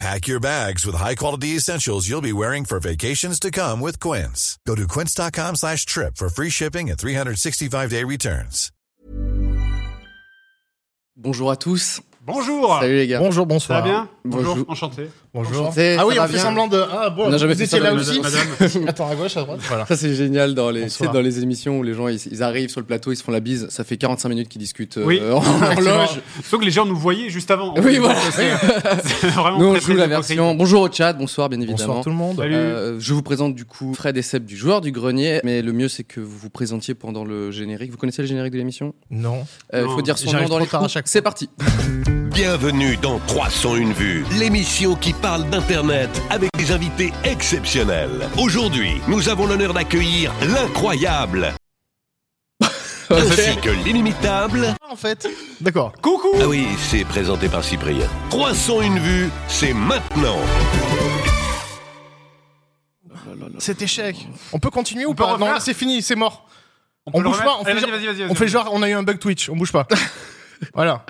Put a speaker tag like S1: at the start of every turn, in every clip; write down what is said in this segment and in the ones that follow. S1: Pack your bags with high-quality essentials you'll be wearing for vacations to come with Quince. Go to quince.com slash trip for free shipping and 365-day returns.
S2: Bonjour à tous.
S3: Bonjour
S2: Salut les gars.
S4: Ah,
S3: Ça
S4: Bonjour,
S3: va
S4: bonsoir.
S3: bien
S2: Bonjour. Euh,
S3: Bonjour, enchanté.
S4: Bonjour.
S2: Enchanté,
S4: ah oui,
S2: ça
S4: on
S2: va
S4: fait
S2: bien
S4: semaine semblant de. Ah bon,
S2: On n'a jamais
S4: vous
S2: fait
S4: étiez
S2: ça,
S4: là
S2: madame,
S4: aussi
S3: madame.
S4: Attends, à gauche, à droite. Voilà.
S2: Ça c'est génial dans les, tu sais,
S4: Bonsoir.
S2: dans les émissions où les gens ils, ils arrivent sur le plateau, ils se font la bise, ça fait 45 minutes qu'ils discutent euh,
S3: Oui.
S2: en, en loge.
S3: Sauf que les gens nous voyaient juste avant.
S2: Oui, voilà.
S3: C'est euh, vraiment
S2: Nous on
S3: très,
S2: joue
S3: très
S2: la
S3: hypocrite.
S2: version. Bonjour au chat, bonsoir bien évidemment.
S4: Bonsoir tout le monde.
S3: Salut.
S2: Euh, je vous présente du coup Fred et Seb du joueur du grenier, mais le mieux c'est que vous vous présentiez pendant le générique. Vous connaissez le générique de l'émission
S4: Non.
S2: Euh, Il
S3: Non,
S2: faut dire son
S4: j'arrive
S2: nom dans
S4: trop
S2: les
S4: tard à
S2: trous.
S4: chaque fois.
S2: C'est parti.
S5: Bienvenue dans 301 vues, l'émission qui parle d'Internet avec des invités exceptionnels. Aujourd'hui, nous avons l'honneur d'accueillir l'incroyable, ainsi que l'inimitable.
S4: En fait. D'accord.
S3: Coucou
S5: Ah oui, c'est présenté par Cyprien. 301 vues, c'est maintenant.
S4: Cet échec. On peut continuer ou
S3: peut
S4: pas Non,
S3: refaire
S4: là c'est fini, c'est mort.
S3: peut
S4: On
S3: le
S4: bouge
S3: remettre
S4: pas, on
S3: Allez,
S4: fait
S3: Vas-y, vas-y, vas-y.
S4: On fait genre, on a eu un bug Twitch, on bouge pas. voilà.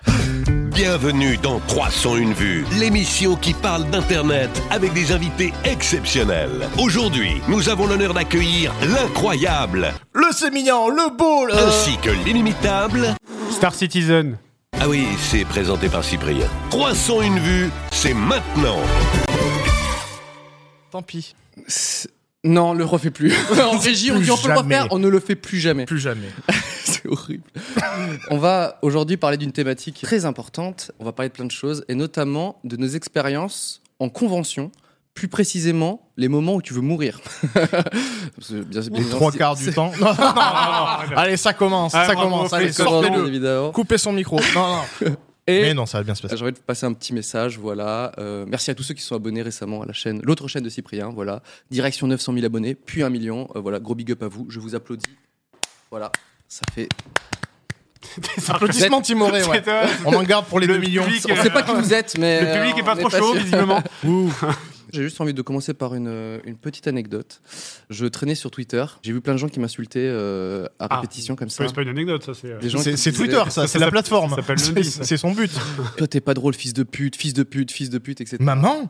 S5: Bienvenue dans 301 vues, l'émission qui parle d'Internet avec des invités exceptionnels. Aujourd'hui, nous avons l'honneur d'accueillir l'incroyable,
S4: Le sémillant, le Euh, beau, le-
S5: ainsi que l'inimitable.
S3: Star Citizen.
S5: Ah oui, c'est présenté par Cyprien. 301 vues, c'est maintenant.
S4: Tant pis.
S2: C'est- Non, on le refait plus. en régie, on
S4: Plus
S2: dit on peut le
S4: jamais.
S2: refaire, on ne le fait plus jamais.
S4: Plus jamais.
S2: C'est horrible. on va aujourd'hui parler d'une thématique très importante. On va parler de plein de choses et notamment de nos expériences en convention. Plus précisément, les moments où tu veux mourir. Parce que, bien- bien
S4: Les
S2: évidemment,
S4: trois
S2: si-
S4: quarts
S2: c'est-
S4: du temps. Non, non, non, non. Allez, ça commence,
S3: Ah,
S4: ça
S3: bravo,
S4: commence.
S3: Fred,
S4: Allez,
S2: c'est vraiment, bien
S4: sortez-le.
S2: évidemment.
S4: Coupez son micro. Non, non.
S2: Et
S4: Mais non, ça va bien se passer.
S2: j'ai envie de passer un petit message, voilà. Euh, merci à tous ceux qui sont abonnés récemment à la chaîne, l'autre chaîne de Cyprien, voilà. Direction 900 000 abonnés, puis 1 million. Euh, voilà, gros big up à vous. Je vous applaudis. Voilà, ça fait.
S4: Applaudissements timorés, ouais.
S3: C'est, euh,
S4: On en garde pour les
S3: Le
S4: 2 millions.
S3: public,
S2: On sait pas qui vous êtes, mais
S3: Le public
S2: euh,
S3: est pas
S2: on
S3: trop chaud,
S2: sûr.
S3: visiblement. Ah,
S4: Ouh.
S2: J'ai juste envie de commencer par une, euh, une petite anecdote. Je traînais sur Twitter, j'ai vu plein de gens qui m'insultaient euh, à
S3: Ah.
S2: répétition comme ça.
S3: C'est pas une anecdote, ça. C'est euh,
S2: Des gens
S4: C'est
S2: qui
S4: c'est
S2: me disaient,
S4: Twitter, ça, c'est la plateforme.
S3: ça s'appelle le
S4: C'est-
S3: bis.
S4: C'est son but.
S2: Toi t'es pas drôle, fils de pute, fils de pute, fils de pute, etc.
S4: Maman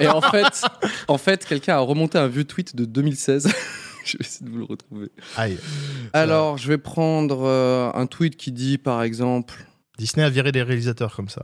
S2: Et en fait, en fait quelqu'un a remonté un vieux tweet de 2016. Je vais essayer de vous le retrouver.
S4: Aïe.
S2: Alors, je vais prendre euh, un tweet qui dit, par exemple...
S4: Disney a viré des réalisateurs comme ça.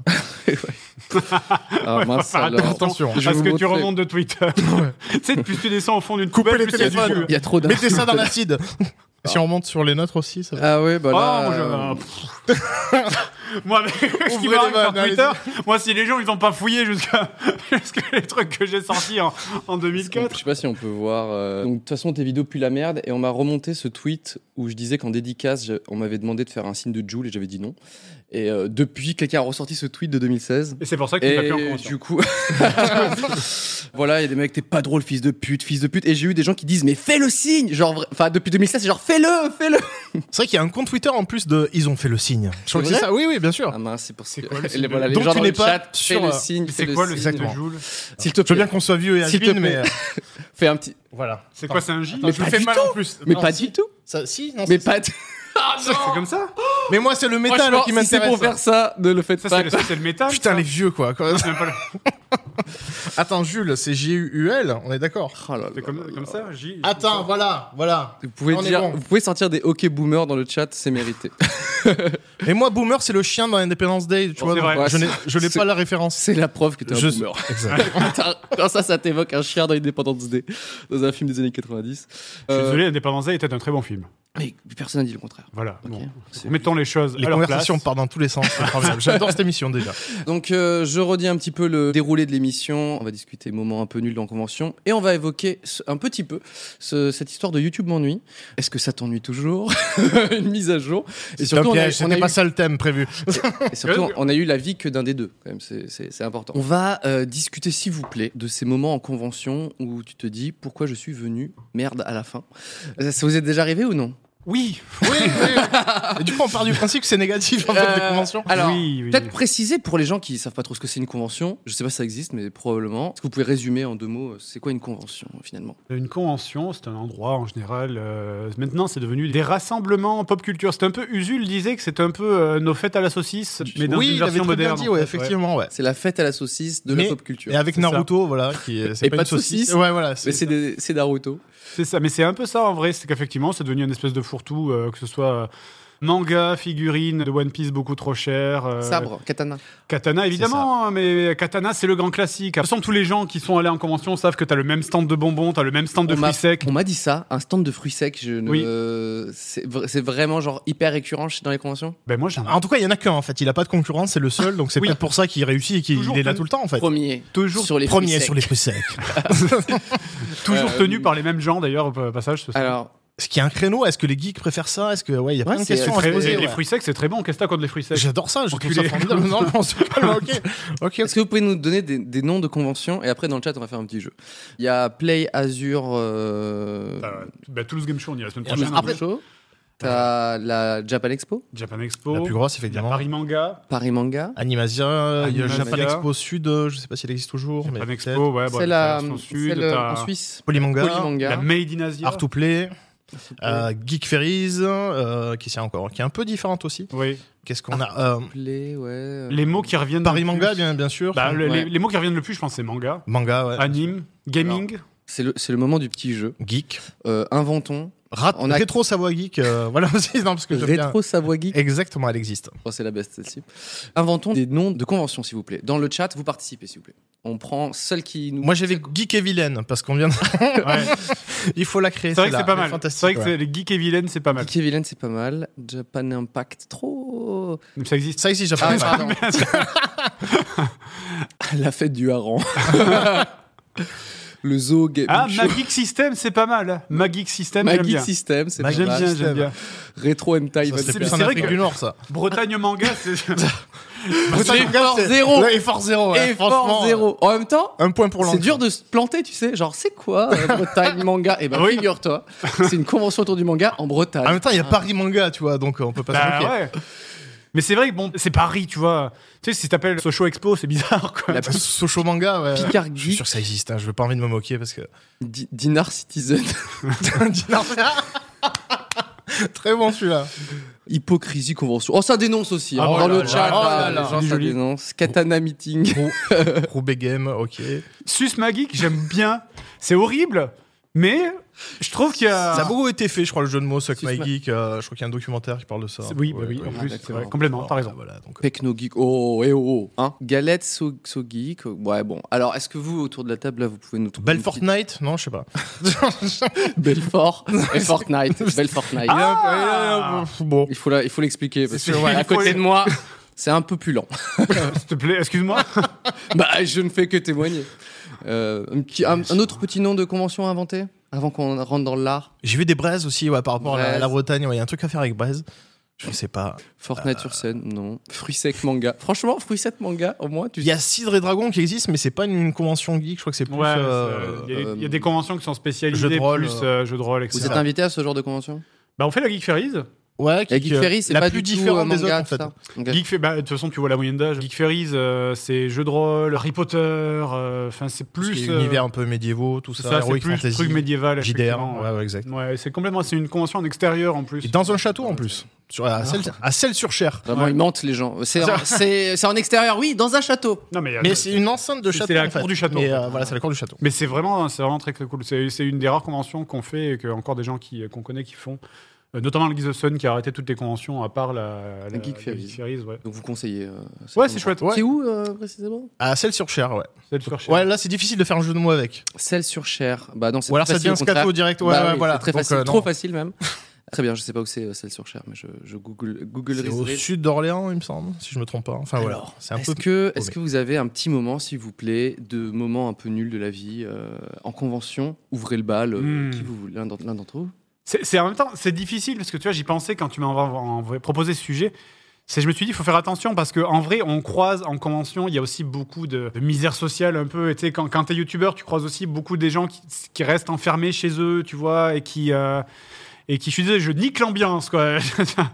S2: Ah, mince,
S3: faire
S2: alors.
S4: Attention.
S2: Je vais
S3: Parce
S2: vous
S3: que tu
S2: montrer.
S3: remontes de Twitter. tu sais, plus tu descends au fond d'une
S4: Coupez
S3: poubelle,
S4: les
S3: plus il y a du
S4: téléphones.
S2: Il y a trop
S4: Mettez
S2: d'insultes.
S4: ça dans l'acide. si on monte sur les nôtres aussi, ça va.
S2: Ah ouais, bah là...
S3: Oh,
S2: euh,
S3: moi, je... moi, mais ce qui
S4: euh. Ouvrez
S3: m'arrive
S4: les vannes,
S3: sur Twitter, moi, si les gens, ils ont pas fouillé jusqu'à jusqu'à les trucs que j'ai sortis en, en
S2: Je
S3: 2004.
S2: sais pas si on peut voir. euh, Donc, de toute façon, tes vidéos puent la merde. Et on m'a remonté ce tweet où je disais qu'en dédicace, je- on m'avait demandé de faire un signe de Joule et j'avais dit non. Et euh, depuis, quelqu'un a ressorti ce tweet de 2016.
S3: Et c'est pour ça que tu n'as
S2: Et
S3: plus en hein. convention.
S2: du coup, voilà, il y a des mecs, t'es pas drôle, fils de pute, fils de pute. Et j'ai eu des gens qui disent, mais fais le signe Genre, vra- enfin, depuis 2016, c'est genre, fais-le, fais-le
S4: C'est vrai qu'il y a un compte Twitter en plus de Ils ont fait le signe. Je crois que
S2: vrai
S4: c'est ça. Oui, oui, bien sûr.
S2: Ah mince, c'est pour ça
S3: C'est
S2: que-
S3: quoi le signe
S2: les, voilà,
S3: de-
S2: les
S4: Donc,
S2: gens
S4: tu
S2: dans
S4: n'es
S2: le
S4: pas
S2: chat, fais
S4: sur,
S2: le
S4: euh,
S2: signe, fais
S3: C'est quoi le signe de
S4: Exactement.
S3: Joule
S2: S'il te
S4: Je veux
S2: plaît,
S4: bien qu'on soit vieux et
S2: S'il te
S4: albine, mais.
S2: plaît.
S4: euh,
S2: fais un petit.
S4: Voilà.
S3: C'est quoi, c'est un J
S4: Attends, je
S2: pas
S4: le fais
S2: du
S4: mal en plus.
S2: Mais
S4: Non,
S2: pas
S4: si.
S2: du tout
S4: Ça, si, non,
S2: Mais
S4: c'est-
S2: pas du
S3: C'est comme ça
S4: mais moi, c'est le métal
S2: Franchement,
S4: qui
S2: si c'est
S4: m'intéresse.
S2: pour faire ça, ne le faites
S3: Ça,
S2: pas.
S3: c'est le, ça, c'est le métal.
S4: Putain,
S3: ça
S4: les vieux, quoi. Quand-
S3: C'est même pas le-
S4: Attends, Jules, c'est J-U-U-L, on est d'accord.
S2: Oh là là.
S3: c'est comme, comme ça, J.
S4: Attends, voilà, voilà.
S2: Vous pouvez,
S4: On est
S2: dire,
S4: bon.
S2: vous pouvez sortir des hockey boomers dans le chat, c'est mérité.
S4: Et moi, Boomer, c'est le chien dans Independence Day, tu
S3: Oh,
S4: vois.
S3: c'est
S4: donc,
S3: vrai.
S4: Je n'ai- je n'ai
S2: C'est-
S4: pas la référence.
S2: C'est la preuve que t'es un
S4: Je-
S2: boomer.
S4: Exact.
S2: Quand- Quand ça, ça t'évoque un chien dans Independence Day, dans un film des années 90.
S3: Je suis
S2: Euh,
S3: désolé, Indépendance Day était un très bon film.
S2: Mais personne n'a dit le contraire.
S3: Voilà.
S2: Ok.
S3: bon.
S2: C'est-
S3: Mettons les choses
S4: Les
S3: à leur
S4: conversations
S3: place.
S4: partent dans tous les sens. c'est formidable. J'adore cette émission déjà.
S2: Donc, euh, je redis un petit peu le déroulé de l'émission. On va discuter moments un peu nuls dans la convention. Et on va évoquer ce- un petit peu ce- cette histoire de YouTube m'ennuie. Est-ce que ça t'ennuie toujours Une mise à jour. Et
S4: C'est un
S2: on a-
S4: piège,
S2: on a
S4: c'était
S2: eu-
S4: pas ça le thème prévu.
S2: Et surtout, on a eu la vie que d'un des deux, quand même, c'est- c'est c'est important. On va euh, discuter, s'il vous plaît, de ces moments en Euh, convention où tu te dis pourquoi je suis venu, merde à la fin. Ça, ça vous est déjà arrivé ou non
S3: Oui.
S4: Oui, oui. Et du coup, on part du principe que c'est négatif en fait, des
S2: Euh,
S4: conventions.
S2: Alors,
S3: Oui, oui.
S2: peut-être préciser pour les gens qui savent pas trop ce que c'est une convention. Je sais pas si ça existe, mais probablement. Est-ce que vous pouvez résumer en deux mots euh, c'est quoi une convention finalement
S3: Une convention, c'est un endroit en général. euh, maintenant, c'est devenu des rassemblements pop culture. C'est un peu Usul disait que c'est un peu euh, nos fêtes à la saucisse, mais dans
S4: oui,
S3: une
S4: il avait
S3: version
S4: très bien
S3: moderne.
S4: dit,
S3: en
S4: ouais,
S3: fait,
S4: effectivement, ouais.
S2: C'est la fête à la saucisse de la
S4: Mais-
S2: pop culture.
S4: Et avec
S3: C'est
S4: Naruto, voilà, qui euh, c'est
S2: Et
S4: pas,
S2: pas
S4: une
S2: de
S4: saucisse.
S2: saucisse.
S4: Ouais, voilà.
S2: Mais c'est des- c'est Naruto.
S3: C'est ça, mais c'est un peu ça en vrai, c'est qu'effectivement, c'est devenu une espèce de fourre-tout, euh, que ce soit euh, manga, figurine de One Piece beaucoup trop cher, euh,
S2: Sabre, katana.
S3: katana évidemment, hein, mais katana c'est le grand classique. De toute façon, tous les gens qui sont allés en convention savent que t'as le même stand de bonbons, t'as le même stand de
S2: On m'a-
S3: fruits secs.
S2: On m'a dit ça, un stand de fruits secs. Je ne...
S3: Oui.
S2: euh, C'est vr- c'est vraiment genre hyper récurrent chez- dans les conventions.
S3: Ben moi, j'ai un-
S4: En tout cas, il y en a qu'un en fait. Il a pas de concurrence, c'est le seul, donc c'est
S3: Oui.
S4: peut-être pour ça qu'il réussit et qu'il
S3: Toujours
S4: il est là
S3: tenu-
S4: tout le temps en fait.
S2: Premier.
S3: toujours,
S2: sur les fruits
S4: Premier
S2: secs.
S4: sur les fruits secs.
S3: toujours
S2: Euh,
S3: tenu par les mêmes gens d'ailleurs au passage. ce-
S2: Alors,
S4: Est-ce qu'il y a un créneau Est-ce que les geeks préfèrent ça Est-ce que ouais, il y a
S2: Ouais,
S4: plein de
S2: c'est-
S4: questions
S3: C'est
S4: à se
S3: très-
S4: poser.
S3: les
S4: ouais.
S3: fruits secs, c'est très bon. Qu'est-ce que t'as contre les fruits secs
S4: J'adore ça, je trouve ça
S3: Enculé.
S4: formidable. Non, non, on se calme, ok. Ok, ok.
S2: est-ce que vous pouvez nous donner des, des noms de conventions Et après, dans le chat, on va faire un petit jeu. Il y a Play Azure. euh,
S3: Euh, ben, Toulouse Game Show, on y est la semaine
S4: Et après-
S3: prochaine. en
S2: Après
S3: plus.
S2: T'as la Japan Expo,
S3: Japan
S4: La
S3: Expo,
S4: plus grosse,
S3: il y a
S4: effectivement.
S3: Paris Manga,
S2: Paris Manga.
S4: Animasia, il y a
S3: Animasia.
S4: Japan Expo Sud, euh, je sais pas si elle existe toujours, mais
S3: Japan
S4: peut-être.
S3: Expo, ouais, bon,
S2: c'est la,
S3: version sud,
S2: celle euh,
S3: t'as
S2: en Suisse.
S4: Polymanga,
S3: La
S2: Polymanga.
S3: Made in Asia.
S4: Art to Play, euh, Geek Ferries, euh, qui c'est encore, qui est un peu différente aussi.
S3: Oui.
S4: Qu'est-ce qu'on a Euh,
S2: Play, ouais. euh,
S3: Les mots qui reviennent.
S4: Paris
S3: le plus-
S4: Manga, bien, bien sûr.
S3: Ah. Bah, ah. le-
S2: Ouais.
S3: les, les mots qui reviennent le plus, je pense, c'est manga,
S4: Manga, ouais.
S3: anime, gaming.
S2: C'est le, c'est le moment du petit jeu.
S4: Geek.
S2: Euh, inventons.
S4: Rat,
S2: On a-
S4: Rétro Savoie Geek, euh, voilà aussi, non, parce que j'aime bien.
S2: Rétro Savoie Geek.
S4: Exactement, elle existe.
S2: Oh, c'est la best celle-ci. Inventons des noms de conventions, s'il vous plaît. Dans le chat, vous participez, s'il vous plaît. On prend celle qui nous.
S4: Moi j'avais Geek et Vilaine, parce qu'on vient de...
S3: Ouais.
S4: Il faut la créer.
S3: C'est vrai que
S4: celle-là.
S3: c'est pas
S4: Elle est
S3: mal.
S4: fantastique,
S3: C'est vrai que
S4: ouais.
S3: c'est- les geeks et vilaines, c'est pas mal.
S2: Geek et Villain, c'est pas mal. Japan Impact, trop.
S3: Ça existe.
S4: Ça existe, Japan
S2: Ah,
S4: Expo.
S2: pardon. la fête du harangue. le zoo game
S3: Ah,
S2: show.
S3: Magic System, c'est pas mal. Magic System, j'aime
S2: Magic
S3: bien.
S2: System, c'est pas
S4: Magic
S3: J'aime
S2: mal.
S3: bien,
S4: System.
S3: j'aime bien.
S2: Rétro
S4: Ça,
S2: M-Time.
S4: C'est
S3: c'est
S4: plus en
S3: vrai
S4: Afrique
S3: que-
S4: du Nord, ça.
S3: Bretagne Manga, c'est.
S4: Bretagne,
S2: fort
S4: c'est-
S2: zéro.
S4: Ouais, et fort zéro, ouais,
S2: Et fort
S4: franchement. euh,
S2: zéro. En même temps,
S4: Un point pour
S2: c'est
S4: l'entrée.
S2: dur de se planter, tu sais. Genre, c'est quoi euh, Bretagne manga Et ben,
S3: Oui.
S2: figure-toi, c'est une convention autour du manga en Bretagne.
S4: En même temps, il y a Paris Manga, tu vois, donc euh, on peut pas
S3: Bah
S4: se moquer.
S3: ouais. Mais c'est vrai que bon, c'est Paris, tu vois. Tu sais, si t'appelles Sochaux Expo, c'est bizarre, quoi.
S2: La
S4: Bah, Sochaux Manga, ouais.
S2: Picardie.
S4: Je suis sûr que ça existe, hein, je veux pas envie de me moquer parce que.
S2: Di- Dinar Citizen.
S4: Très bon celui-là.
S2: Hypocrisie convention. Oh, ça dénonce aussi. hein.
S3: Ah, oh
S2: Dans
S3: là
S2: le
S3: là,
S2: chat,
S4: oh
S2: là,
S4: là là.
S2: les gens,
S3: C'est
S2: ça
S3: joli.
S2: dénonce. Katana Meeting.
S4: Roubaix Game, ok.
S3: Sus Magic, j'aime bien. C'est horrible, mais je trouve qu'il y a.
S4: Ça a beaucoup été fait, je crois, le jeu de mots Suck
S2: Si,
S4: My
S2: c'est-
S4: Geek. euh, je crois qu'il y a un documentaire qui parle de ça.
S3: C'est- Oui, bah
S4: Ouais,
S3: oui,
S4: ouais. Ah,
S3: en
S2: Ah,
S3: plus, c'est
S2: d'accord.
S3: vrai. Complètement, t'as raison.
S4: Voilà, donc. euh,
S2: Pecno Geek. Oh, eh oh. Hein Galette so, So Geek. Ouais, bon. Alors, est-ce que vous, autour de la table, là, vous pouvez nous trouver.
S4: Belle
S2: une
S4: Fortnite Non, je sais pas.
S2: petite- Belfort. et Fortnite. Belle Fortnite.
S3: Ah
S4: Ah bon.
S2: Il faut la- il faut l'expliquer. Parce
S4: C'est
S2: que
S4: sûr, ouais.
S2: à
S4: Il
S3: faut
S2: côté
S3: les-
S2: de moi, c'est un peu plus lent.
S3: S'il te plaît, excuse-moi.
S2: Bah, je ne fais que témoigner. Euh, un, petit- un- un autre petit nom de convention à inventer avant qu'on rentre dans l'art.
S4: J'ai vu des braises aussi, ouais, par rapport à la-
S2: Braise.
S4: la Bretagne. ouais, Il y a un truc à faire avec braise. Je sais pas.
S2: Fortnite sur scène, non. Fruits secs manga. Franchement, fruits secs manga, au moins, tu
S4: Il y a Cidre et Dragon qui existe, mais c'est pas une, une convention geek. Je crois que c'est plus.
S3: Ouais,
S4: euh,
S3: c'est- il y, a-
S2: euh,
S3: il y a des conventions qui sont spécialisées
S4: jeux de rôle,
S3: plus
S4: euh,
S3: euh, jeux de rôle,
S2: Vous
S3: etc.
S2: êtes invité à ce genre de convention
S3: Bah, on fait la Geek Ferries.
S4: Ouais, qui,
S2: Et Geek
S4: qui, euh,
S2: Ferry, c'est
S4: la
S2: pas
S4: plus
S2: du tout
S4: différente
S2: euh,
S4: des autres
S2: manga,
S4: en fait.
S2: tout ça. Ok.
S3: Geek Fer- bah, de toute façon, tu vois la moyenne d'âge. Geek Ferries, euh, c'est jeux de rôle, Harry Potter, euh, enfin, c'est plus.
S4: Plus
S3: euh,
S4: univers un peu médiévaux, tout
S3: c'est
S4: ça.
S3: ça, c'est
S4: heroic
S3: plus
S4: fantasy,
S3: truc médiéval.
S4: JDR.
S3: effectivement,
S4: Ouais, ouais, exact.
S3: Ouais, c'est complètement. C'est une convention en extérieur en plus. euh,
S4: Et dans un château en plus. Sur, à celle, à celle sur Cher.
S2: Vraiment,
S3: Ouais.
S2: ils mentent, les gens. C'est en, c'est- c'est en extérieur, oui, dans un château.
S3: Non, mais, euh,
S4: Mais c'est une enceinte de
S3: c'est
S4: château.
S3: la
S4: en
S3: cour
S4: fait.
S3: du château,
S4: Mais,
S3: en
S4: euh, voilà, c'est la cour du château.
S3: mais c'est vraiment, c'est vraiment très très cool. C'est c'est une des rares conventions qu'on fait et que encore des gens qui qu'on connaît qui font. Euh, Notamment le Guise the Sun qui a arrêté toutes les conventions à part la, la-
S2: Geek
S3: la
S2: Ferries.
S3: ouais.
S2: Donc vous conseillez. euh, cette
S3: Ouais, c'est
S2: convention.
S3: chouette.
S4: Ouais.
S2: C'est où euh, précisément
S4: À celle sur Cher, ouais.
S3: C'est le Fercher.
S4: Ouais, là c'est difficile de faire un jeu de mots avec.
S2: Celle sur Cher. Bah non, c'est
S4: Ou alors
S2: très
S4: ça
S2: facile,
S4: devient
S2: au contraire.
S4: scato direct. Ouais,
S2: Bah
S4: ouais,
S2: oui,
S4: voilà.
S2: c'est Très
S4: Donc,
S2: facile,
S4: euh, non.
S2: trop facile même. Très bien, je sais pas où c'est euh, celle sur Cher, mais je, je Google, Google
S4: C'est au
S2: Reader.
S4: sud d'Orléans, il me semble, si je me trompe pas. Enfin voilà.
S2: Alors,
S4: C'est un
S2: Est-ce
S4: peu.
S2: que, est
S4: paumé.
S2: que vous avez un petit moment, s'il vous plaît, de moment un peu nul de la vie euh, en convention Ouvrez le bal, euh,
S3: Hmm.
S2: qui vous voulez, l'un d'en- l'un d'entre vous
S3: C'est c'est- en même temps, c'est difficile parce que tu vois, j'y pensais quand tu m'as env- env- proposé ce sujet. C'est, je me suis dit, il faut faire attention parce qu'en vrai, on croise en convention, il y a aussi beaucoup de, de misère sociale un peu. Et tu sais, quand, quand t'es youtubeur, tu croises aussi beaucoup des gens qui, qui restent enfermés chez eux, tu vois, et qui. euh, et qui, je suis désolé, je nique l'ambiance, quoi.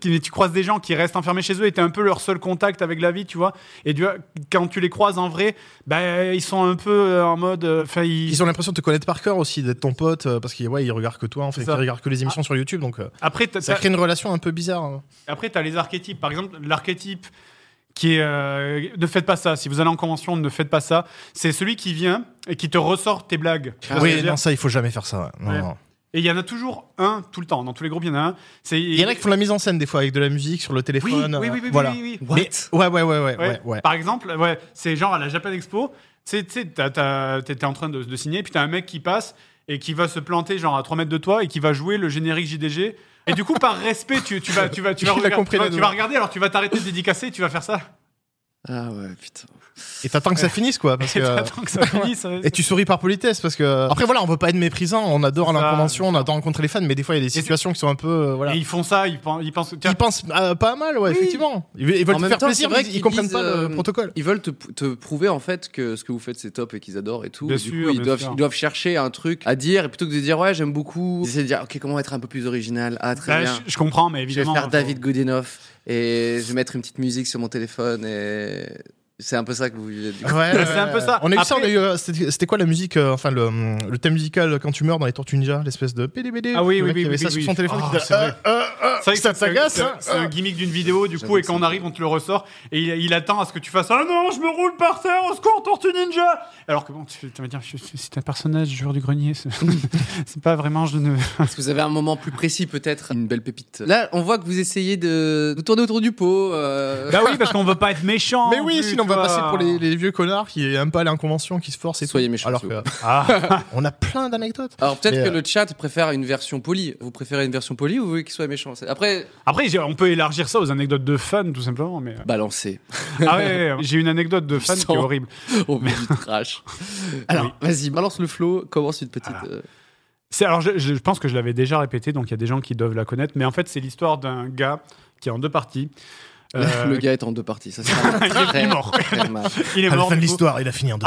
S3: Qui- tu croises des gens qui restent enfermés chez eux et t'es un peu leur seul contact avec la vie, tu vois. Et tu vois, quand tu les croises en vrai, ben ils sont un peu euh, en mode. euh, Enfin, ils-
S4: Ils ont l'impression de te connaître par cœur aussi, d'être ton pote, euh, parce qu'ils ouais, ils regardent que toi, en fait,
S3: C'est
S4: ils
S3: ça. Ah.
S4: regardent que les émissions sur YouTube, donc euh,
S3: Après, t'as-
S4: ça
S3: t'as-
S4: crée une relation un peu bizarre. hein.
S3: Après, tu as les archétypes. Par exemple, l'archétype qui est euh, ne faites pas ça. Si vous allez en convention, ne faites pas ça. C'est celui qui vient et qui te ressort tes blagues. Tu vois ce que je
S4: oui,
S3: veux dire
S4: non, ça, il faut jamais faire ça. ouais. Non,
S3: Ah, Ouais.
S4: non.
S3: Et il y en a toujours un tout le temps. Dans tous les groupes, il y en a un. C'est
S4: Il y en a qui font la mise en scène des fois avec de la musique sur le
S3: oui,
S4: téléphone.
S3: oui, oui,
S4: euh,
S3: oui, oui,
S4: voilà.
S3: oui, oui.
S2: What
S4: Ouais, ouais, ouais, ouais,
S3: Ouais.
S4: ouais, ouais.
S3: Par exemple, ouais, c'est genre à la Japan Expo, tu sais, tu sais, t'as- t'as- t'es t'es en train de, de signer, puis t'as un mec qui passe et qui va se planter genre à 3 mètres de toi et qui va jouer le générique JDG. Et du coup, par respect, tu, tu vas, tu vas, tu vas,
S4: Il a
S3: regarder-
S4: compris
S3: tu vas-
S4: la
S3: tu vas
S4: nouvelle.
S3: regarder, alors tu vas t'arrêter de dédicacer, tu vas faire ça.
S2: Ah ouais, putain.
S4: Et t'attends que ça finisse, quoi, parce
S3: Et
S4: que. euh,
S3: t'attends que ça finisse. ouais,
S4: Et tu souris par politesse parce que après voilà on veut pas être méprisant on adore
S3: C'est ça.
S4: la convention on adore rencontrer les fans mais des fois il y a des situations qui sont un peu euh, voilà
S3: Et ils font ça, ils pensent. Ils pensent tiens,
S4: ils pensent euh, pas mal ouais
S2: Oui.
S4: effectivement ils ils veulent
S2: En
S4: te
S2: même
S4: faire
S2: temps,
S4: plaisir
S2: c'est vrai
S4: mais ils
S2: qu'ils
S4: comprennent
S2: disent,
S4: pas le
S2: euh,
S4: protocole
S2: Ils veulent te, te prouver en fait que ce que vous faites c'est top et qu'ils adorent et tout.
S3: Bien
S2: Et du
S3: sûr,
S2: coup, ils
S3: bien
S2: doivent,
S3: sûr.
S2: ils doivent chercher un truc à dire et plutôt que de dire ouais, j'aime beaucoup, ils essaient de dire ok, comment être un peu plus original Ah, très
S3: bah,
S2: bien.
S3: je, je comprends, mais
S2: Je vais
S3: évidemment. hein,
S2: faire
S3: faut-
S2: David Goodenough et je vais mettre une petite musique sur mon téléphone et c'est un peu ça que vous vivez. du coup.
S4: Ouais,
S3: C'est un peu ça.
S4: On a eu ça, on
S3: Après-
S4: a eu, euh, c'était c'était quoi la musique, euh, enfin le, hum, le thème musical quand tu meurs dans les Tortues Ninja, l'espèce de PDBD.
S3: Ah oui,
S4: le
S3: oui,
S4: mec
S3: oui,
S4: qui avait
S3: oui,
S4: ça
S3: oui,
S4: sur
S3: oui.
S4: son téléphone.
S3: Ah,
S4: qui disait,
S3: c'est vrai.
S4: Euh, euh, euh,
S3: C'est vrai que
S4: ça
S3: c'est-
S4: t'agace.
S3: c'est-
S4: hein,
S3: C'est un
S4: euh.
S3: gimmick d'une vidéo, du coup,
S4: J'avoue,
S3: et quand on
S4: c'est-
S3: arrive, on te le ressort, et il, il attend à ce que tu fasses Ah non, je me roule par terre, au secours, Tortue Ninja Alors que bon, tu, tu vas dire Je- je- C'est un personnage, joueur du grenier, c'est c'est pas vraiment. Je ne...
S2: Parce que vous avez un moment plus précis peut-être, une belle pépite. Là, on voit que vous essayez de, de tourner autour du pot. euh,
S3: Bah oui, parce qu'on veut pas être méchant
S4: Mais
S3: en
S4: oui,
S3: plus,
S4: sinon on
S3: tu
S4: va
S3: vois.
S4: passer pour les, les vieux connards qui aiment pas aller en convention, qui se forcent et
S2: Soyez
S4: tout.
S2: méchants,
S4: Alors
S2: s'il
S4: que,
S3: Ah,
S4: on a plein d'anecdotes.
S2: Alors peut-être
S4: Mais,
S2: que
S4: euh,
S2: le chat préfère une version polie. Vous préférez une version polie ou vous voulez qu'il soit méchant C'est- Après,
S3: Après, j'ai- on peut élargir ça aux anecdotes de fans, tout simplement, mais.
S2: balancez.
S3: Ah ouais, ouais, ouais. j'ai une anecdote de fan
S2: sens.
S3: qui est horrible.
S2: On met du trash. Alors, vas-y, balance le flow. Commence une petite.
S3: Voilà.
S2: euh,
S3: C'est- alors, je, je pense que je l'avais déjà répété, donc il y a des gens qui doivent la connaître, mais en fait, c'est l'histoire d'un gars qui est en deux parties. Euh,
S2: Le gars est en deux parties. Ça sera très,
S3: il est mort.
S2: très mal.
S3: Il est
S4: À la
S3: mort.
S4: fin de
S3: du coup.
S4: l'histoire, il a fini en deux.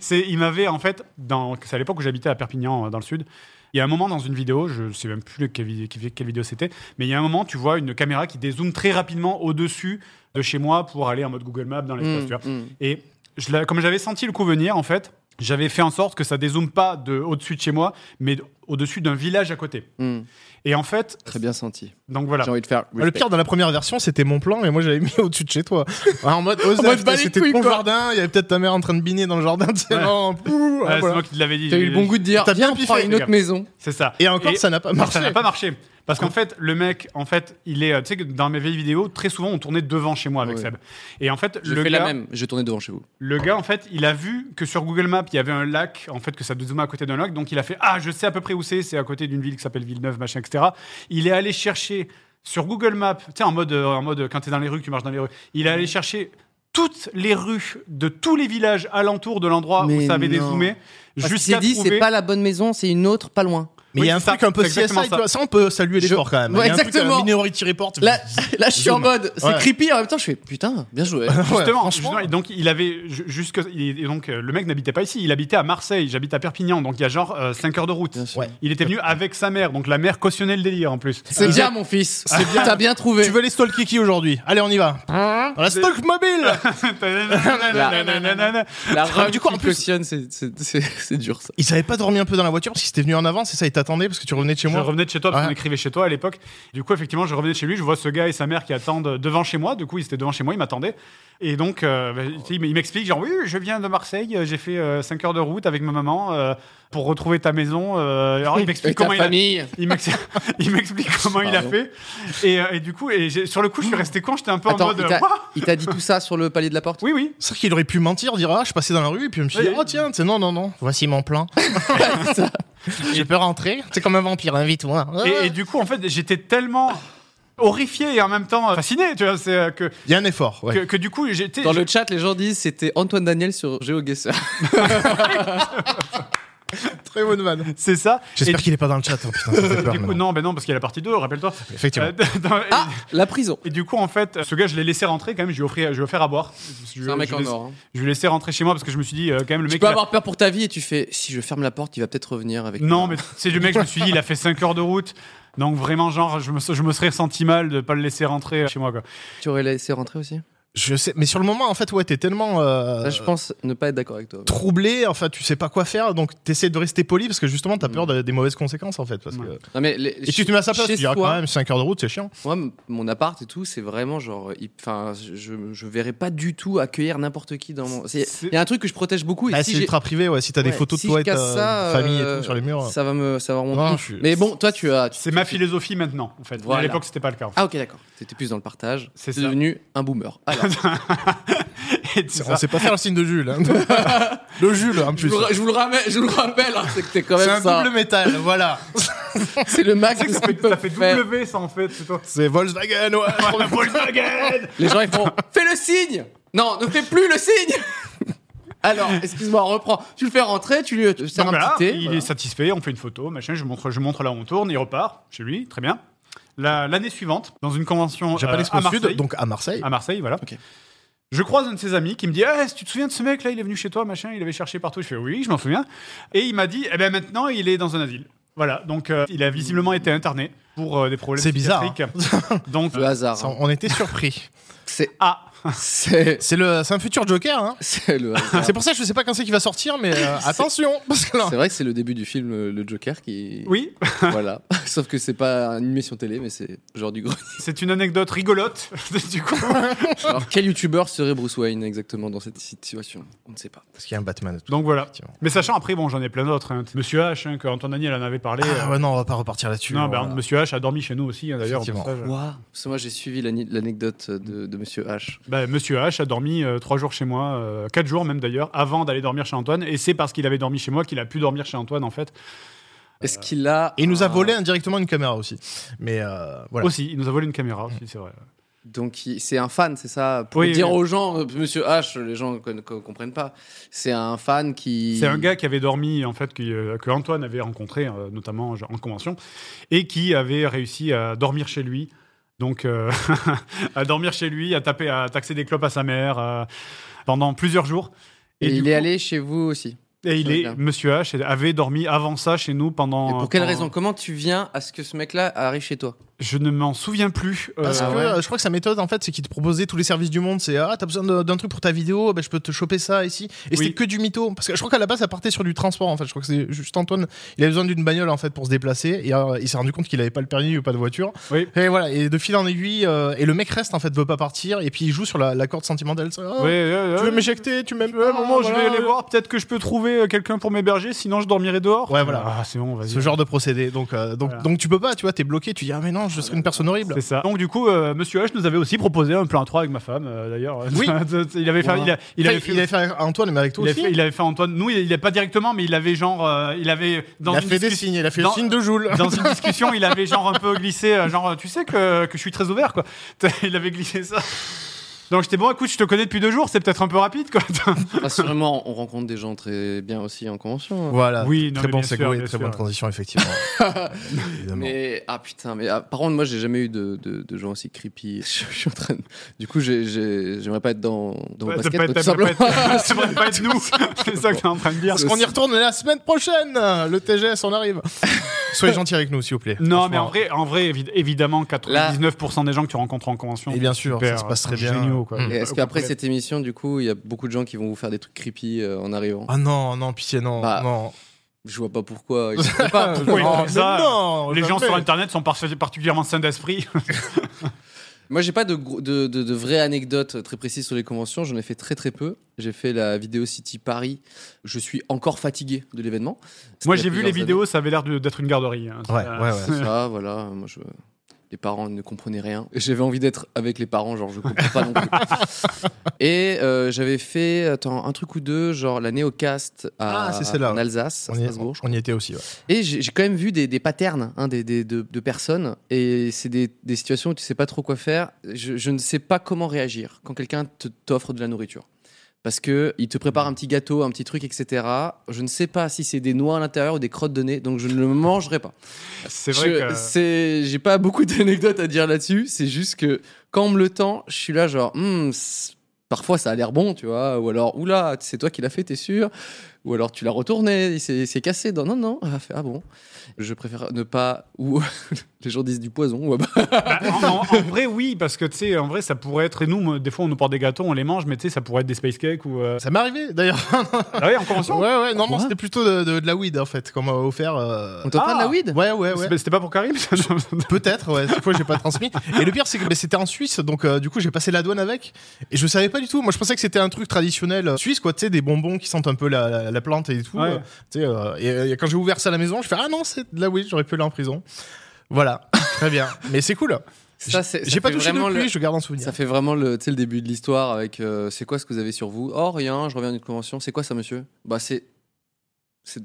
S3: C'est, il m'avait en fait, dans, c'est à l'époque où j'habitais à Perpignan, euh, dans le sud. Il y a un moment dans une vidéo, je sais même plus le- quelle, vid- quelle- quelle vidéo c'était, mais il y a un moment, tu vois une caméra qui dézoome très rapidement au-dessus de chez moi pour aller en mode Google Maps dans l'espace.
S2: Mm,
S3: tu vois.
S2: mm.
S3: Et je l'ai- comme j'avais senti le coup venir, en fait, j'avais fait en sorte que ça dézoome pas de au-dessus de chez moi, mais au-dessus d'un village à côté.
S2: Mm.
S3: Et en fait,
S2: Très bien senti.
S3: donc voilà.
S2: J'ai envie de faire.
S4: Le pire dans la première version, c'était mon plan et moi j'avais mis au-dessus de chez toi. Ouais, Ah, en mode, Osef,
S2: mode, bah, les
S4: c'était
S2: couilles,
S4: ton
S2: quoi.
S4: jardin, il y avait peut-être ta mère en train de biner dans le jardin. tiens,
S3: Ouais.
S4: non, pouh,
S3: Ah,
S4: ah,
S3: C'est
S4: voilà.
S3: moi qui te l'avais dit.
S2: T'as eu le bon goût de dire.
S4: T'as bien
S2: Viens, on
S4: piffé,
S2: prend une
S3: les
S2: autre
S3: gars.
S2: maison.
S3: C'est ça.
S4: Et encore, ça n'a pas marché.
S3: Ça n'a pas marché. Parce qu'en fait, le mec, en fait, il est. euh, Tu sais que dans mes vieilles vidéos, très souvent, on tournait devant chez moi avec
S2: Ouais.
S3: Seb. Et en fait,
S2: Je
S3: le
S2: fais la
S3: gars,
S2: même. Je tournais devant chez vous.
S3: le gars, en fait, il a vu que sur Google Maps, il y avait un lac, en fait, que ça dézoomait à côté d'un lac. Donc, il a fait Ah, je sais à peu près où c'est, c'est à côté d'une ville qui s'appelle Villeneuve, machin, etc. Il est allé chercher sur Google Maps, tu sais, en mode, euh, en mode quand t'es dans les rues, que tu marches dans les rues. Il est allé chercher toutes les rues de tous les villages alentour de l'endroit où
S2: Mais
S3: ça avait
S2: non.
S3: dézoomé.
S2: Parce qu'il
S3: Jusqu'à
S2: s'est dit,
S3: trouver.
S2: c'est pas la bonne maison, c'est une autre pas loin.
S4: Mais il
S3: Oui,
S4: y a un
S3: c'est ça,
S4: truc un peu
S3: c'est
S4: CSI,
S3: exactement
S4: tu vois. Ça, on peut saluer l'effort quand même.
S2: Ouais,
S4: Il y a un truc, euh,
S2: exactement.
S4: Minority Report.
S2: Là, là, je suis en
S4: Zoom.
S2: mode. C'est
S4: Ouais.
S2: creepy. En même temps, je fais putain, bien joué.
S4: Ouais,
S3: Justement,
S4: franchement.
S3: justement, et donc il avait ju- jusque il- et donc euh, le mec n'habitait pas ici, il habitait à Marseille, j'habite à Perpignan, donc il y a genre 5 heures de route.
S2: Bien sûr.
S4: Ouais.
S3: Il était venu avec sa mère, donc la mère cautionnait le délire en plus.
S2: C'est bien, mon fils. T'as bien trouvé.
S4: Tu veux les stalker qui aujourd'hui Allez, on y va. Dans la stalk mobile
S2: La
S4: Ah, mais
S2: rame
S4: du
S2: du
S4: coup,
S2: coup,
S4: en
S2: qui
S4: plus-
S2: cautionne, c'est- c'est c'est- c'est dur ça.
S4: Il s'avait pas dormi un peu dans la voiture parce qu'il était venu en avance et ça, il t'attendait parce que tu revenais de chez
S3: Je
S4: moi.
S3: revenais de chez toi parce qu'on
S4: Ouais.
S3: écrivait chez toi à l'époque. Du coup, effectivement, je revenais de chez lui, je vois ce gars et sa mère qui attendent devant chez moi. Du coup, ils étaient devant chez moi, ils m'attendaient. Et donc, euh, bah, tu sais, il m'explique genre oui, je viens de Marseille, euh, j'ai fait 5 heures de route avec ma maman euh, pour retrouver ta maison. Euh, alors, il m'explique
S2: Avec ta
S3: comment il a-
S2: famille.
S3: Il m'explique, il m'explique comment il a
S2: Pardon.
S3: fait. Et, euh, et du coup, et j'ai- sur le coup, je suis resté con. J'étais un peu en
S2: Attends,
S3: mode.
S2: il t'a-
S3: Ouah
S2: il t'a dit tout ça sur le palier de la porte
S3: oui, oui.
S4: C'est vrai qu'il aurait pu mentir, dire Ah, je passais dans la rue, et puis je me suis dit
S3: Ouais.
S4: Oh, tiens, tu sais, non, non, non, voici mon plan. J'ai peur rentrer. C'est comme un vampire, invite-moi.
S3: Et, et
S2: Ah.
S3: du coup, en fait, j'étais tellement horrifié et en même temps fasciné. Tu vois, c'est euh, que,
S4: Il y a un effort, ouais.
S3: que que du coup, j'étais.
S2: Dans le chat, les gens disent c'était Antoine Daniel sur GeoGuessr.
S4: Très bonne vanne.
S3: C'est ça.
S4: J'espère
S3: Et-
S4: qu'il est pas dans le chat. Oh, putain, ça fait peur,
S3: Du coup,
S4: maintenant.
S3: non, ben non, parce qu'il y a la partie 2, rappelle-toi.
S4: Effectivement.
S3: Euh, dans- et-
S2: Ah, la prison.
S3: Et du coup, en fait, ce gars, je l'ai laissé rentrer quand même. Je lui ai offert, je lui ai offert à boire. Je-
S2: C'est un mec
S3: je
S2: en
S3: l'ai-
S2: or. hein.
S3: Je lui ai laissé rentrer chez moi parce que je me suis dit, euh, quand même, le
S2: Tu
S3: mec.
S2: peux
S3: il a-
S2: avoir peur pour ta vie et tu fais si je ferme la porte, il va peut-être revenir avec.
S3: Non,
S2: moi.
S3: mais c'est du mec, je me suis dit, il a fait 5 heures de route. Donc vraiment, genre, je me, je me serais senti mal de pas le laisser rentrer chez moi, quoi.
S2: Tu aurais laissé rentrer aussi
S4: Je sais, mais sur le moment, en fait, ouais, t'es tellement euh,
S2: Là, Bah, je pense ne pas être d'accord avec toi.
S4: troublé, enfin, tu sais pas quoi faire, donc t'essaies de rester poli parce que justement, t'as peur de- des mauvaises conséquences, en fait. Parce que...
S2: Non, mais les-
S4: Et tu te mets à sa place,
S2: Mm. chez
S4: tu diras
S2: soi,
S4: quand même 5 heures de route, c'est chiant.
S2: Moi, m- mon appart et tout, c'est vraiment genre. il- Enfin, je, je verrais pas du tout accueillir n'importe qui dans mon. c'est-
S3: C'est-
S2: Il y a un truc que je protège beaucoup. Et
S4: Ah,
S2: si
S4: c'est
S2: j'ai-
S4: ultra privé, ouais. Si t'as des
S2: Ouais,
S4: photos
S2: si
S4: de toi
S2: je
S4: et ta
S2: casse ça,
S4: famille et
S2: euh,
S4: tout sur les murs.
S2: Ça va me, ça va remonter.
S4: Non, je suis-
S2: Mais bon, toi, tu as. tu-
S3: C'est ma philosophie maintenant, en fait. Mais À
S2: Voilà.
S3: l'époque, c'était pas le cas. en fait.
S2: Ah, ok, d'accord. T'étais plus dans le partage.
S3: C'est
S2: C'est
S3: ça.
S2: devenu un boomer. Alors,
S3: Et tout
S4: On
S3: ça.
S4: sait pas faire le signe de Jules. hein. le Jules, en
S2: je,
S4: plus.
S2: vous, le- je vous le ramène, je vous le rappelle, hein, c'est que t'es quand
S4: C'est
S2: même
S4: un
S2: ça.
S4: double métal, voilà.
S2: C'est le max de ce
S3: Ça fait,
S2: qu'ils peuvent
S3: ça fait
S2: faire.
S3: W, ça, en fait. C'est toi.
S4: C'est Volkswagen, ouais.
S3: la Volkswagen
S2: Les gens, ils font Fais le signe Non, ne fais plus le signe Alors, excuse-moi, on reprend. Tu le fais rentrer, tu lui tu sers
S3: Donc
S2: un
S3: voilà,
S2: petit thé.
S3: il
S2: voilà.
S3: est satisfait, on fait une photo, machin, je montre, je montre là où on tourne, il repart chez lui, très bien. La- L'année suivante, dans une convention euh,
S4: Japan
S3: à
S4: Expo
S3: Marseille,
S4: Sud, donc à Marseille.
S3: à Marseille, voilà.
S2: Ok.
S3: Je croise un de ses amis qui me dit Ah, tu te souviens de ce mec là Il est venu chez toi, machin, il avait cherché partout. Je fais Oui, je m'en souviens. Et il m'a dit Eh ben maintenant, il est dans un asile. Voilà, donc euh, il a visiblement été interné pour euh, des problèmes
S4: C'est bizarre,
S3: psychiatriques. donc,
S2: hein. Le hasard.
S4: Ça,
S2: hein.
S4: on était surpris.
S2: C'est,
S3: ah,
S2: c'est,
S4: C'est le, c'est un futur Joker. Hein.
S2: c'est le hasard.
S4: C'est pour ça que je sais pas quand c'est qu'il va sortir, mais euh, attention, parce que là,
S2: C'est vrai que c'est le début du film euh, Le Joker qui.
S3: oui,
S2: Voilà. Sauf que c'est pas une émission télé, mais c'est genre du gros.
S3: c'est une anecdote rigolote. du coup,
S2: Alors, quel youtubeur serait Bruce Wayne exactement dans cette situation On ne sait pas.
S4: parce qu'il y a un Batman. et tout,
S3: donc voilà.
S4: effectivement.
S3: Mais sachant, après, bon, j'en ai plein d'autres. hein. Monsieur H, hein, que Antoine Daniel en avait parlé.
S4: Ah
S3: euh,
S4: ouais, non, on va pas repartir là-dessus. Euh,
S3: non,
S4: on-
S3: ben, Monsieur H a dormi chez nous aussi, hein, d'ailleurs. au
S4: Effectivement.
S3: passage.
S2: Parce que moi, j'ai suivi l'ani- l'anecdote de, de Monsieur H.
S3: Bah, Monsieur H a dormi euh, trois jours chez moi, euh, quatre jours même d'ailleurs, avant d'aller dormir chez Antoine. Et c'est parce qu'il avait dormi chez moi qu'il a pu dormir chez Antoine en fait.
S2: Est-ce qu'il a.
S4: Et il nous a
S2: un-
S4: volé indirectement une caméra aussi. Mais euh, voilà.
S3: Aussi, il nous a volé une caméra aussi, c'est vrai.
S2: Donc il- c'est un fan, c'est ça Pour
S3: Oui,
S2: dire
S3: oui.
S2: aux gens, euh, Monsieur H, les gens ne comprennent pas. C'est un fan qui.
S3: C'est un gars qui avait dormi en fait, qui, euh, que Antoine avait rencontré euh, notamment genre, en convention et qui avait réussi à dormir chez lui. Donc euh, à dormir chez lui, à taper, à taxer des clopes à sa mère euh, pendant plusieurs jours.
S2: Et
S3: du
S2: il
S3: coup-
S2: est allé chez vous aussi.
S3: Et il
S2: Ouais,
S3: est
S2: bien.
S3: Monsieur H avait dormi avant ça chez nous pendant.
S2: Et pour quelle
S3: pendant-
S2: raison Comment tu viens à ce que ce mec-là arrive chez toi
S3: Je ne m'en souviens plus. euh,
S4: Parce
S2: Ah
S4: que
S2: ouais.
S4: euh, je crois que sa méthode, en fait, c'est qu'il te proposait tous les services du monde. C'est Ah, t'as besoin de- d'un truc pour ta vidéo, ben, je peux te choper ça ici. Et
S3: Oui.
S4: c'était que du mytho. Parce que je crois qu'à la base, ça partait sur du transport, en fait. Je crois que c'est juste Antoine. Il avait besoin d'une bagnole, en fait, pour se déplacer. Et euh, il s'est rendu compte qu'il avait pas le permis ou pas de voiture.
S3: Oui.
S4: Et voilà. Et de fil en aiguille. euh, et le mec reste, en fait, veut pas partir. Et puis il joue sur la, la corde sentimentale. C'est, Ah,
S3: ouais, ouais,
S4: Tu
S3: ouais.
S4: veux m'éjecter, tu m'aimes
S3: Ouais,
S4: pas,
S3: bon, moi, je vais
S4: voilà.
S3: aller voir. Peut-être que je peux trouver euh, quelqu'un pour m'héberger, sinon je dormirai dehors.
S4: Ouais, voilà.
S3: Ah, c'est bon, vas-y.
S4: oh, Ce genre de procédé. Donc, euh, donc,
S3: Voilà.
S4: donc tu peux pas, tu vois, t'es bloqué. Tu dis, ah, mais non, je serais une personne horrible.
S3: C'est ça. Donc, du coup, euh, monsieur H nous avait aussi proposé un plan à 3 avec ma femme, euh, d'ailleurs.
S4: Oui.
S3: il, avait fait,
S4: Voilà.
S3: il, a- il
S4: Enfin,
S3: avait fait.
S4: il avait fait à Antoine, mais avec toi
S3: il avait
S4: aussi.
S3: fait- il avait fait Antoine. Nous, il n'est pas directement, mais il avait genre. euh, il avait. Dans
S4: il a
S3: une
S4: fait des
S3: discussion-
S4: signes, il a fait
S3: dans-
S4: le signe de Joule.
S3: Dans une discussion, il avait genre un peu glissé, euh, genre, tu sais que, que je suis très ouvert, quoi. Il avait glissé ça. Donc, j'étais bon, écoute, je te connais depuis deux jours, c'est peut-être un peu rapide, quoi.
S2: Assurément, on rencontre des gens très bien aussi en convention. hein.
S4: Voilà.
S3: Oui, non,
S4: très
S3: mais
S4: bon
S3: bien
S4: segway,
S3: sûr,
S4: et
S3: bien
S4: très
S3: sûr.
S4: bonne transition, effectivement. Évidemment.
S2: Mais ah putain, mais ah, par contre, moi j'ai jamais eu de, de, de gens aussi creepy. Je, suis en train de- Du coup, j'ai- j'ai- j'aimerais pas être dans, dans
S3: Ouais,
S2: le
S3: ça
S2: basket,
S3: peut
S2: tout
S3: être- ça peut
S2: simplement.
S3: pas être ça peut pas être nous. C'est ça que t'es en train de dire.
S4: Parce qu'on y retourne la semaine prochaine Le TGS, on arrive Soyez gentils avec nous, s'il vous plaît.
S3: Non, mais en
S4: Franchement.
S3: vrai, en vrai évi- évidemment, 99% des gens que tu rencontres en convention.
S4: Et bien sûr,
S3: super,
S4: ça se passe très bien.
S3: sont géniaux, quoi.
S4: Mm.
S2: Et Est-ce qu'après cette émission, du coup, il y a beaucoup de gens qui vont vous faire des trucs creepy euh, en arrivant
S4: Ah non, non, pitié, non,
S2: Bah,
S4: non. Ah,
S2: Je vois pas pourquoi. Ils savent pas.
S3: pourquoi ils
S4: Non,
S3: font
S4: mais
S3: ça
S4: non,
S3: les gens
S4: jamais.
S3: sur Internet sont par- particulièrement sains d'esprit.
S2: Moi, j'ai pas de, gros- de, de, de vraies anecdotes très précises sur les conventions. J'en ai fait très très peu. J'ai fait la vidéo City Paris. Je suis encore fatigué de l'événement. C'était
S3: Moi,
S2: il y a
S3: j'ai vu les
S2: plusieurs
S3: vidéos, ça avait l'air de- d'être une garderie. hein.
S4: Ouais,
S3: Euh,
S4: ouais, ouais.
S2: années. Ça, voilà. Moi, je... les parents ne comprenaient rien. J'avais envie d'être avec les parents, genre je comprends pas non plus. Et euh, j'avais fait attends, un truc ou deux, genre la Néocast à,
S4: Ah, c'est celle-là,
S2: en
S4: ouais.
S2: Alsace, à
S4: On y,
S2: Strasbourg.
S4: on y était aussi. ouais.
S2: Et j'ai j'ai quand même vu des, des patterns hein, des, des- de, de personnes. Et c'est des, des situations où tu sais pas trop quoi faire. Je, je ne sais pas comment réagir quand quelqu'un te- t'offre de la nourriture. parce que il te prépare un petit gâteau, un petit truc, etc. Je ne sais pas si c'est des noix à l'intérieur ou des crottes de nez, donc je ne le mangerai pas.
S3: C'est vrai
S2: Je-
S3: que.
S2: c'est- J'ai pas beaucoup d'anecdotes à dire là-dessus. C'est juste que quand on me le tend, je suis là genre, Hmm, c'est- parfois ça a l'air bon, tu vois. Ou alors, oula, c'est toi qui l'as fait, t'es sûr Ou alors tu l'as retourné, il s'est s'est cassé. Non, non, non. Ah, fait, ah bon. Je préfère ne pas. Ou les gens disent du poison. ou ah bah.
S3: Bah, en, en- en vrai, oui, parce que tu sais, en vrai, ça pourrait être. Et nous, moi, des fois, on nous porte des gâteaux, on les mange, mais tu sais, ça pourrait être des space cakes ou. euh,
S4: Ça m'est arrivé d'ailleurs.
S3: Ah oui, en convention
S4: ouais, ouais, non, non,
S2: Quoi
S4: c'était plutôt de, de- de la weed en fait, qu'on m'a offert. euh,
S2: On t'offre
S3: Ah,
S2: de la weed
S4: Ouais, ouais, ouais.
S3: C'était- C'était pas pour Karim ça, non
S4: Peut-être, ouais, cette fois j'ai pas transmis. Et le pire, c'est que mais c'était en Suisse, donc euh, du coup j'ai passé la douane avec. Et je savais pas du tout. Moi je pensais que c'était un truc traditionnel euh, suisse, quoi, tu sais, des bonbons qui sentent un peu la, la- la plante et tout.
S3: Ouais.
S4: euh, tu sais, euh, et, euh, et quand j'ai ouvert ça à la maison, je fais Ah non, c'est de la weed, j'aurais pu aller en prison. Voilà, très bien. Mais c'est cool.
S2: Ça, c'est- ça
S4: J'ai pas
S2: fait
S4: touché
S2: vraiment
S4: depuis,
S2: le-
S4: je garde un souvenir.
S2: Ça fait vraiment le, tu sais, le début de l'histoire avec euh, c'est quoi ce que vous avez sur vous Oh rien, je reviens d'une convention. C'est quoi ça, monsieur Bah c'est
S4: c'est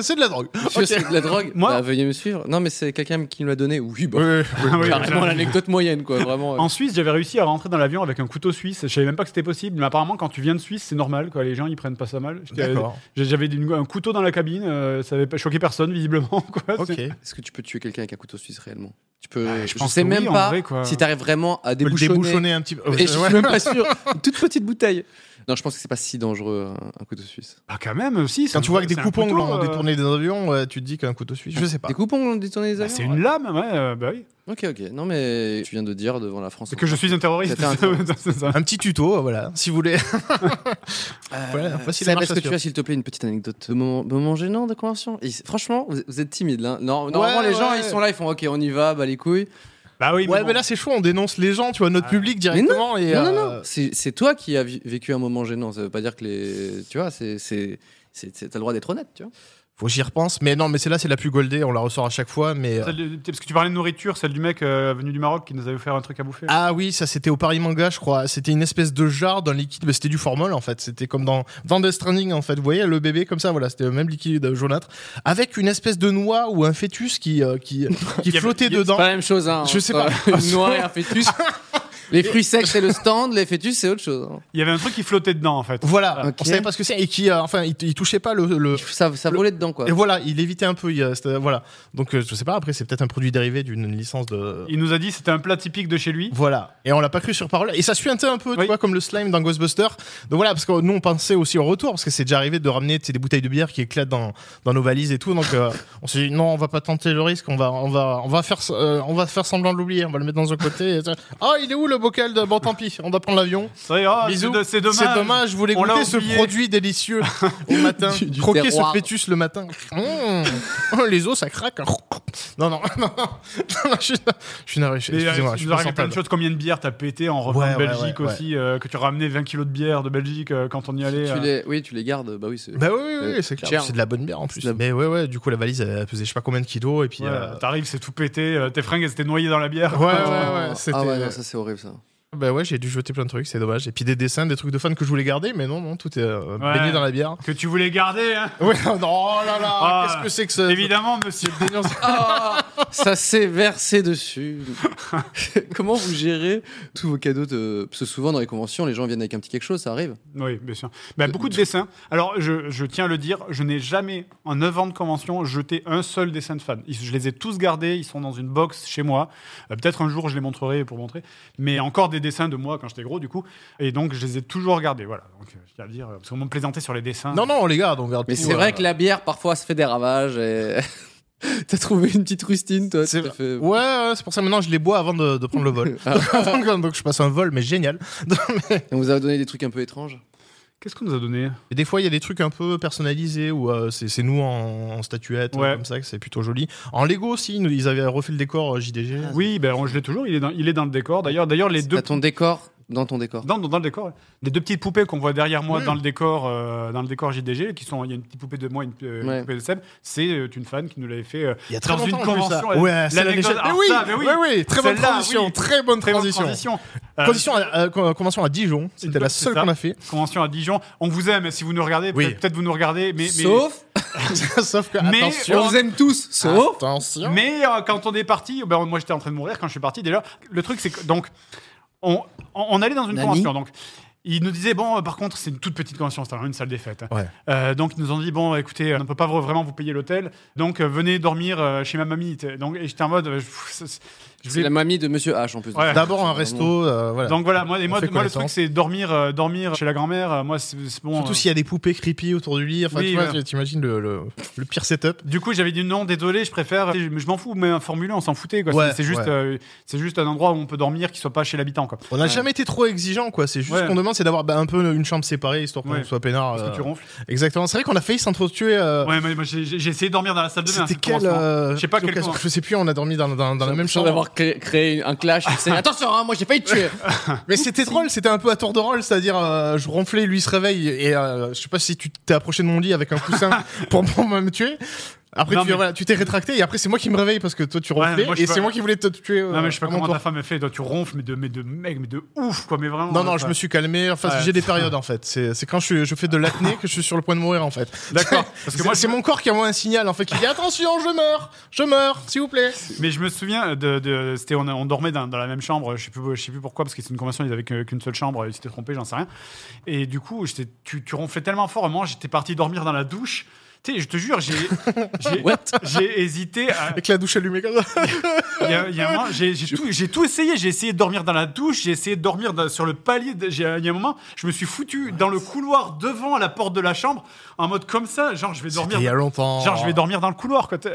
S4: c'est de la drogue.
S2: monsieur,
S4: Ok.
S2: c'est de la drogue.
S3: Moi-
S2: Bah, veuillez me suivre. Non mais c'est quelqu'un qui me l'a donné. Oui, bah,
S4: Ouais, ouais,
S3: Ah oui,
S2: carrément
S3: j'ai-
S2: l'anecdote moyenne quoi, vraiment.
S3: En Suisse, j'avais réussi à rentrer dans l'avion avec un couteau suisse. Je savais même pas que c'était possible, mais apparemment, quand tu viens de Suisse, c'est normal. Quoi. Les gens, ils prennent pas ça mal. J'étais- euh,
S4: D'accord.
S3: j'ai- J'avais une- un couteau dans la cabine. euh, ça avait pas choqué personne, visiblement. Quoi.
S4: Ok.
S3: C'est-
S2: Est-ce que tu peux tuer quelqu'un avec un couteau suisse réellement Tu peux.
S3: Bah, je
S2: je,
S3: pense
S2: sais
S3: que oui,
S2: même
S3: en
S2: pas
S3: vrai, quoi.
S2: si t'arrives vraiment à
S4: Peut le
S2: débouchonner.
S4: débouchonner un petit peu.
S2: Et je suis
S4: Ouais.
S2: même pas sûr. Une toute petite bouteille. Non, je pense que c'est pas si dangereux un, un couteau suisse.
S3: Ah, quand même, si. c'est
S4: Quand
S3: un-
S4: tu vois que des
S3: c'est un
S4: coupons
S3: couteau,
S4: l'ont
S3: euh,
S4: détourné des avions, ouais, tu te dis qu'un couteau suisse, je sais pas.
S2: Des coupons détournés des
S3: bah,
S2: avions.
S3: c'est une lame, ouais. euh, bah oui.
S2: Ok, ok. Non mais tu viens de dire devant la France. hein.
S3: C'est que je suis un terroriste.
S2: C'était un terroriste.
S3: C'est ça.
S4: Un petit tuto, euh, voilà, si vous voulez. Voilà,
S2: Euh,
S4: voici la
S2: Seb,
S4: marche
S2: est-ce
S4: à
S2: que tu
S4: suivre.
S2: as, s'il te plaît, une petite anecdote de moment, moment gênant de convention Et c'est- Franchement, vous, vous êtes timide là. Non, normalement, les gens,
S4: ouais.
S2: ils sont là, ils font OK, on y va, bah les couilles.
S3: Bah oui,
S4: Ouais,
S3: bon.
S4: mais là c'est chaud, on dénonce les gens, tu vois, notre
S3: Ah.
S4: public
S2: non,
S4: directement. et,
S2: non, non,
S4: euh,
S2: non. C'est c'est toi qui as vi- vécu un moment gênant. Ça veut pas dire que les. Tu vois, c'est. c'est- c'est- c'est- T'as le droit d'être honnête, tu vois.
S4: Faut que j'y repense. Mais non, mais celle-là c'est la plus goldée, on la ressort à chaque fois. Mais euh,
S3: Celle de- Parce que tu parlais de nourriture, celle du mec euh, venu du Maroc qui nous avait offert un truc à bouffer.
S4: ah oui, ça c'était au Paris Manga, je crois. C'était une espèce de jarre d'un liquide, mais c'était du formol en fait. C'était comme dans dans Death Stranding en fait. Vous voyez le bébé comme ça, voilà, c'était le même liquide euh, jaunâtre avec une espèce de noix ou un fœtus qui euh, qui qui
S3: Il y avait-
S4: flottait
S3: il y a-
S4: dedans.
S2: Pas la même chose, hein.
S4: Je sais
S2: Entre
S4: pas.
S2: Une noix et un fœtus. les fruits secs, c'est le stand. Les fœtus, c'est autre chose. hein.
S3: Il y avait un truc qui flottait dedans, en fait.
S4: Voilà,
S2: Ok.
S4: on savait pas ce que c'est et qui euh, enfin il, il touchait pas le, le-
S2: Ça, ça
S4: Le-
S2: volait dedans,
S3: euh,
S2: quoi.
S4: Et voilà, il évitait un peu. il, euh, c'était- voilà. Donc, euh, je sais pas, après, c'est peut-être un produit dérivé d'une licence de.
S3: Il nous a dit c'était un plat typique de chez lui.
S4: Voilà. Et on l'a pas cru sur parole. Et ça suintait un peu, tu
S3: Oui.
S4: vois, comme le slime dans Ghostbusters. Donc voilà, parce que nous, on pensait aussi au retour, parce que c'est déjà arrivé de ramener tu sais, des bouteilles de bière qui éclatent dans, dans nos valises et tout. Donc, euh, on s'est dit, non, on va pas tenter le risque, on va, on va, on va, faire, euh, on va faire semblant de l'oublier, on va le mettre dans un côté. et ça. Ah, il est où le bocal de... Bon, tant pis, on doit prendre l'avion.
S3: Ça y est, oh,
S4: Bisous.
S3: c'est de- C'est dommage.
S4: C'est dommage, je voulais
S3: On l'a
S4: goûter ce
S3: oublié.
S4: produit délicieux au matin.
S2: Du- du
S4: Croquer ce
S2: terroir.
S4: fœtus le matin. Mmh. Oh, les os, ça craque. Non, non, non, non. non, je suis- je suis navré. je-
S3: Mais, euh,
S4: Excusez-moi, je
S3: tu
S4: suis
S3: nous arrives plein
S4: concentrable.
S3: de choses. Combien de bières t'as pété en revenant
S4: Ouais,
S3: de
S4: ouais,
S3: Belgique
S4: ouais, ouais.
S3: aussi euh, Que tu ramenais 20 kilos de bière de Belgique euh, quand on y allait
S2: Tu
S3: euh.
S2: les- Oui, tu les gardes. Bah oui, c'est.
S4: Bah oui, oui,
S2: Euh,
S4: oui c'est clair.
S2: tiens.
S4: C'est de la bonne bière en plus.
S2: de la-
S4: Mais ouais, ouais, du coup, la valise, elle pesait je sais pas combien de kilos. Et puis.
S3: Ouais,
S4: euh,
S3: T'arrives, c'est tout pété. euh, tes fringues, elles étaient noyées dans la bière.
S4: Ouais, ouais,
S2: Oh.
S4: ouais. C'était. euh,
S2: Ah ouais, non, ça c'est horrible ça.
S4: Bah ouais, j'ai dû jeter plein de trucs, c'est dommage. Et puis des dessins, des trucs de fans que je voulais garder, mais non, non, tout est euh,
S3: Ouais.
S4: baigné dans la bière.
S3: Que tu voulais garder, hein.
S4: Ouais, non, oh là là,
S3: Ah,
S4: qu'est-ce que c'est que ce.
S3: Évidemment, monsieur.
S2: Ah, ça s'est versé dessus. Comment vous gérez tous vos cadeaux de... Parce que souvent dans les conventions, les gens viennent avec un petit quelque chose, ça arrive.
S3: Oui, bien sûr. Bah, beaucoup de dessins. Alors, je, je tiens à le dire, je n'ai jamais, en 9 ans de convention, jeté un seul dessin de fan. Ils- Je les ai tous gardés, ils sont dans une box chez moi. Euh, Peut-être un jour, je les montrerai pour montrer. Mais encore des dessins de moi quand j'étais gros, du coup. Et donc, je les ai toujours gardés. Voilà. Donc, euh, je tiens à le dire, euh, parce qu'on me plaisantait sur les dessins.
S4: Non, non, on les garde, on garde
S2: Mais
S4: tout,
S2: c'est
S4: euh,
S2: vrai que la bière parfois se fait des ravages et. T'as trouvé une petite rustine, toi. tu
S4: C'est
S2: t'es fait-
S4: Ouais, ouais, c'est pour ça maintenant je les bois avant de, de prendre le vol.
S2: Ah.
S4: donc, donc je passe un vol, mais génial.
S2: On vous a donné des trucs un peu étranges.
S3: Qu'est-ce qu'on nous a donné
S4: Et des fois, il y a des trucs un peu personnalisés où euh, c'est c'est nous en, en statuette,
S3: Ouais.
S4: euh, comme ça, que c'est plutôt joli. En Lego aussi, ils nous- ils avaient refait le décor euh, JDG.
S2: Ah,
S3: Oui, ben, on- je l'ai toujours, il est dans, il est dans le décor. D'ailleurs, d'ailleurs les deux. Bah,
S2: T'as ton décor dans ton décor.
S3: Dans, dans- dans le décor, ouais. les deux petites poupées qu'on voit derrière moi
S4: Mm.
S3: dans le décor, euh, dans le décor JDG, qui sont, il y a une petite poupée de moi, une, euh, une
S2: Ouais.
S3: poupée de Seb. C'est euh, une fan qui nous l'avait fait euh,
S4: Il y a très
S3: Dans une
S4: longtemps, en plus, ça.
S3: convention, elle-
S4: Ouais, c'est la
S3: l'anecdote-
S4: légende.
S3: Ah,
S4: oui,
S3: ça, mais oui.
S4: oui, oui, très bonne
S3: Celle-là,
S4: transition,
S3: oui.
S4: très bonne
S3: très bonne
S4: transition.
S3: transition. Euh,
S4: Condition à- à- con- convention à Dijon, c'était
S3: bonne-
S4: la
S3: c'est
S4: seule
S3: ça.
S4: qu'on a fait.
S3: convention à Dijon. On vous aime si vous nous regardez.
S4: Oui.
S3: Peut-être peut-être vous nous regardez, mais mais-
S2: Sauf,
S4: Sauf que,
S3: Mais- oh,
S4: attention,
S2: on vous aime tous, sauf.
S4: attention.
S3: Mais euh, quand on est parti, ben, moi j'étais en train de mourir quand je suis parti. Déjà, le truc c'est que donc on, on- on allait dans une
S2: Nani.
S3: convention. Donc Ils nous disaient, bon, euh, par contre, c'est une toute petite convention, c'est vraiment une salle des fêtes. hein.
S4: Ouais.
S3: Euh, donc, ils nous ont dit, bon, écoutez, euh, on ne peut pas vraiment vous payer l'hôtel, donc euh, venez dormir euh, chez ma mamie. T'es- Donc, et j'étais en mode. euh, je- pff, c'est- c'est-
S2: C'est
S3: je voulais-
S2: la mamie de Monsieur H en plus.
S3: Ouais.
S4: D'abord un resto, euh, voilà.
S3: Donc voilà, moi, et
S4: On
S3: moi,
S4: fait
S3: moi, le truc,
S4: connaissance.
S3: c'est dormir, euh, dormir chez la grand-mère. euh, Moi, c'est c'est bon.
S4: Surtout
S3: euh,
S4: s'il y a des poupées creepy autour du lit. Enfin,
S3: Oui,
S4: tu vois,
S3: ouais.
S4: t'imagines le, le, le pire setup.
S3: Du coup, j'avais dit non, désolé, je préfère. Je, je m'en fous, mais un formulaire, on s'en foutait. quoi.
S4: Ouais,
S3: C'est- c'est juste,
S4: ouais.
S3: euh, c'est juste un endroit où on peut dormir qui soit pas chez l'habitant. Quoi.
S4: On n'a
S2: Ouais.
S4: jamais été trop exigeant, quoi. C'est juste
S3: Ouais.
S4: ce qu'on demande, c'est d'avoir bah, un peu une chambre séparée, histoire qu'on
S3: Ouais.
S4: soit peinard.
S3: Parce
S4: euh,
S3: que tu ronfles.
S4: Exactement. C'est vrai qu'on a failli s'introduire. Euh...
S3: Ouais, mais moi, j'ai j'ai essayé de dormir dans la salle de bain.
S4: C'était
S3: c'est
S4: quelle.
S3: le commencement.
S4: euh,
S3: Je sais pas quel
S4: occasion-
S3: coin.
S4: Je sais plus, on a dormi dans, dans- dans la même chambre.
S2: d'avoir créé, créé un clash. C'est attention, hein, moi j'ai failli te tuer.
S4: Mais c'était drôle, c'était un peu à tour de rôle, c'est-à-dire euh, je ronflais, lui se réveille, et euh, je sais pas si tu t'es approché de mon lit avec un coussin pour, pour me tuer. Après,
S3: Non,
S4: tu,
S3: mais-
S4: voilà, tu t'es rétracté, et après, c'est moi qui me réveille parce que toi tu
S3: Ouais,
S4: ronflais,
S3: moi, je
S4: et
S3: peux-
S4: c'est moi qui voulais te tuer. euh,
S3: Non, mais je sais pas
S4: à mon
S3: comment
S4: tour.
S3: ta femme est fait. Toi, tu ronfles, mais de, mais de mec, mais de ouf, quoi. Mais vraiment.
S4: Non, non,
S3: euh,
S4: je
S3: ça-
S4: me suis calmé. Enfin,
S3: Ouais.
S4: j'ai des périodes en fait. C'est c'est quand je, suis- je fais de l'apnée que je suis sur le point de mourir en fait.
S3: D'accord. Parce que
S4: C'est
S3: moi,
S4: c'est
S3: je-
S4: mon corps qui envoie un signal en fait qui dit attention, je meurs, je meurs, s'il vous plaît.
S3: Mais je me souviens de. de- c'était, on, on dormait dans, dans la même chambre, je sais plus, je sais plus pourquoi, parce que c'est une convention, ils avaient que- qu'une seule chambre, ils s'étaient trompés, j'en sais rien. Et du coup, j'étais- tu, tu ronflais tellement fort, à moi, j'étais parti dormir dans la douche. Tu sais, je te jure, j'ai, j'ai,
S2: What
S3: j'ai hésité. à-
S4: Avec la douche allumée comme ça.
S3: il y a- il y a un moment, j'ai, j'ai tout, j'ai tout essayé. J'ai essayé de dormir dans la douche, j'ai essayé de dormir dans- sur le palier. de- j'ai- il y a un moment, je me suis foutu dans le couloir devant la porte de la chambre, en mode comme ça, genre je vais dormir.
S4: Il y a longtemps.
S3: Genre je vais dormir dans le couloir, quoi. T'es-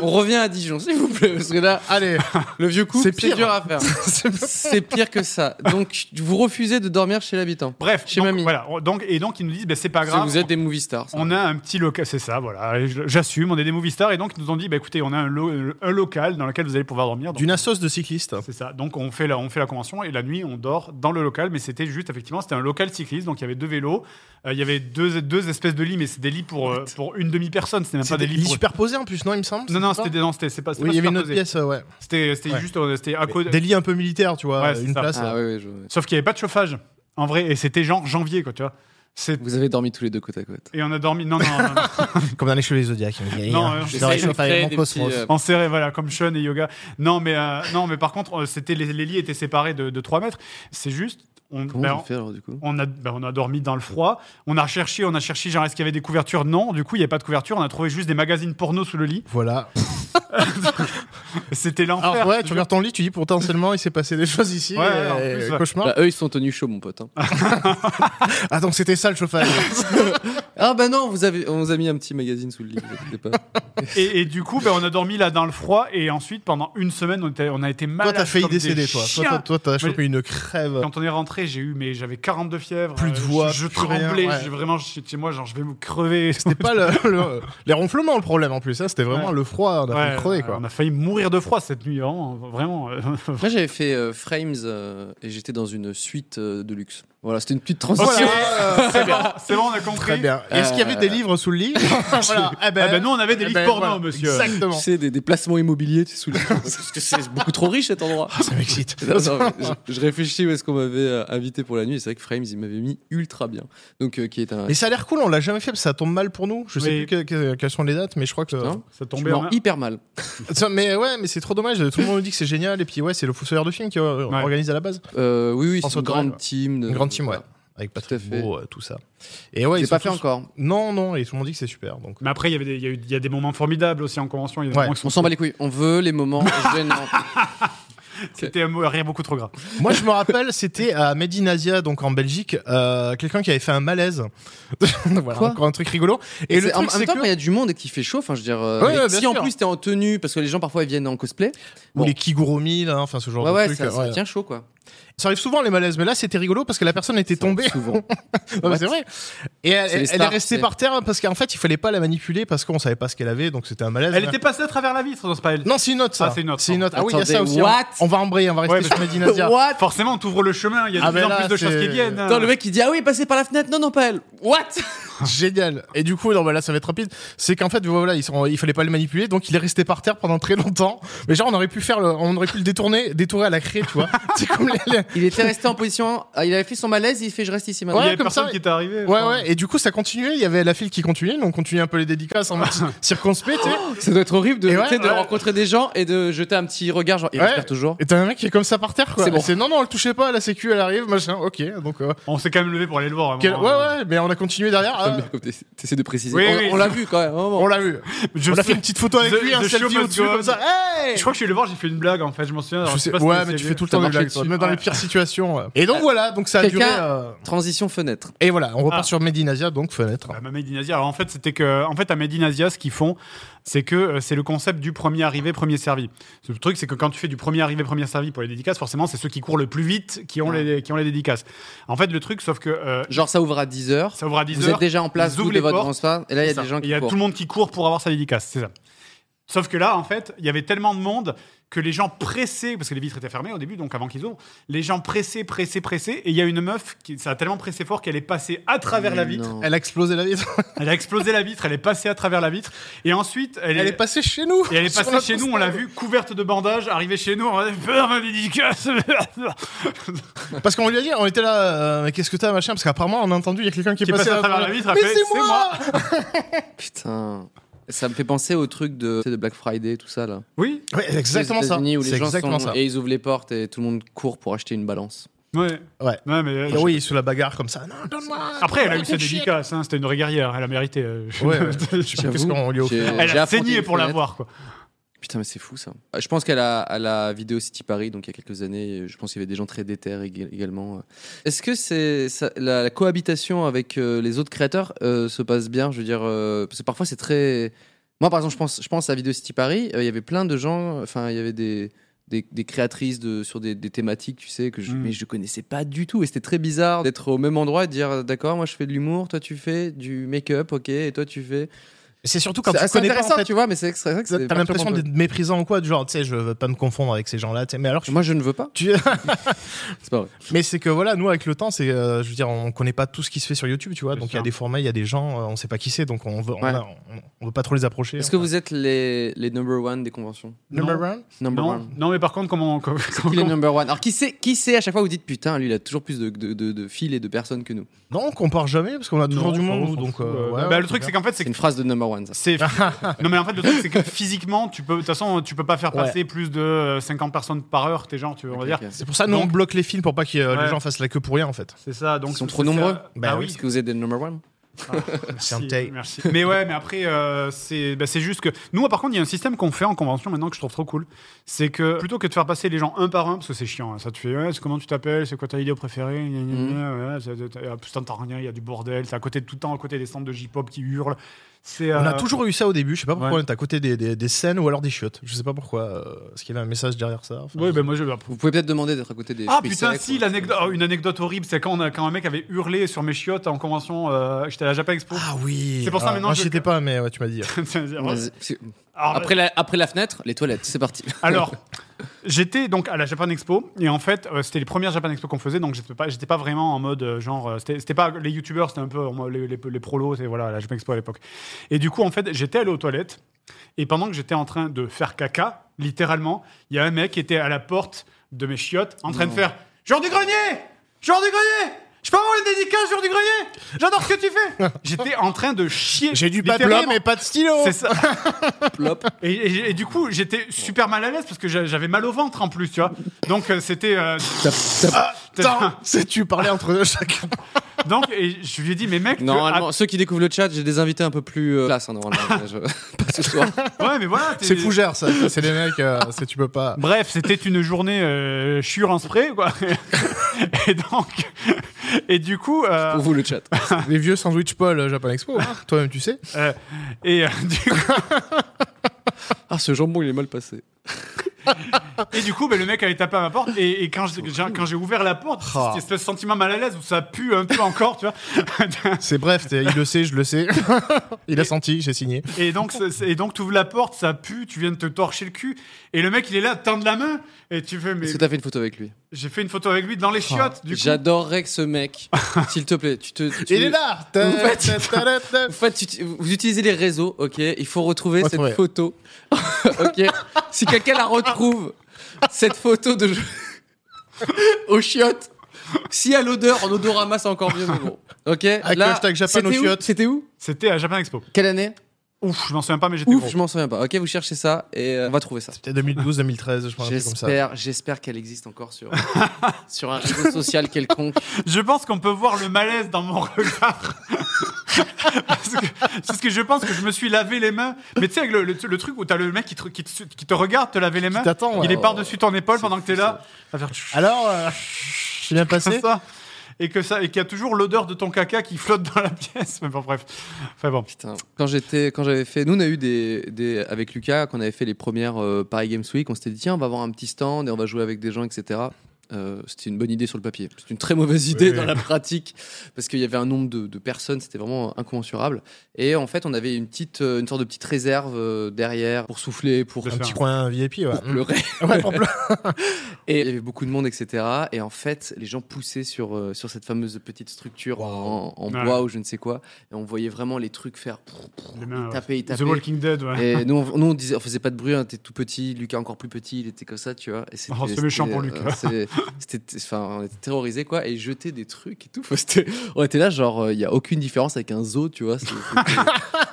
S2: On revient à Dijon, s'il vous plaît, parce que là,
S4: Allez,
S2: le vieux couple,
S4: C'est
S2: c'est
S4: pire.
S2: dur à faire. c'est pire que ça. Donc, vous refusez de dormir chez l'habitant.
S3: Bref,
S2: Chez
S3: donc,
S2: mamie.
S3: voilà. on- Donc, et donc ils nous disent, ben, c'est pas
S2: Parce
S3: grave.
S2: que vous êtes des movie stars. ça.
S3: On a un petit local, c'est ça, voilà. Et je- J'assume, on est des movie stars et donc ils nous ont dit, bah, écoutez, on a un, lo- un local dans lequel vous allez pouvoir dormir. Donc,
S4: d'une assoce de cyclistes.
S3: c'est ça. Donc on fait, la, on fait la convention et la nuit on dort dans le local, mais c'était juste effectivement c'était un local cycliste, donc il y avait deux vélos, euh, il y avait deux, deux espèces de lits, mais c'est des lits pour, euh, pour une demi personne, c'était même
S4: C'est
S3: pas des
S4: des
S3: lits.
S4: lits
S3: Pour...
S4: superposés en plus, non Il me semble.
S3: Non non
S4: c'est
S3: c'était des- non, c'était c'est pas. c'était
S4: Oui,
S3: pas
S4: il y avait une autre
S3: superposé.
S4: pièce, euh, ouais.
S3: C'était c'était
S4: Ouais.
S3: juste euh, c'était à cause.
S4: Des lits un peu militaires, tu vois,
S3: Ouais, c'est
S4: une
S3: ça.
S4: place.
S2: Ah
S4: euh.
S2: oui, oui, je...
S3: Sauf qu'il n'y avait pas de chauffage en vrai et c'était genre janvier quoi tu vois. C'est-
S2: Vous avez dormi tous les deux côte à côte.
S3: Et on a dormi. Non, non, non, non.
S4: Comme dans les cheveux zodiaques.
S3: Non, euh,
S4: je
S3: j'essaie
S4: te réchauffe
S2: créer
S4: avec
S2: des
S4: mon cosmos.
S2: petits, euh,
S3: En serré, voilà, comme Sean et Yoga. Non, mais, euh, non, mais par contre, euh, c'était, les, les lits étaient séparés de, de 3 mètres. C'est juste, on,
S2: Comment
S3: ben,
S2: vous faites, alors, du coup
S3: on, a, ben, on a dormi dans le froid. On a cherché, on a cherché, genre, est-ce qu'il y avait des couvertures Non, du coup, il n'y a pas de couverture. On a trouvé juste des magazines porno sous le lit.
S4: Voilà.
S3: C'était l'enfer.
S4: Alors, Ah, ouais, tu regardes ton lit, tu dis potentiellement il s'est passé des choses ici.
S3: Ouais, ouais, en
S4: et-
S3: plus, ouais.
S4: Cauchemar.
S2: Bah, eux, ils sont tenus chauds, mon pote. hein.
S4: Ah, donc c'était ça le chauffage.
S2: Ah bah non, vous avez, on vous a mis un petit magazine sous le lit. vous inquiétez pas.
S3: Et, et du coup, ben, on a dormi là dans le froid. Et ensuite, pendant une semaine, on, était- on a été malade.
S4: toi, t'as failli
S3: comme des
S4: décéder, toi. Toi,
S3: chiens.
S4: t'as- Toi, t'as
S3: Mais-
S4: chopé une crève.
S3: Quand on est rentré, j'ai eu, mais j'avais 42 fièvres.
S4: Plus de
S3: Euh,
S4: voix,
S3: Je, je
S4: plus rien,
S3: tremblais.
S4: ouais.
S3: j'ai Vraiment, chez chez moi, genre, je vais me crever.
S4: C'était pas le, le- les ronflements le problème en plus, hein, c'était vraiment
S3: Ouais.
S4: le froid, on a failli
S3: Ouais, euh,
S4: crever, quoi.
S3: On a failli mourir de froid cette nuit, vraiment. vraiment, euh,
S2: Moi, j'avais fait euh, Frames euh, et j'étais dans une suite euh, de luxe. Voilà, c'était une petite transition.
S3: Voilà, euh, c'est bon, c'est bon, on a compris.
S4: Très bien.
S2: Euh,
S4: Et Est-ce qu'il y avait des livres sous le lit Voilà. Eh ben,
S3: Ah ben, nous, on avait des
S4: eh
S3: livres
S4: ben,
S3: porno,
S4: voilà.
S3: monsieur.
S2: Tu
S4: Exactement.
S2: sais, des, des placements immobiliers, tu sais, sous le Parce que c'est beaucoup trop riche cet endroit.
S4: Ça m'excite.
S2: Non, non, mais je, je réfléchis où est-ce qu'on m'avait euh, invité pour la nuit. et C'est vrai que Frames, il m'avait mis ultra bien. Donc, euh, qui est un.
S4: Mais ça a l'air cool, on l'a jamais fait parce que ça tombe mal pour nous. Je sais
S3: Oui.
S4: plus que- que- quelles sont les dates, mais je crois que.
S2: Putain.
S3: Ça
S2: Hein Je
S3: tombait
S2: me
S3: en
S2: rends hyper mal.
S4: Tiens, Mais ouais, mais c'est trop dommage. Tout le monde nous dit que c'est génial et puis ouais, c'est le fossoyeur de film qui euh,
S3: Ouais.
S4: organise à la base.
S2: Euh, oui, oui,
S4: En
S2: c'est une
S4: sauterelle,
S2: grande
S4: ouais.
S2: team. de-
S4: Une grande team, ouais.
S2: Euh, voilà.
S4: Avec
S2: Tout à
S4: Patrick
S2: fait.
S4: Beau, euh, tout ça. Et ouais,
S2: C'est
S4: ils
S2: pas
S4: sont
S2: fait
S4: tous-
S2: encore.
S4: Non, non, et tout le monde dit que c'est super. Donc.
S3: Mais après, il y, avait des, il, y a eu- il y a des moments formidables aussi en convention. Il y a des
S4: Ouais.
S3: moments qui sont-
S2: On s'en bat les couilles. On veut les moments gênants.
S3: C'était un mot- un rire beaucoup trop gras.
S4: Moi, je me rappelle, c'était à Medinasia, donc en Belgique, euh, quelqu'un qui avait fait un malaise. voilà,
S2: Quoi
S4: encore un truc rigolo. Et le
S2: C'est- en
S4: truc,
S2: en même
S4: c'est
S2: temps,
S4: que
S2: quand il y a du monde et qui fait chaud, enfin, je veux dire. euh,
S4: Ouais,
S2: mais
S4: ouais,
S2: si
S4: bien
S2: en
S4: sûr.
S2: plus t'es en tenue, parce que les gens parfois ils viennent en cosplay.
S4: ou les kigurumi, là, enfin ce genre
S2: ouais,
S4: de
S2: ouais,
S4: truc.
S2: ça, ça
S4: ouais.
S2: tient chaud, quoi.
S4: Ça arrive souvent les malaises, mais là, c'était rigolo parce que la personne était tombée.
S2: Souvent.
S4: Non, mais
S2: What
S4: c'est vrai. Et elle,
S2: C'est les
S4: elle
S2: stars,
S4: est restée
S2: c'est-
S4: par terre hein, parce qu'en fait, il fallait pas la manipuler parce qu'on savait pas ce qu'elle avait, donc c'était un malaise.
S3: Elle
S4: Mais-
S3: était passée à travers la vitre dans ce panel.
S4: Non, c'est une autre, ça.
S3: Ah, c'est une autre,
S4: Ah oui, il y a ça
S2: Attendez,
S4: aussi.
S2: what
S4: On va embrayer, on va
S3: Ouais,
S4: rester sur Medinasia.
S2: What
S3: Forcément, on t'ouvre le chemin, il y a
S4: Ah
S3: de plus
S4: ben
S3: en
S4: là,
S3: plus de choses
S4: c'est-
S3: qui viennent.
S2: Attends, le mec il dit Ah oui, passez par la fenêtre. Non, non, pas elle. What
S4: Génial. Et du coup, non, bah là, ça va être rapide. C'est qu'en fait, voilà, ils sont, il fallait pas le manipuler, donc il est resté par terre pendant très longtemps. Mais genre, on aurait pu faire, le- on aurait pu le détourner, détourer à la craie, tu vois. C'est comme les- les-
S2: Il était resté en position. ah, Il avait fait son malaise, il fait je reste ici
S3: Il
S2: maintenant.
S3: y
S4: Ouais,
S3: avait
S4: comme
S3: personne
S4: ça,
S3: qui était arrivé.
S4: Ouais,
S3: enfin.
S4: ouais. Et du coup, ça continuait. Il y avait la file qui continuait, donc on continuait un peu les dédicaces en mode circonspect, tu sais.
S2: Ça doit être horrible de,
S4: Et ouais,
S2: tu sais, de
S4: ouais.
S2: rencontrer des gens et de jeter un petit regard, genre il
S4: Ouais.
S2: respire toujours.
S4: Et t'as un mec qui est comme ça par terre, quoi.
S2: C'est bon.
S4: non, non, elle touchait pas, la sécu, elle arrive, machin, ok. Donc, euh,
S3: On s'est quand même levé pour aller le voir. à un
S4: quel- ouais,
S3: moment, hein.
S4: ouais, mais on a continué derrière. ah,
S2: Comme- comme t'ess- T'essaies de préciser.
S3: Oui,
S2: on
S3: oui.
S2: on l'a vu quand même. un moment.
S4: on l'a vu.
S3: Je
S4: on a fait
S3: sais-
S4: une petite photo avec
S3: The-
S4: lui, un
S3: the show
S4: selfie
S3: must
S4: au-dessus,
S3: go on.
S4: comme ça. Hey
S3: Je crois que je suis allé le voir, j'ai fait une blague en fait, je m'en souviens. alors
S4: Je
S3: je
S4: sais-
S3: sais pas si
S4: ouais,
S3: vous
S4: mais tu
S3: saviez.
S4: fais tout le temps des
S2: marché
S4: blagues,
S2: dessus.
S4: toi, même dans les pires situations. ouais. Et donc voilà, donc ça a
S2: Quelqu'un-
S4: duré. euh,
S2: Transition fenêtre.
S4: Et voilà, on repart
S3: Ah.
S4: sur Medinazia, donc fenêtre.
S3: Bah, ma Made in Asia. Alors en fait, c'était que, en fait, à Made in Asia, ce qu'ils font, c'est que euh, c'est le concept du premier arrivé, premier servi. Le truc, c'est que quand tu fais du premier arrivé, premier servi pour les dédicaces, forcément, c'est ceux qui courent le plus vite qui ont, les, qui ont les dédicaces. En fait, le truc, sauf que euh,
S2: Genre ça ouvre à 10h.
S3: ça ouvre à 10
S2: Vous
S3: heures,
S2: êtes déjà en place,
S3: ils
S2: vous,
S3: ouvrent
S2: de
S3: les
S2: votre
S3: portes.
S2: grand stand, Et là, il y a
S3: C'est
S2: des
S3: ça.
S2: gens
S3: Il y
S2: qui
S3: a
S2: courent.
S3: tout le monde qui court pour avoir sa dédicace, c'est ça. Sauf que là, en fait, il y avait tellement de monde que les gens pressés, parce que les vitres étaient fermées au début, donc avant qu'ils ouvrent, les gens pressés, pressés, pressés, et il y a une meuf qui ça a tellement pressé fort qu'elle est passée à travers la vitre.
S2: Non.
S4: Elle a explosé la vitre.
S3: Elle a explosé la vitre, elle est passée à travers la vitre, et ensuite elle,
S4: Elle est passée chez nous.
S3: et elle est
S4: Sur
S3: passée
S4: notre
S3: chez nous,
S4: stand.
S3: on l'a vu, couverte de bandages, arrivée chez nous, on a peur, ma dédicace.
S4: Parce qu'on lui a dit, on était là, euh, mais qu'est-ce que t'as, machin Parce qu'apparemment, on a entendu, il y a quelqu'un qui,
S3: Qui est passé à travers la vitre,
S4: Mais
S3: après,
S4: c'est
S3: c'est
S4: moi
S2: Putain. Ça me fait penser au truc de, tu sais, de Black Friday, tout ça là.
S3: oui,
S4: Ouais, exactement
S2: Aux
S4: ça.
S2: États-Unis, Où les
S4: C'est
S2: gens
S4: exactement
S2: sont-
S4: ça.
S2: Et ils ouvrent les portes et tout le monde court pour acheter une balance.
S3: ouais,
S4: Ouais.
S3: Ouais, mais euh,
S4: Ah oui, sous la bagarre comme ça. Non, donne-moi.
S3: après elle a eu sa
S4: Raconte Ah, chier.
S3: dédicace, hein, c'était une vraie guerrière, elle a mérité. euh, je-
S4: Ouais, ouais. Je sais pas
S2: J'avoue,
S4: qu'est-ce qu'on lui a offert.
S2: j'ai-
S3: Elle a
S2: affronté
S3: saigné
S2: une
S3: pour
S2: fenêtre.
S3: l'avoir quoi.
S2: Putain, mais c'est fou ça. Ah, Je pense qu'à la, à la vidéo City Paris, donc il y a quelques années, euh, je pense qu'il y avait des gens très déter ég- également. euh. Est-ce que c'est ça- la, la cohabitation avec euh, les autres créateurs euh, se passe bien Je veux dire, euh, parce que parfois c'est très. Moi, par exemple, je pense, je pense à Vidéo City Paris. euh, Il y avait plein de gens. Enfin, il y avait des. Des, des créatrices de, sur des, des thématiques, tu sais, que je,
S3: Mm.
S2: mais je connaissais pas du tout. Et c'était très bizarre d'être au même endroit et de dire D'accord, moi je fais de l'humour, toi tu fais du make-up, ok, et toi tu fais.
S4: C'est surtout quand
S2: C'est
S4: tu
S2: assez
S4: connais pas, en
S2: intéressant,
S4: fait,
S2: tu vois, mais c'est c'est vrai que c'est
S4: T'as l'impression
S2: perturbant,
S4: d'être méprisant ou quoi, du genre, tu sais, je veux pas me confondre avec ces gens-là, tu sais, mais alors
S2: quoi.
S4: que
S2: Moi je ne veux pas.
S4: tu...
S2: C'est pas vrai.
S4: mais c'est que voilà, nous avec le temps, c'est, euh, je veux dire, on connaît pas tout ce qui se fait sur YouTube, tu vois,
S3: C'est
S4: donc il y
S3: ça.
S4: a des formats, il y a des gens, euh, on sait pas qui c'est, donc on veut, on,
S2: Ouais.
S4: a- on- on veut pas trop les approcher.
S2: Est-ce que vous êtes les, les number one des conventions
S4: Number one
S2: Number
S3: Non,
S2: one.
S3: non, mais par contre comment comment-
S2: Qui est
S3: comment-
S2: number one Alors qui c'est qui c'est à chaque fois vous dites putain lui il a toujours plus de, de, de, de fils et de personnes que nous.
S4: Non, on compare jamais parce qu'on a toujours
S3: Non,
S4: du
S3: on
S4: monde,
S3: s'en fout,
S4: donc.
S3: euh,
S4: euh, ouais,
S3: bah,
S4: ouais,
S3: le truc
S4: bien.
S3: c'est qu'en fait c'est
S2: C'est
S3: que
S2: une phrase de number one ça.
S3: c'est non mais en fait le truc c'est que physiquement tu peux de toute façon tu peux pas faire
S4: Ouais.
S3: passer plus de euh, 50 personnes par heure tes gens tu veux on va
S2: Ok,
S3: dire
S2: ok.
S4: c'est pour ça, nous, on
S3: Donc-
S4: bloque les films pour pas que euh, les
S3: Ouais.
S4: gens fassent la queue pour rien, en fait.
S3: c'est ça donc
S2: Ils sont
S3: c'est-
S2: trop
S3: c'est-
S2: nombreux
S3: bah
S4: Bah
S3: oui
S2: Est-ce Ah que vous êtes des number one
S4: C'est un
S3: Merci,
S4: take.
S3: merci. Mais ouais, mais après, euh, c'est bah, c'est juste que. Nous, par contre, il y a un système qu'on fait en convention maintenant que je trouve trop cool. C'est que plutôt que de faire passer les gens un par un, parce que c'est chiant, hein, ça te fait ouais, c'est comment tu t'appelles, c'est quoi ta vidéo préférée, gna, gna,
S4: Mm.
S2: Mhm.
S3: gna, ouais, c'est- t'as- ah, putain, t'as rien, il y a du bordel, c'est à côté de tout le temps, à côté des centres de J-pop qui hurlent. C'est,
S4: On a
S3: euh,
S4: toujours eu ça au début, je sais pas pourquoi,
S3: ouais.
S4: on était à côté des, des- des scènes ou alors des chiottes. Je sais pas pourquoi. euh, Est-ce qu'il y avait un message derrière ça enfin,
S3: Ouais,
S4: je-
S3: bah, moi, je.
S2: Vous pouvez peut-être demander d'être à côté des. hein.
S3: Ah
S2: fruits
S3: putain,
S2: secs,
S3: si,
S2: ou-
S3: l'anecdote, oh, une anecdote horrible, c'est quand, on a- quand un mec avait hurlé sur mes chiottes en convention, euh, j'étais à la Japan Expo.
S4: Ah oui
S3: C'est pour ça,
S4: Ah,
S3: maintenant,
S4: Moi,
S3: je-
S4: j'y étais pas, mais ouais, tu m'as dit.
S2: Vas-y. Si-
S3: Alors,
S2: Après la, après la fenêtre, les toilettes, c'est parti.
S3: Alors, j'étais donc à la Japan Expo et en fait, euh, c'était les premières Japan Expo qu'on faisait, donc j'étais pas, j'étais pas vraiment en mode euh, genre, euh, c'était c'était pas les youtubeurs, c'était un peu en mode les, les, les prolos, c'est voilà la Japan Expo à l'époque. Et du coup, en fait, j'étais allé aux toilettes et pendant que j'étais en train de faire caca, littéralement, il y a un mec qui était à la porte de mes chiottes en train de faire genre du grenier, genre du grenier. Je peux avoir une dédicace genre du grenier J'adore ce que tu fais J'étais en train de chier.
S4: J'ai du papier,
S3: littéralement.
S4: mais pas de stylo
S3: C'est ça.
S2: Plop.
S3: Et, et- et du coup, j'étais super mal à l'aise parce que j'a- j'avais mal au ventre en plus, tu vois. Donc euh, c'était. euh,
S4: Putain, sais-tu parler entre chacun
S3: donc et je lui ai dit, mais mec, tu-
S2: Normalement, ceux qui découvrent le chat, j'ai des invités un peu plus euh, classe hein, normalement. Je- Pas ce soir.
S3: ah, ouais, mais voilà. t'es-
S4: C'est fougère, ça. ça, C'est les mecs, euh, c'est- tu peux pas.
S3: Bref, c'était une journée euh, chure en spray, quoi. et donc, et du coup, euh,
S2: Pour vous le chat.
S4: Les vieux sandwich Paul euh, Japan Expo, hein. toi-même, tu sais.
S3: euh, et euh, du coup,
S2: Ah ce jambon il est mal passé.
S3: Et du coup, ben, le mec avait tapé à ma porte. Et, et quand j'ai- j'ai- quand j'ai ouvert la porte,
S4: Ah.
S3: c'était ce sentiment mal à l'aise où ça pue un peu encore, tu vois.
S4: C'est bref, t'es- il le sait, je le sais. il a senti, j'ai signé.
S3: Et donc, c'est- c'est- et donc tu ouvres la porte, ça pue, tu viens de te torcher le cul. Et le mec, il est là, tendre la main. Et tu fais, mais
S2: Est-ce que t'as fait une photo avec lui
S3: j'ai fait une photo avec lui dans les
S2: Oh,
S3: chiottes. du coup.
S2: J'adorerais que ce mec, s'il te plaît, tu te. tu-
S4: Il est là Ta-
S2: Vous faites-
S4: ta- ta- ta- ta-
S2: En fait, tu- vous utilisez les réseaux, ok Il faut retrouver cette
S4: Retrouver.
S2: photo. ok Si quelqu'un la retrouve, cette photo de. aux chiottes. Si à l'odeur, en odorama, c'est encore mieux, mais bon. Ok
S4: le hashtag Japan aux
S2: c'était où
S4: chiottes.
S2: C'était où
S3: C'était à Japan Expo.
S2: Quelle année
S3: Ouf, je m'en souviens pas, mais j'étais
S2: Ouf,
S3: gros.
S2: je m'en souviens pas. Ok, vous cherchez ça et euh, on va trouver ça.
S4: C'était 2012-2013, je crois, un truc comme ça.
S2: J'espère, j'espère qu'elle existe encore sur, sur un réseau social quelconque.
S3: Je pense qu'on peut voir le malaise dans mon regard. Parce que- parce que je pense que je me suis lavé les mains. Mais tu sais, avec le, le- le truc où t'as le mec qui te, qui te- qui te regarde te laver les mains,
S4: t'attend, ouais.
S3: il est par-dessus ton épaule
S2: C'est
S3: pendant que t'es
S2: fou,
S3: là, à faire tchou-
S4: Alors, euh, c'est bien
S3: comme
S4: passé
S3: ça. Et que ça, et qu'il y a toujours l'odeur de ton caca qui flotte dans la pièce. Mais bon, bref. Enfin bon.
S2: Putain. Quand j'étais, quand j'avais fait, nous on a eu des, des avec Lucas, quand on avait fait les premières euh, Paris Games Week, on s'était dit tiens on va avoir un petit stand et on va jouer avec des gens, etc. Euh, c'était une bonne idée sur le papier. C'était une très mauvaise idée
S4: Oui.
S2: dans la pratique parce qu'il y avait un nombre de, de personnes, c'était vraiment incommensurable. Et en fait, on avait une petite, euh, une sorte de petite réserve euh, derrière pour souffler, pour
S3: De
S4: Un
S3: faire.
S4: petit coin VIP, ouais. Mm.
S2: pleurer.
S4: Ouais, pour pleurer.
S2: Et il y avait beaucoup de monde, etc. Et en fait, les gens poussaient sur, euh, sur cette fameuse petite structure en, en
S3: Ouais.
S2: bois ou je ne sais quoi. Et on voyait vraiment les trucs faire
S3: Les mains, ouais.
S2: taper,
S3: The
S2: taper.
S3: Walking Dead, ouais.
S2: Et nous, on, nous, on disait, on faisait pas de bruit, on était tout petit, Lucas encore plus petit, il était comme ça, tu vois. Et c'était-
S3: Oh, c'est
S2: c'était,
S3: méchant pour
S2: euh,
S3: Lucas.
S2: c'est- c'était, enfin, on était terrorisés, quoi, et il jetait des trucs et tout. Enfin, c'était- on était là, genre, euh, il n'y a aucune différence avec un zoo, tu vois. c'est-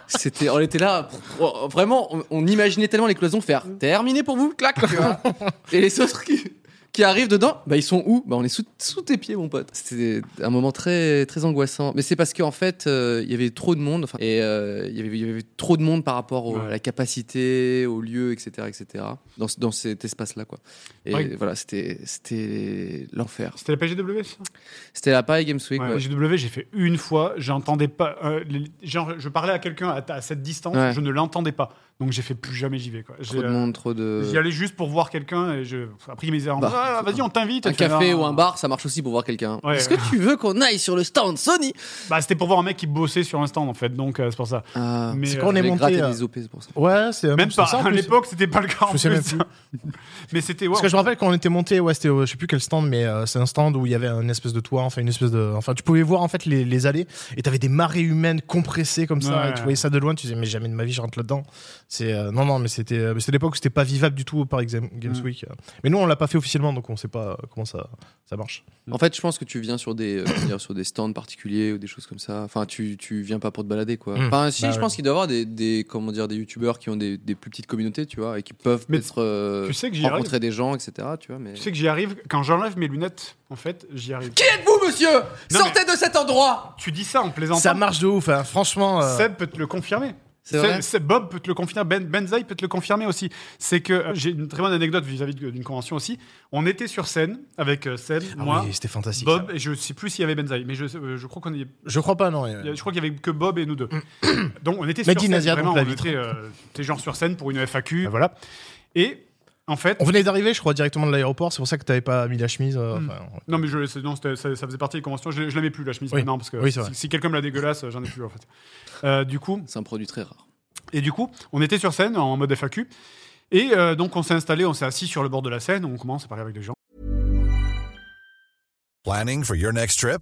S2: C'était, c'était- on était là, pour- vraiment, on, on imaginait tellement les cloisons faire
S3: Mm.
S2: terminé pour vous, clac, tu vois. Et les autres qui, qui arrivent dedans, bah, ils sont où bah, On est sous, sous tes pieds, mon pote. C'était un moment très, très angoissant. Mais c'est parce qu'en fait, euh, il y avait trop de monde. enfin, Et euh, il y avait- il y avait trop de monde par rapport au-
S3: Ouais.
S2: à la capacité, au lieu, etc. etc. dans, ce- dans cet espace-là. quoi. Et
S3: Ouais.
S2: voilà, c'était c'était l'enfer.
S3: C'était la PGW, ça
S2: C'était la Paris Games Week.
S3: Ouais,
S2: ouais.
S3: GW, j'ai fait une fois, j'entendais pas. euh, les- genre, je parlais à quelqu'un à, à cette distance,
S2: Ouais.
S3: je ne l'entendais pas. Donc j'ai fait plus jamais j'y vais. Quoi. J'ai,
S2: Trop de
S3: euh,
S2: monde, trop de.
S3: J'y allais juste pour voir quelqu'un et je... après ils me disaient
S2: Bah,
S3: Ah, vas-y on t'invite.
S2: Un
S3: Et tu fais,
S2: café
S3: Non.
S2: ou un bar, ça marche aussi pour voir quelqu'un.
S3: hein. Ouais.
S2: Est-ce que tu veux qu'on aille sur le stand Sony
S3: Bah, c'était pour voir un mec qui bossait sur un stand en fait, donc euh, c'est pour ça.
S2: Ah,
S3: Mais,
S2: c'est
S3: euh,
S2: quand on est
S4: j'ai
S2: monté.
S4: gratté
S2: des
S4: des
S2: OP, c'est pour ça.
S4: Ouais, c'est euh,
S3: Même
S4: c'est
S3: pas,
S4: ça, en
S3: à
S4: plus.
S3: l'époque c'était pas le cas en
S4: Je sais
S3: plus.
S4: même plus.
S3: Mais c'était. ouais,
S4: Parce que je me rappelle quand on était monté, ouais, c'était, au- je sais plus quel stand, mais euh, c'est un stand où il y avait une espèce de toit, enfin une espèce de, enfin tu pouvais voir en fait les, les allées et t'avais des marées humaines compressées comme ça,
S3: Ouais.
S4: et tu voyais ça de loin, tu disais mais jamais de ma vie je rentre là-dedans. C'est euh, non non mais c'était, euh, mais c'était l'époque où c'était pas vivable du tout au Paris Exam- Games
S3: Mm.
S4: Week. Mais nous on l'a pas fait officiellement donc on sait pas euh, comment ça ça marche.
S2: En fait, je pense que tu viens sur des, euh, comment dire, sur des stands particuliers ou des choses comme ça. Enfin, tu, tu viens pas pour te balader, quoi.
S3: Mmh.
S4: Mm.
S2: Enfin, si,
S4: Bah
S2: je
S4: ouais.
S2: pense qu'il doit y avoir des, des, comment dire, des youtubeurs qui ont des, des plus petites communautés, tu vois, et qui peuvent
S3: Mais
S2: peut-être euh,
S3: tu sais que j'y arrive.
S2: rencontrer des gens, etc. Tu vois, mais.
S3: Tu sais que j'y arrive quand j'enlève mes lunettes en fait, j'y arrive.
S2: Qui êtes-vous, monsieur
S3: mais-
S2: Sortez de cet endroit
S3: tu dis ça en plaisantant.
S4: Ça marche de ouf, hein, franchement. euh,
S3: Seb peut te le confirmer.
S2: C'est vrai
S3: Seb- Seb- Bob peut te le confirmer, ben, Benzaï peut te le confirmer aussi. C'est que euh, j'ai une très bonne anecdote vis-à-vis de- d'une convention aussi. On était sur scène avec euh, Seb,
S4: ah
S3: moi,
S4: oui, c'était fantastique.
S3: Bob,
S4: ça.
S3: et je sais plus s'il y avait Benzaï, mais je, euh, je crois qu'on y-
S4: Je crois pas non.
S3: il y a-
S4: euh,
S3: je crois qu'il y avait que Bob et nous deux. Donc on était sur
S4: Mehdi
S3: scène,
S4: Nazia,
S3: vraiment,
S4: donc, la
S3: on
S4: vitre. Ah
S3: était euh, t'es genre sur scène pour une FAQ, euh, voilà. Et en fait,
S4: On venait d'arriver, je crois directement de l'aéroport, c'est pour ça que t'avais pas mis la chemise. euh,
S3: Mm.
S4: enfin, ouais.
S3: Non, mais je, c'est- non, c'était- ça, ça faisait partie des conventions. Je, je la mets plus, la chemise,
S4: Oui.
S3: maintenant, parce que
S4: Oui, c'est
S3: si,
S4: vrai.
S3: si quelqu'un me la dégueulasse, j'en ai plus, en fait. Euh, du coup,
S2: C'est un produit très rare.
S3: et du coup, on était sur scène en mode FAQ. Et euh, donc, on s'est installé, on s'est assis sur le bord de la scène, on commence à parler avec des gens.
S1: Planning for your next trip?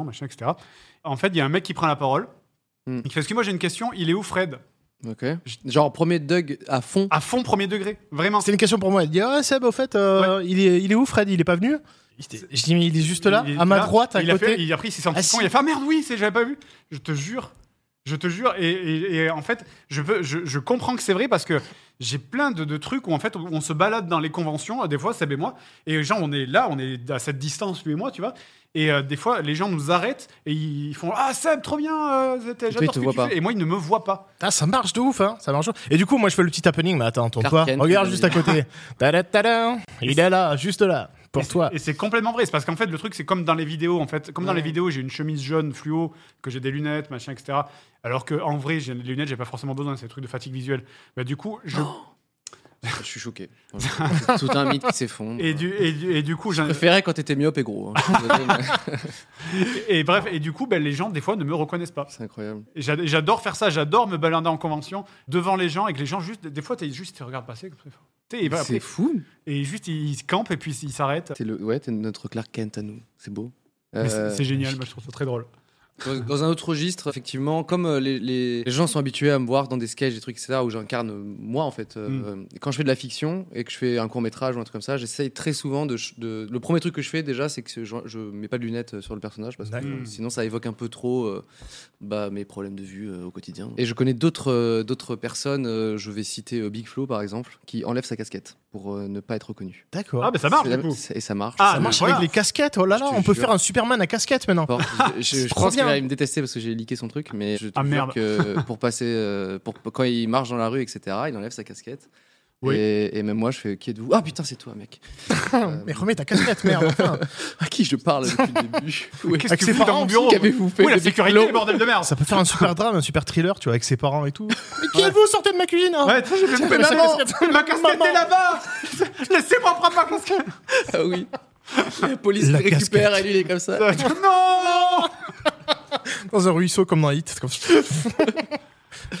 S3: machin, etc. En fait, il y a un mec qui prend la parole.
S2: Hmm.
S3: et qui fait, Excuse-moi, j'ai une question. Il est où Fred
S2: Ok. Genre, premier Doug à fond.
S3: À fond, premier degré. Vraiment.
S4: C'était une question pour moi. Il dit Ah, Seb, au fait, euh, il, est, il est où, Fred Il est pas venu Je dis Mais il est juste là,
S3: Il est
S4: à ma
S3: là,
S4: droite, à
S3: il a
S4: côté.
S3: fait- il a pris 600
S4: Ah,
S3: petits cons,
S4: si.
S3: Il a fait ah merde oui, c'est j'avais pas vu. Je te jure, je te jure. Et, et- et en fait, je, veux, je, je comprends que c'est vrai parce que j'ai plein de, de trucs où en fait on se balade dans les conventions, des fois Seb et moi, et genre on est là, on est à cette distance lui et moi, tu vois, et euh, des fois les gens nous arrêtent et ils font ah Seb trop bien, euh,
S2: toi,
S3: c'était-
S2: ils
S3: j'adore
S2: te
S3: ce que
S2: voient
S3: tu
S2: pas.
S3: fais, et moi ils ne me voient pas.
S4: Ah, ça marche de ouf, hein. Ça marche. de ouf. Et du coup, moi, je fais le petit happening, mais attends, tourne
S2: Clark
S4: toi.
S2: Kent,
S4: Regarde
S2: il
S4: juste
S2: va
S4: à côté. Tada, tada. Il est là, juste là,
S3: Et
S4: pour
S3: c'est-
S4: toi.
S3: Et c'est complètement vrai. C'est parce qu'en fait, le truc, c'est comme dans les vidéos. En fait, comme dans les vidéos, j'ai une chemise jaune fluo, que j'ai des lunettes, machin, etc. Alors que en vrai, j'ai les lunettes, j'ai pas forcément besoin. C'est des trucs de fatigue visuelle. Bah du coup, je
S2: Je suis choqué. C'est tout un mythe qui s'effondre.
S3: et du et du, et du coup, j'en-
S2: Je préférais quand t'étais myope et gros. hein. Je suis désolé, mais
S3: et bref, et du coup, ben, les gens des fois ne me reconnaissent pas.
S2: C'est incroyable.
S3: Et j'ad- J'adore faire ça. J'adore me balader en convention devant les gens et que les gens juste des fois, t'es juste, ils te regardent passer. comme ça. Tu sais, et, ben,
S2: C'est
S3: après,
S2: fou.
S3: et juste ils campent et puis ils s'arrêtent.
S2: T'es le... Ouais, t'es notre Clark Kent à nous. C'est beau.
S3: Mais C'est
S2: Euh,
S3: c'est génial. Moi, je trouve ça très drôle.
S2: Dans, dans un autre registre, effectivement, comme euh, les, les- les gens sont habitués à me voir dans des sketchs, des trucs, etc., où j'incarne euh, moi, en fait,
S3: Mm.
S2: euh, euh, quand je fais de la fiction et que je fais un court-métrage ou un truc comme ça, j'essaye très souvent de, ch- de- Le premier truc que je fais, déjà, c'est que je, je mets pas de lunettes euh, sur le personnage, parce que
S4: D'accord.
S2: euh, sinon, ça évoque un peu trop euh, bah, mes problèmes de vue euh, au quotidien. Et je connais d'autres euh, d'autres personnes, euh, je vais citer euh, Big Flo, par exemple, qui enlève sa casquette pour euh, ne pas être reconnu.
S4: D'accord.
S3: Ah ben ça marche
S2: C'est la-
S3: du coup.
S2: c'est- Et ça marche.
S3: Ah,
S4: ça
S3: mais
S4: marche
S3: voilà.
S4: avec les casquettes. Oh là
S2: Je
S4: là,
S2: te
S4: on peut
S2: jure.
S4: faire un Superman à casquette maintenant.
S2: Bon, je, je-
S4: C'est
S2: je
S4: trop
S2: pense qu'il
S4: bien.
S2: va me détester parce que j'ai liqué son truc, mais je te
S3: Ah,
S2: jure
S3: merde.
S2: que pour passer, euh, pour, pour- quand il marche dans la rue, etc., il enlève sa casquette.
S3: Oui.
S2: Et, et même moi, je fais qui êtes-vous Ah putain, c'est toi, mec. Euh,
S4: Mais remets ta casquette, merde. enfin.
S2: à qui je parle depuis le début Oui.
S3: Qu'est-ce que
S4: Avec ses
S3: tu fous dans
S4: parents
S3: mon
S4: aussi,
S3: bureau
S2: Qu'avez-vous fait
S3: Oui, la
S2: depuis
S3: sécurité,
S2: Flo
S3: le bordel de merde.
S4: Ça peut faire un super drame, un super thriller, tu vois, avec ses parents et tout. Mais qui êtes-vous Sortez de ma cuisine. hein.
S3: Ouais, tu sais, j'ai même pas
S4: Mais
S3: ma
S4: maman,
S3: casquette. Ma casquette est là-bas Laissez-moi prendre ma casquette
S2: Ah oui. La police
S4: La
S2: le récupère
S4: casquette.
S2: et lui, il est comme ça.
S3: Non
S4: Dans un ruisseau comme dans Hit. c'est comme ça.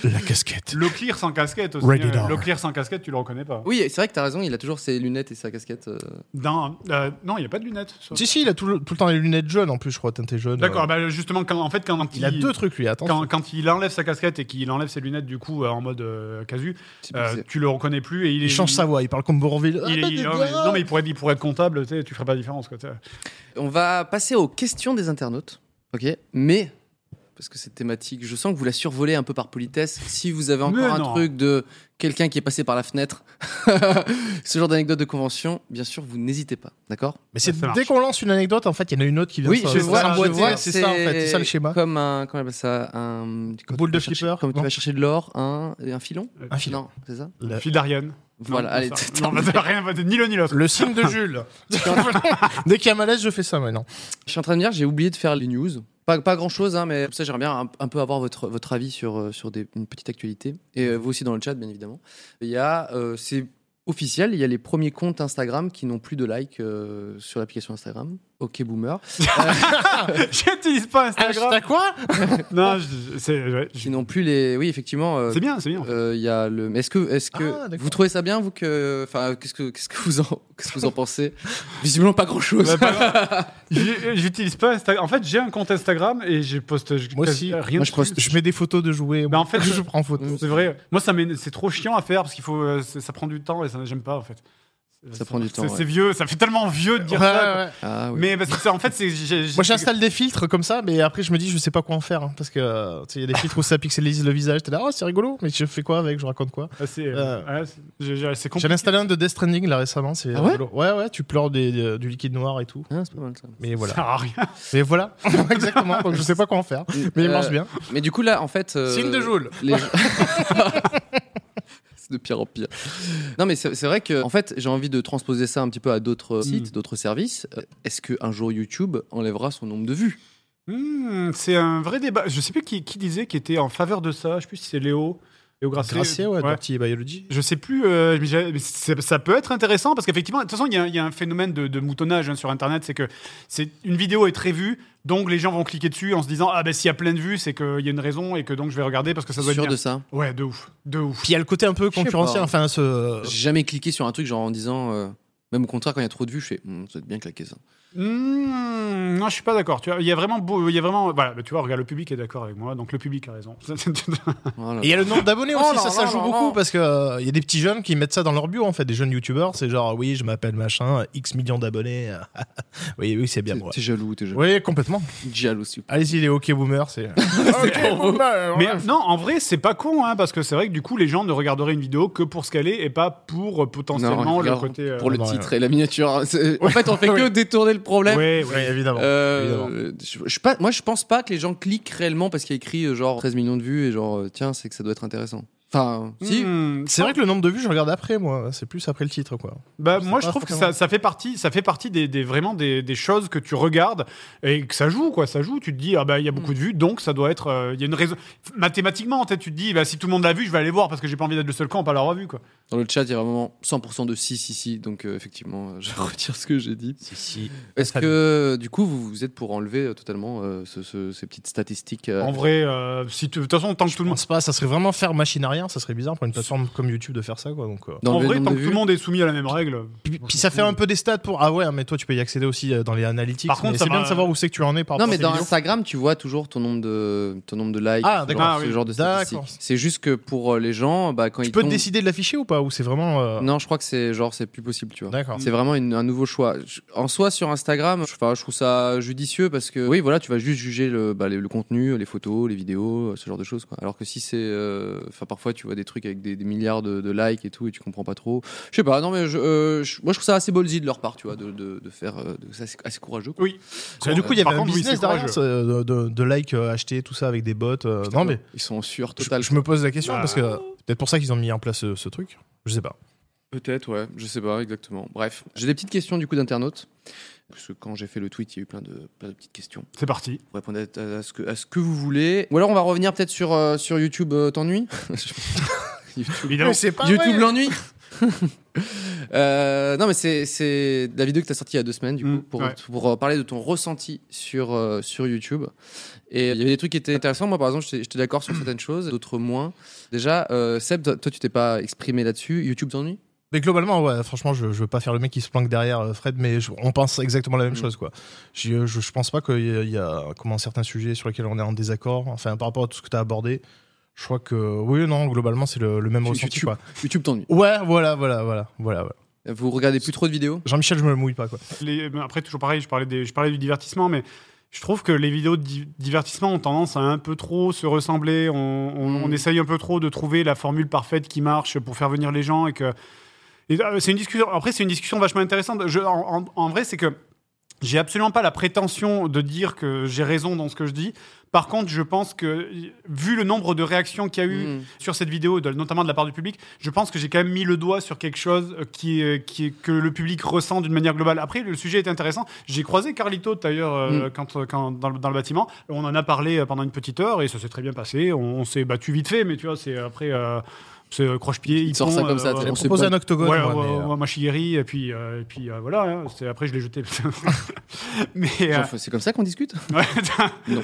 S4: la casquette.
S3: Le clear sans casquette aussi.
S4: Rated
S3: hein.
S4: R.
S3: Le clear sans casquette, tu le reconnais pas.
S2: Oui, c'est vrai que t'as raison, il a toujours ses lunettes et sa casquette. euh.
S3: Dans- euh, non, il n'y a pas de lunettes. sauf-
S4: Si, si, il a tout le, tout le temps les lunettes jaunes en plus, je crois, teinté jaune.
S3: D'accord, bah, justement, quand, en fait, quand
S4: Il a deux trucs, lui, attends.
S3: Quand, quand il enlève sa casquette et qu'il enlève ses lunettes du coup euh, en mode euh, casu,
S2: c'est
S3: euh,
S2: c'est-
S3: tu le reconnais plus et il, Ah, est-
S4: Il change sa voix, il parle comme Bourville. Ah,
S3: il est- il- non, mais- non mais il pourrait, il pourrait être comptable, tu sais, tu ferais pas la différence. Quoi, tu sais.
S2: On va passer aux questions des internautes. Ok, mais parce que cette thématique, je sens que vous la survolez un peu par politesse. Si vous avez encore
S3: Mais
S2: un
S3: non.
S2: truc de quelqu'un qui est passé par la fenêtre, ce genre d'anecdote de convention, bien sûr, vous n'hésitez pas, d'accord
S4: Mais c'est
S3: Ça, ça
S4: dès qu'on lance une anecdote, en fait, il y en a une autre qui vient
S2: Oui,
S4: se-
S2: je
S4: se
S2: vois, je
S4: rajouter,
S2: vois,
S4: C'est ça, en fait, c'est ça le schéma.
S2: Comme un, comment on appelle ça Un quand
S4: Boule
S2: tu
S4: de
S2: vas chercher-
S4: flipper,
S2: Comme tu
S4: non
S2: vas chercher de l'or, un, un filon.
S4: Un film.
S2: Non, c'est ça.
S4: Le-
S3: Fille d'Ariane.
S2: Voilà,
S3: Non,
S2: allez.
S3: ça. Non, bah, t'as rien, ni l'un ni l'autre.
S4: Le signe de Jules. Dès qu'il y a malaise, je fais ça maintenant.
S2: Je suis en train de dire, j'ai oublié de faire les news. Pas, pas grand chose, hein, mais comme ça, j'aimerais bien un, un peu avoir votre, votre avis sur, euh, sur des- une petite actualité. Et euh, vous aussi dans le chat, bien évidemment. Il y a, euh, c'est officiel, il y a les premiers comptes Instagram qui n'ont plus de likes euh, sur l'application Instagram. Ok, boomer.
S3: J'utilise pas Instagram.
S4: Hashtag quoi
S3: Non, je- c'est ouais, je-
S2: Qui n'ont plus les. Oui, effectivement. euh,
S3: c'est bien, c'est bien.
S2: euh, il y a le. mais Est-ce que, est-ce que
S4: Ah, d'accord.
S2: vous trouvez ça bien vous que, enfin, qu'est-ce que, qu'est-ce que vous en, qu'est-ce que vous en pensez Visiblement pas grand chose.
S3: Ouais, pas- J'ai- J'utilise pas Instagram. En fait, j'ai un compte Instagram et je poste je-
S4: Moi aussi.
S3: euh, rien.
S2: Moi, je poste-
S4: Je Mm. mets des photos de jouets.
S3: Bah, en fait,
S4: je prends en photo.
S3: C'est vrai. Moi, ça m'éne- c'est trop chiant à faire parce qu'il faut, euh, c'est- ça prend du temps et ça j'aime pas en fait.
S2: Ça prend du temps,
S3: C'est
S2: ouais.
S3: c'est vieux. Ça fait tellement vieux de dire
S4: Ouais,
S3: ça. quoi.
S4: ouais.
S2: Ah, oui.
S3: Mais parce que ça, en fait, c'est. j'ai- j'ai-
S4: Moi j'installe des filtres comme ça, mais après je me dis je sais pas quoi en faire. hein, parce que euh, tu sais, il y a des filtres où ça pixelise le visage, t'es là, oh c'est rigolo, mais je fais quoi avec, je raconte quoi
S3: Ah, C'est
S4: Euh.
S3: ouais, c'est- j'ai- j'ai- c'est
S4: J'en
S3: compliqué.
S4: ai installé un de Death Stranding là récemment, c'est
S2: Ah ouais
S4: rigolo. Ouais, ouais, tu pleures des- des- du liquide noir et tout.
S2: Ah, c'est pas mal ça.
S4: Mais
S3: Ça
S4: voilà.
S3: sert à rien.
S4: Mais voilà, exactement, donc je sais pas quoi en faire. Mais il
S2: Euh,
S4: marche bien.
S2: Mais du coup, là, en fait. euh,
S4: Signe de
S2: les-
S4: Joule.
S2: c'est de pire en pire. Non, mais c'est c'est vrai que, en fait, j'ai envie de transposer ça un petit peu à
S3: Hmm.
S2: d'autres sites, d'autres services. Euh, Est-ce qu'un jour YouTube enlèvera son nombre de vues
S3: Hmm, c'est un vrai débat. Je sais plus qui, qui disait qui était en faveur de ça. Je sais plus si c'est Léo. Léo Grasset.
S4: Gracier, ouais,
S3: Ouais.
S4: Dirty Biology.
S3: Je sais plus, euh, mais j'ai- mais c'est- ça peut être intéressant parce qu'effectivement, de toute façon, il y, a- il y a un phénomène de, de moutonnage hein, sur Internet, c'est que c'est une vidéo est très vue, donc les gens vont cliquer dessus en se disant ah ben s'il y a plein de vues, c'est qu'il y a une raison et que donc je vais regarder parce que ça doit être
S2: Sûr
S3: bien.
S2: de ça
S3: Ouais, de ouf, de ouf.
S4: Puis il y a le côté un peu
S2: Je sais
S4: concurrentiel,
S2: pas.
S4: enfin ce.
S2: J'ai jamais cliqué sur un truc genre en disant. euh, Même au contraire, quand il y a trop de vues, je fais, Hum, ça doit être bien claqué ça.
S3: Hmm, non, je suis pas d'accord. Tu vois, il y a vraiment, beau- il y a vraiment, voilà, bah, tu vois, regarde, le public est d'accord avec moi, donc le public a raison. Ah.
S2: Voilà.
S4: Et il y a le nombre d'abonnés
S2: Oh
S4: aussi,
S2: là
S4: ça, ça
S2: là
S4: joue
S2: là
S4: beaucoup
S2: là.
S4: parce que euh, il y a des petits jeunes qui mettent ça dans leur bio en fait, des jeunes youtubeurs, c'est genre oui, je m'appelle machin, X millions d'abonnés. oui, oui, c'est bien
S2: T'es
S4: moi.
S2: t'es jaloux, t'es jaloux.
S4: Oui, complètement.
S2: Jaloux, s'il vous
S4: Allez-y, les hockey boomers, c'est. Ok, boomer,
S3: Mais
S4: ouais.
S3: non, en vrai, c'est pas con, hein, parce que c'est vrai que du coup, les gens ne regarderaient une vidéo que pour ce qu'elle est et pas pour euh,
S2: plaît.
S3: potentiellement
S2: Non,
S3: le
S2: regarde,
S3: côté. euh,
S2: pour le
S4: non,
S2: titre et la miniature. C'est- En fait, on fait que détourner le problème.
S3: Ouais,
S4: Oui,
S3: ouais.
S4: évidemment.
S2: Euh,
S4: évidemment.
S2: je, je suis pas, moi, je pense pas que les gens cliquent réellement parce qu'il y a écrit euh, genre 13 millions de vues et genre euh, tiens, c'est que ça doit être intéressant. Enfin, si.
S3: Hmm,
S4: C'est vrai que le nombre de vues, je regarde après, moi. C'est plus après le titre, quoi.
S3: Bah,
S4: C'est
S3: moi,
S4: pas
S3: je trouve que
S4: forcément-
S3: ça, ça fait partie, ça fait partie des, des- vraiment des, des choses que tu regardes et que ça joue, quoi. Ça joue. Tu te dis, ah bah, il y a beaucoup
S4: Mm.
S3: de vues, donc ça doit être. euh, Il y a une raison. Mathématiquement, en tête, tu te dis, bah, si tout le monde l'a vu, je vais aller voir parce que j'ai pas envie d'être le seul con à pas l'avoir vu, quoi.
S2: Dans le chat, il y a vraiment 100% de si, si, si. Donc, euh, effectivement, euh, je retire ce que j'ai dit.
S4: Si, si.
S3: Ah,
S2: Est-ce que, du coup, vous, vous êtes pour enlever euh, totalement euh, ce- ce- ces petites statistiques euh,
S3: En vrai, euh, si tu- de toute façon, tant que tout
S4: Je
S3: le monde.
S4: pense pas, ça serait vraiment faire machine arrière, ça serait bizarre pour une plateforme comme YouTube de faire ça, quoi. Donc, euh.
S2: dans
S3: en
S2: le
S3: vrai,
S2: nombre
S3: tant
S2: de
S3: que tout
S2: vues
S3: le monde est soumis à la même règle.
S4: puis, puis ça fait un peu des stats pour. Ah ouais, mais toi, tu peux y accéder aussi euh, dans les analytics.
S3: Par contre,
S4: mais
S3: ça
S4: c'est bien
S3: m'a-
S4: de savoir où c'est que tu en es par
S2: Non,
S4: rapport
S2: mais
S4: à tes
S2: dans
S4: vidéos.
S2: Instagram, tu vois toujours ton nombre de, ton nombre de likes,
S4: Ah,
S2: ce
S4: d'accord.
S2: genre-
S3: Ah, oui.
S2: ce genre de
S4: D'accord.
S2: statistiques. C'est juste que pour euh, les gens, bah, quand
S4: Tu
S2: ils
S4: peux
S2: tombent-
S4: décider de l'afficher ou pas Ou c'est vraiment. euh,
S2: Non, je crois que c'est genre c'est plus possible, tu vois.
S4: D'accord.
S2: C'est vraiment une- un nouveau choix. Je- En soi, sur Instagram, je, enfin, je trouve ça judicieux parce que oui, voilà, tu vas juste juger le, bah, les- le contenu, les photos, les vidéos, euh, ce genre de choses. Quoi. Alors que si c'est, euh, enfin, parfois tu vois des trucs avec des, des milliards de, de likes et tout, et tu comprends pas trop. Je sais pas. Non, mais je, euh, je- moi, je trouve ça assez ballsy de leur part, tu vois, de, de- de faire, euh, de- c'est assez, assez courageux. quoi.
S3: Oui.
S4: Parce que du coup, il y
S3: Par
S4: avait un
S3: contre, oui,
S4: business
S3: c'est
S4: derrière,
S3: courageux.
S4: ça, de, de, de likes euh, achetés, tout ça, avec des bots. euh, non, mais
S2: Ils sont sûrs
S4: je,
S2: total.
S4: je me pose la question
S3: Bah.
S4: parce que c'est peut-être pour ça qu'ils ont mis en place ce, ce truc. Je sais pas.
S2: Peut-être, ouais, je sais pas exactement. Bref, j'ai des petites questions du coup d'internautes. Parce que quand j'ai fait le tweet, il y a eu plein de, plein de petites questions.
S3: C'est parti.
S2: Vous répondez à, à ce que, à ce que vous voulez. Ou alors on va revenir peut-être sur, euh, sur YouTube euh, t'ennuie YouTube,
S3: Évidemment.
S4: c'est pas
S2: YouTube l'ennui Euh, non mais c'est- c'est la vidéo que tu as sortie il y a deux semaines du coup
S3: Mm,
S2: pour,
S3: ouais.
S2: pour, euh, parler de ton ressenti sur, euh, sur YouTube et il y avait des trucs qui étaient intéressants moi par exemple j'étais j'étais d'accord sur certaines choses d'autres moins déjà euh, Seb toi toi, tu t'es pas exprimé là-dessus YouTube t'ennuie
S4: Mais globalement, ouais, franchement, je, je veux pas faire le mec qui se planque derrière euh, Fred, mais je- on pense exactement la même
S2: Mm.
S4: chose, quoi. J'y- euh, Je, je pense pas qu'il y, a- il y a comment certains sujets sur lesquels on est en désaccord, enfin par rapport à tout ce que tu as abordé. Je crois que oui, non, globalement, c'est le, le même ressenti,
S2: YouTube.
S4: quoi.
S2: YouTube t'ennuie
S4: Ouais, voilà, voilà, voilà, voilà. voilà.
S2: vous regardez plus trop de vidéos
S4: Jean-Michel, je me le mouille pas, quoi.
S3: Les- mais après, toujours pareil, je parlais, des, je parlais du divertissement, mais je trouve que les vidéos de di- divertissement ont tendance à un peu trop se ressembler. On, on-
S2: Mm.
S3: on essaye un peu trop de trouver la formule parfaite qui marche pour faire venir les gens et que. et, euh, c'est une discussion. Après, c'est une discussion vachement intéressante. Je- en, en- en vrai, c'est que. J'ai absolument pas la prétention de dire que j'ai raison dans ce que je dis. Par contre, je pense que, vu le nombre de réactions qu'il y a eu
S2: Mm.
S3: sur cette vidéo, de- notamment de la part du public, je pense que j'ai quand même mis le doigt sur quelque chose euh, qui, est- qui est- que le public ressent d'une manière globale. Après, le sujet est intéressant. J'ai croisé Carlito d'ailleurs
S2: Mm.
S3: euh, quand, euh, quand- dans, le- dans le bâtiment. On en a parlé euh, pendant une petite heure et ça s'est très bien passé. On, on s'est battu vite fait, mais tu vois, c'est après. euh, c'est euh, croche-pied,
S2: Il sort ça comme ça,
S3: ouais,
S2: On
S4: J'ai
S2: sait
S4: proposé
S2: pas.
S4: un octogone,
S3: ouais,
S4: moi,
S3: ouais,
S4: mais, euh,
S3: ouais, Mashigeri, et puis, euh, et puis euh, voilà, hein, c'est- après je l'ai jeté. mais, euh,
S2: Genre, c'est comme ça qu'on discute
S3: Ouais.
S2: Non.
S3: non.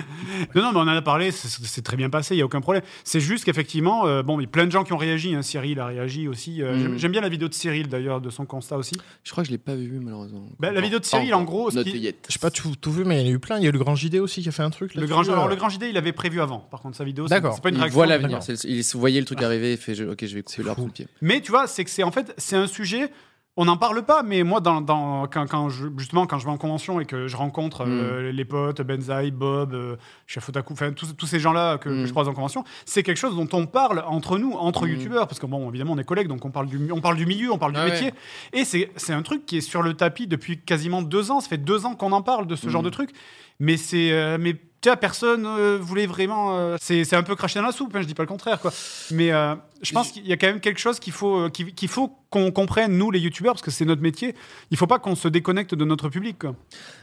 S3: non, mais on en a parlé, c'est- c'est très bien passé, il n'y a aucun problème. C'est juste qu'effectivement, euh, bon, il y a plein de gens qui ont réagi, hein, Cyril a réagi aussi. euh,
S2: Mm.
S3: j'aime- J'aime bien la vidéo de Cyril d'ailleurs, de son constat aussi.
S2: Je crois que je l'ai pas vu malheureusement.
S3: Bah, la
S2: Encore.
S3: vidéo de Cyril,
S2: Pas
S3: en gros, ce
S2: Not
S3: qui-
S2: yet.
S4: Je sais pas tout, tout vu, mais il y en a eu plein. Il y a eu le grand JD aussi qui a fait un truc.
S3: Le
S4: là-dessus,
S3: grand, alors,
S4: euh.
S3: le grand JD, il avait prévu avant, par contre, sa vidéo. c'est-
S4: D'accord. Ah.
S3: C'est pas une
S2: il
S3: réaction.
S2: voit
S3: mais-
S2: l'avenir. c'est- Il se voyait le truc arriver et fait je- ok je vais couper
S4: C'est
S2: l'arbre
S4: fou.
S2: sous le pied.
S3: Mais tu vois, c'est que c'est en fait, c'est un sujet. On n'en parle pas, mais moi, dans, dans- quand, quand je, justement, quand je vais en convention et que je
S2: Mm.
S3: rencontre euh, les potes, Benzaï, Bob, euh, Chef Otaku, enfin, tous, tous ces gens-là que, que
S2: Mm.
S3: je croise en convention, c'est quelque chose dont on parle entre nous, entre
S2: Mm.
S3: youtubeurs, parce que, bon, évidemment, on est collègues, donc on parle du, on parle du milieu, on parle
S2: Ah
S3: du
S2: ouais.
S3: métier. Et c'est c'est un truc qui est sur le tapis depuis quasiment deux ans. Ça fait deux ans qu'on en parle de ce genre
S2: Mm.
S3: de truc. Mais c'est. euh, mais tu vois, personne euh, voulait vraiment. euh, c'est c'est un peu cracher dans la soupe, hein, je dis pas le contraire, quoi. Mais euh, je pense qu'il y a quand même quelque chose qu'il faut euh, qu'il qu'il faut qu'on comprenne, nous, les youtubeurs, parce que c'est notre métier. Il faut pas qu'on se déconnecte de notre public, quoi.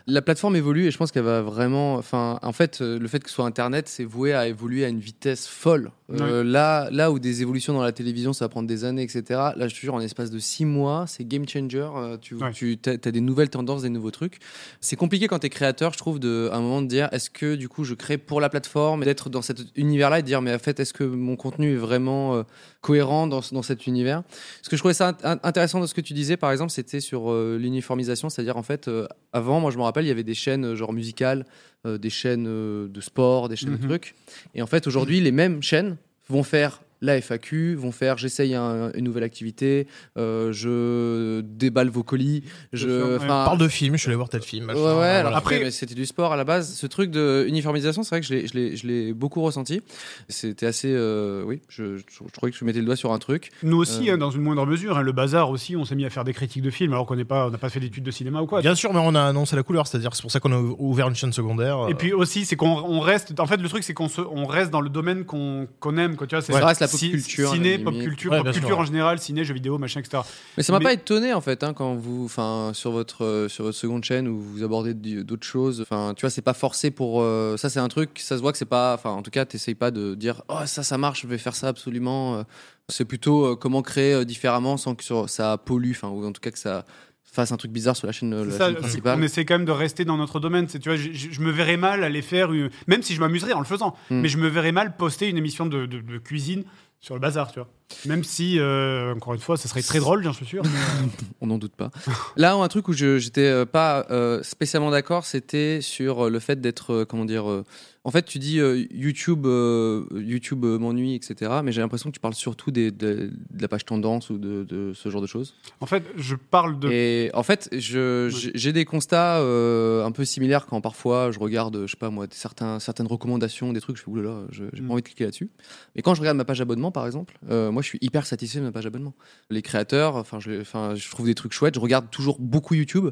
S2: La plateforme évolue et je pense qu'elle va vraiment. Enfin, en fait, euh, le fait que ce soit Internet, c'est voué à évoluer à une vitesse folle. Euh, Là, là où des évolutions dans la télévision, ça va prendre des années, etc. Là, je te jure, en espace de six mois, c'est game changer. euh, Tu,
S3: Ouais.
S2: tu as, des nouvelles tendances, des nouveaux trucs. C'est compliqué quand t'es créateur, je trouve, de, à un moment de dire est-ce que du coup je crée pour la plateforme, d'être dans cet univers-là et de dire mais en fait est-ce que mon contenu est vraiment euh, cohérent dans, ce- dans cet univers. Ce que je trouvais ça in- intéressant de ce que tu disais, par exemple, c'était sur euh, l'uniformisation, c'est-à-dire en fait, euh, avant, moi je me rappelle, il y avait des chaînes euh, genre musicales, euh, des chaînes euh, de sport, des chaînes de
S3: Mhm.
S2: trucs. Et en fait, aujourd'hui, les mêmes chaînes vont faire la FAQ, vont faire j'essaye un- une nouvelle activité, euh, je déballe vos colis,
S3: sûr,
S2: je.
S3: ouais.
S2: enfin,
S4: Parle de film, je suis allé voir tel film. machin,
S2: Ouais, ouais,
S4: voilà.
S2: alors
S3: euh, Après-
S2: après, mais c'était du sport à la base. Ce truc de uniformisation, c'est vrai que je l'ai- je l'ai- je l'ai beaucoup ressenti. C'était assez. euh, oui, je, je, je trouvais que je mettais le doigt sur un truc.
S3: Nous aussi,
S2: Euh.
S3: hein, dans une moindre mesure, hein, le bazar aussi, on s'est mis à faire des critiques de films alors qu'on n'est pas- on n'a pas fait d'études de cinéma ou quoi.
S4: Bien sûr, mais on a annoncé la couleur, c'est-à-dire c'est pour ça qu'on a ou- ouvert une chaîne secondaire. euh,
S3: Et puis aussi, c'est qu'on on reste. En fait, le truc, c'est qu'on se- on reste dans le domaine qu'on qu'on aime. Quoi, tu vois, c'est
S2: Ça reste la pop
S3: ci-
S2: culture, à
S3: Ciné,
S2: la
S3: pop
S2: limite.
S3: culture,
S4: Ouais,
S3: pop
S4: bien sûr,
S3: culture
S4: ouais.
S3: en général, ciné, jeux vidéo, machin, etc.
S2: Mais ça m'a
S3: Mais-
S2: pas étonné en fait hein, quand vous, enfin, sur votre euh, sur votre seconde chaîne où vous abordez du- d'autres choses. Enfin, tu vois, c'est pas forcé pour euh, ça. C'est un truc, ça se voit que c'est pas. Enfin, en tout cas, t'essayes pas de dire oh ça ça marche, je vais faire ça absolument. Euh, C'est plutôt euh, comment créer euh, différemment sans que sur- ça pollue, enfin ou en tout cas que ça fasse un truc bizarre sur la chaîne, euh, la
S3: C'est ça,
S2: chaîne
S3: c'est
S2: principale.
S3: qu'on essaie quand même de rester dans notre domaine. C'est, tu vois, je, je- je me verrais mal aller faire, une- même si je m'amuserais en le faisant,
S2: Hmm.
S3: mais je me verrais mal poster une émission de, de- de cuisine sur le bazar, tu vois. Même si, euh, encore une fois, ça serait très drôle, j'en suis sûr.
S2: On n'en doute pas. Là, un truc où je j'étais euh, pas euh, spécialement d'accord, c'était sur euh, le fait d'être, euh, comment dire, euh, en fait, tu dis euh, YouTube, euh, YouTube euh, m'ennuie, etc. Mais j'ai l'impression que tu parles surtout des, de, de la page tendance ou de, de ce genre de choses.
S3: en fait, je parle de.
S2: Et en fait, je- j'ai j'ai des constats euh, un peu similaires quand parfois je regarde, je sais pas moi, certains, certaines recommandations, des trucs, je fais oulala, je- j'ai
S3: Mm.
S2: pas envie de cliquer là-dessus. Mais quand je regarde ma page abonnement, par exemple, euh, moi je suis hyper satisfait de ma page abonnement. Les créateurs, enfin, je, les- enfin, je trouve des trucs chouettes, je regarde toujours beaucoup YouTube.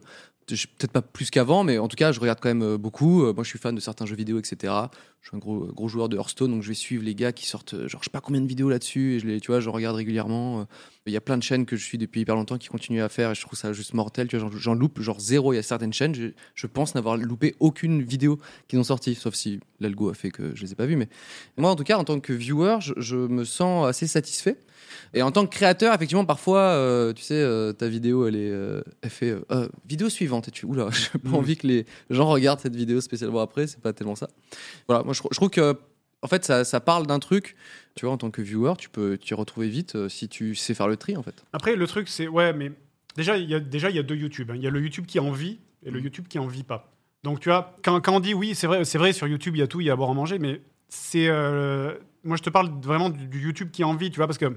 S2: Je- Peut-être pas plus qu'avant, mais en tout cas, je regarde quand même euh, beaucoup. Euh, Moi, je suis fan de certains jeux vidéo, etc. Je suis un gros, gros joueur de Hearthstone, donc je vais suivre les gars qui sortent, euh, genre, je sais pas combien de vidéos là-dessus, et je les, tu vois, je regarde régulièrement. Euh, Il y a plein de chaînes que je suis depuis hyper longtemps qui continuent à faire, et je trouve ça juste mortel. Tu vois, j'en- j'en loupe genre zéro. Il y a certaines chaînes, je, je pense n'avoir loupé aucune vidéo qu'ils ont sortie, sauf si l'algo a fait que je les ai pas vues. Mais moi, en tout cas, en tant que viewer, je, je me sens assez satisfait. Et en tant que créateur, effectivement, parfois, euh, tu sais, euh, ta vidéo, elle est, euh, elle fait euh, Euh, vidéo suivante. Et tu, oula, j'ai pas
S3: Mhm.
S2: envie que les gens regardent cette vidéo spécialement après. C'est pas tellement ça. Voilà, moi, je, je trouve que, en fait, ça, ça parle d'un truc. Tu vois, en tant que viewer, tu peux t'y retrouver vite euh, si tu sais faire le tri, en fait.
S3: Après, le truc, c'est. Ouais, mais déjà, il y a, déjà, il y a deux YouTube. hein. Il y a le YouTube qui en vit et
S2: Mm.
S3: le YouTube qui en vit pas. Donc, tu vois, quand, quand on dit oui, c'est vrai, c'est vrai, sur YouTube, il y a tout, il y a à boire à manger, mais c'est. euh, moi, je te parle vraiment du, du YouTube qui en vit, tu vois, parce que.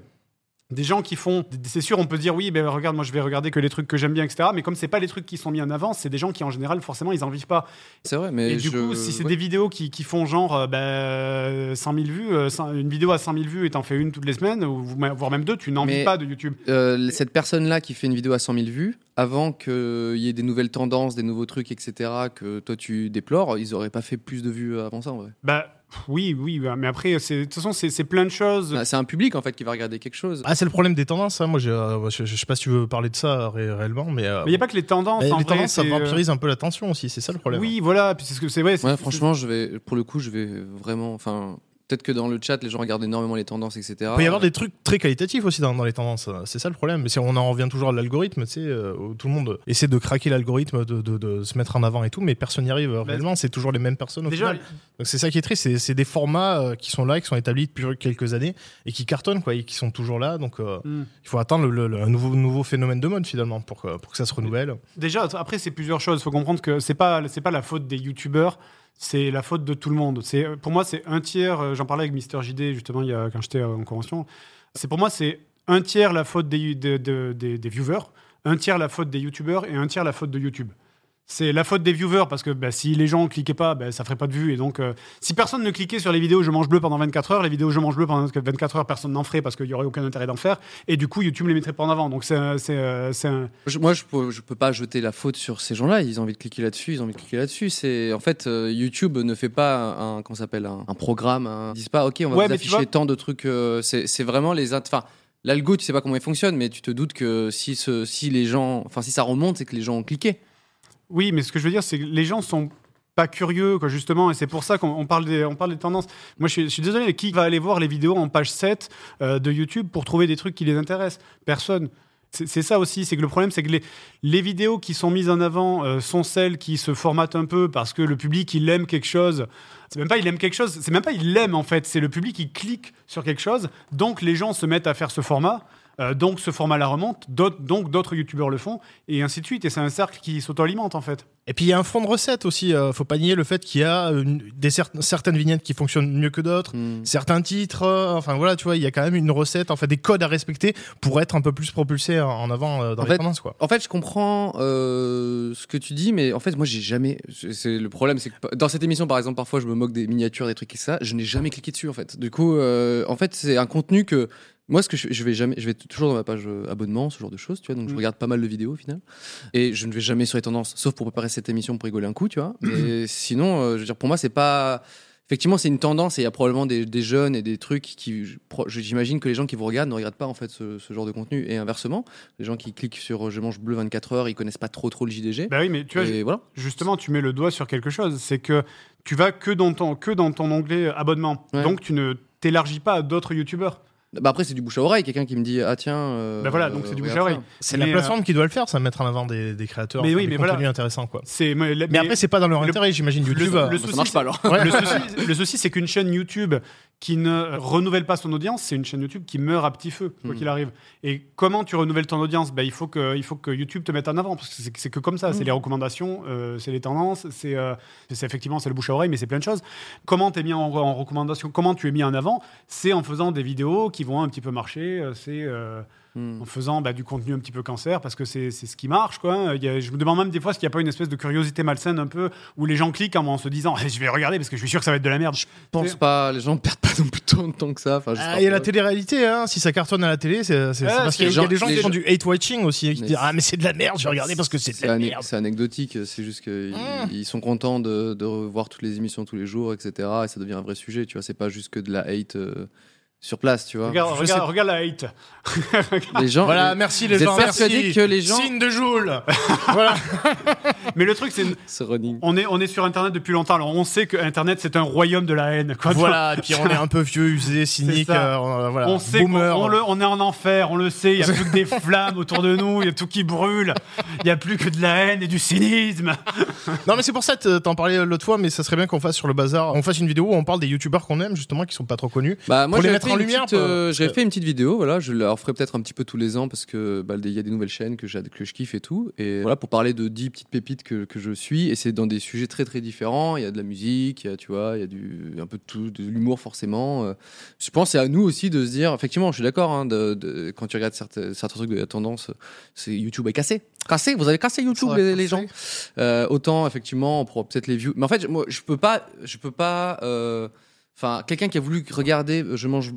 S3: Des gens qui font, c'est sûr, on peut dire oui, ben regarde, moi je vais regarder que les trucs que j'aime bien, etc. Mais comme c'est pas les trucs qui sont mis en avant, c'est des gens qui en général, forcément, ils en vivent pas.
S2: C'est vrai, mais
S3: Et, du
S2: je-
S3: coup, si c'est
S2: ouais.
S3: des vidéos qui, qui font genre euh, ben, 100 000 vues, euh, cin- une vidéo à 100 000 vues et t'en fais une toutes les semaines, ou voire même deux, tu n'en
S2: Mais-
S3: vis pas de YouTube.
S2: Euh, cette personne-là qui fait une vidéo à 100 000 vues, avant qu'il y ait des nouvelles tendances, des nouveaux trucs, etc., que toi tu déplores, ils auraient pas fait plus de vues euh, avant ça, en vrai.
S3: Bah pff, oui, oui, bah, mais après, c'est- de toute façon, c'est c'est plein de choses.
S2: Ah, C'est un public, en fait, qui va regarder quelque chose.
S4: Ah, c'est le problème des tendances. hein. Moi, j'ai, euh, je, je sais pas si tu veux parler de ça euh, ré- réellement, mais, euh,
S3: mais il n'y a pas que les tendances.
S4: mais les
S3: en vrai,
S4: tendances, ça
S3: c'est, euh,
S4: vampirise un peu l'attention aussi. C'est ça le problème.
S3: Oui, voilà. Puis c'est ce que c'est. Ouais, c'est-
S2: Ouais, franchement, je vais, pour le coup, je vais vraiment. Enfin, peut-être que dans le chat, les gens regardent énormément les tendances, etc.
S4: Il peut y avoir des trucs très qualitatifs aussi dans, dans les tendances. hein. C'est ça le problème. Mais si on en revient toujours à l'algorithme, tu sais, euh, où tout le monde essaie de craquer l'algorithme, de, de- de se mettre en avant et tout, mais personne n'y arrive euh,
S3: Bah,
S4: réellement. C'est toujours les mêmes personnes au
S3: Déjà,
S4: final. Donc c'est ça qui est triste. C'est, c'est des formats euh, qui sont là, qui sont établis depuis quelques années et qui cartonnent, quoi, et qui sont toujours là. Donc euh,
S3: hmm.
S4: il faut attendre le- le- le- un nouveau, nouveau phénomène de mode finalement pour que, pour que ça se renouvelle.
S3: déjà, après, c'est plusieurs choses. Il faut comprendre que c'est pas, c'est pas la faute des youtubeurs. C'est la faute de tout le monde. C'est pour moi, c'est un tiers. euh, J'en parlais avec Mister JD justement il y a, quand j'étais euh, en convention. C'est pour moi, c'est un tiers la faute des, de- de- des, des viewers, un tiers la faute des youtubeurs et un tiers la faute de YouTube. C'est la faute des viewers parce que bah, si les gens cliquaient pas, bah, ça ferait pas de vues. Et donc, euh, si personne ne cliquait sur les vidéos Je mange bleu pendant 24 heures, les vidéos Je mange bleu pendant 24 heures, personne n'en ferait parce qu'il y aurait aucun intérêt d'en faire. Et du coup, YouTube les mettrait pas en avant. Donc, c'est un- c'est, euh, c'est un,
S2: Je- moi, je peux, je peux pas jeter la faute sur ces gens-là. Ils ont envie de cliquer là-dessus, ils ont envie de cliquer là-dessus. C'est en fait euh, YouTube ne fait pas un comment ça s'appelle un, un programme. Un, ils disent pas OK, on va
S3: Ouais,
S2: vous
S3: mais tu
S2: afficher
S3: vois-
S2: tant de trucs. euh, c'est c'est vraiment les int- enfin l'algo. Tu sais pas comment il fonctionne, mais tu te doutes que si ce, si les gens, enfin si ça remonte, c'est que les gens ont cliqué.
S3: Oui, mais ce que je veux dire, c'est que les gens sont pas curieux, quoi, justement, et c'est pour ça qu'on on parle, des, on parle des tendances. Moi, je suis, je suis désolé, mais qui va aller voir les vidéos en page 7 euh, de YouTube pour trouver des trucs qui les intéressent Personne. C'est c'est ça aussi, c'est que le problème, c'est que les, les vidéos qui sont mises en avant euh, sont celles qui se formatent un peu parce que le public, il aime quelque chose. C'est même pas il aime quelque chose, c'est même pas il l'aime en fait, c'est le public qui clique sur quelque chose, donc les gens se mettent à faire ce format. Euh, donc ce format-là remonte, d'autres- donc d'autres youtubeurs le font, et ainsi de suite. Et c'est un cercle qui s'auto-alimente en fait.
S4: Et puis il y a un fond de recette aussi. euh, faut pas nier le fait qu'il y a une- des cer- certaines vignettes qui fonctionnent mieux que d'autres,
S2: Hmm.
S4: certains titres. euh, enfin voilà, tu vois, il y a quand même une recette, enfin des codes à respecter pour être un peu plus propulsé en- en avant euh, dans
S2: En
S4: les
S2: fait,
S4: tendances, quoi.
S2: En fait, je comprends euh, ce que tu dis, mais en fait, moi, j'ai jamais. c'est- C'est le problème, c'est que pa- dans cette émission, par exemple, parfois, je me moque des miniatures, des trucs et ça. Je n'ai jamais cliqué dessus, en fait. Du coup, euh, en fait, c'est un contenu que moi, ce que je, je vais jamais, je vais t- toujours dans ma page euh, abonnement, ce genre de choses, tu vois. Donc, je
S3: Mm.
S2: regarde pas mal de vidéos au final, et je ne vais jamais sur les tendances, sauf pour préparer cette émission pour rigoler un coup, tu vois. Mais sinon, euh, je veux dire, pour moi, c'est pas. Effectivement, c'est une tendance et il y a probablement des, des jeunes et des trucs qui. je- pro- J'imagine que les gens qui vous regardent ne regardent pas en fait ce- ce genre de contenu et inversement les gens qui cliquent sur euh, Je mange bleu 24 heures, ils connaissent pas trop trop le JDG.
S3: Bah oui, mais tu vois,
S2: et voilà.
S3: justement, tu mets le doigt sur quelque chose. C'est que tu vas que dans ton, que dans ton onglet abonnement.
S2: Ouais.
S3: Donc tu ne t'élargis pas à d'autres youtubeurs.
S2: Bah après, c'est du bouche à oreille. Quelqu'un qui me dit Ah tiens. euh,
S3: Bah voilà, donc c'est du bouche à
S2: regarde
S3: oreille.
S2: ça.
S4: C'est la
S3: Mais, euh,
S4: plateforme qui doit le faire, ça, mettre en avant des, des créateurs,
S3: Mais
S4: enfin,
S3: oui,
S4: des
S3: mais
S4: contenus
S3: voilà.
S4: intéressants, quoi.
S3: C'est, mais,
S4: Mais, après, c'est pas dans leur
S3: le-
S4: intérêt, j'imagine. YouTube.
S3: le
S4: euh,
S2: Bah, Ça
S3: souci,
S2: marche pas
S3: c'est-
S2: alors.
S3: le souci, le souci, c'est qu'une chaîne YouTube qui ne renouvelle pas son audience, c'est une chaîne YouTube qui meurt à petit feu, quoi
S2: Mm.
S3: qu'il arrive. Et comment tu renouvelles ton audience ben, il, faut que, il faut que YouTube te mette en avant, parce que c'est- c'est que comme ça, c'est les recommandations, euh, c'est les tendances, c'est euh, c'est effectivement c'est le bouche à oreille, mais c'est plein de choses. Comment tu es mis en, en recommandation, comment tu es mis en avant, c'est en faisant des vidéos qui vont un petit peu marcher, euh, c'est... euh,
S2: Hmm.
S4: Mm.
S3: en faisant bah, du contenu un petit peu cancer parce que c'est c'est ce qui marche quoi. Il y a- je me demande même des fois s'il n'y a pas une espèce de curiosité malsaine un peu où les gens cliquent en, en se disant Eh, je vais regarder parce que je suis sûr que ça va être de la merde.
S2: Je pense pas, les gens perdent pas non plus tant de temps que ça. Enfin, j'espère
S4: Ah, Il y a
S2: pas.
S4: la télé-réalité, hein. si ça cartonne à la télé, c'est c'est-
S3: Ah,
S4: c'est parce
S3: c'est
S4: qu'il y, a
S2: genre-
S4: des gens
S2: les
S4: qui font
S2: gens-
S4: du hate-watching aussi, et qui
S2: Mais
S4: disent Ah, mais c'est de la merde, je vais regarder parce que c'est de
S2: C'est
S4: la
S2: ané-
S4: merde.
S2: c'est anecdotique, c'est juste qu'ils
S4: Mm.
S2: ils sont contents de, de revoir toutes les émissions tous les jours, etc. Et ça devient un vrai sujet, tu vois. C'est pas juste que de la hate euh, sur place, tu vois.
S3: Regarde,
S4: je
S3: regarde,
S4: sais-
S3: regarde la hate.
S2: Les gens, euh,
S4: Voilà,
S2: les-
S4: merci les
S2: vous êtes
S4: gens.
S2: persuadé
S4: merci.
S2: que les gens-
S4: Signe de Joule Voilà.
S3: Mais le truc c'est
S2: ce running.
S3: on est on est sur internet depuis longtemps alors on sait que internet c'est un royaume de la haine quoi.
S4: voilà, et puis on est un peu vieux, usé, cynique,
S3: C'est ça.
S4: euh, on- voilà.
S3: On sait qu'on
S4: boomer.
S3: on le- on est en enfer, on le sait, il n'y a plus que des flammes autour de nous, il y a tout qui brûle, il n'y a plus que de la haine et du cynisme.
S4: Non, mais c'est pour ça, t- t'en parlais euh, l'autre fois, mais ça serait bien qu'on fasse sur le bazar, on fasse une vidéo où on parle des youtubeurs qu'on aime, justement, qui sont pas trop connus.
S2: Bah, moi,
S4: Pour les
S2: j'avais
S4: mettre
S2: fait
S4: en
S2: une
S4: lumière,
S2: petite, euh,
S4: parce
S2: j'avais
S4: que-
S2: fait une petite vidéo, voilà, je la referai peut-être un petit peu tous les ans parce que bah, il y a des nouvelles chaînes que, j'ad- que je kiffe et tout. Et voilà, pour parler de 10 petites pépites que, que je suis, et c'est dans des sujets très très différents. Il y a de la musique, il y a, tu vois, il y a du, un peu de tout, de l'humour forcément. Euh, Je pense que c'est à nous aussi de se dire, effectivement, je suis d'accord, hein, de, de- quand tu regardes certains, certains trucs de la tendance, c'est YouTube est cassé. Cassé, vous avez cassé YouTube
S4: Ça va
S2: les, les gens.
S4: casser.
S2: Euh, autant effectivement on pourra peut-être les views. Mais en fait, moi, je peux pas, je peux pas. euh, Enfin, quelqu'un qui a voulu regarder, euh, je mange,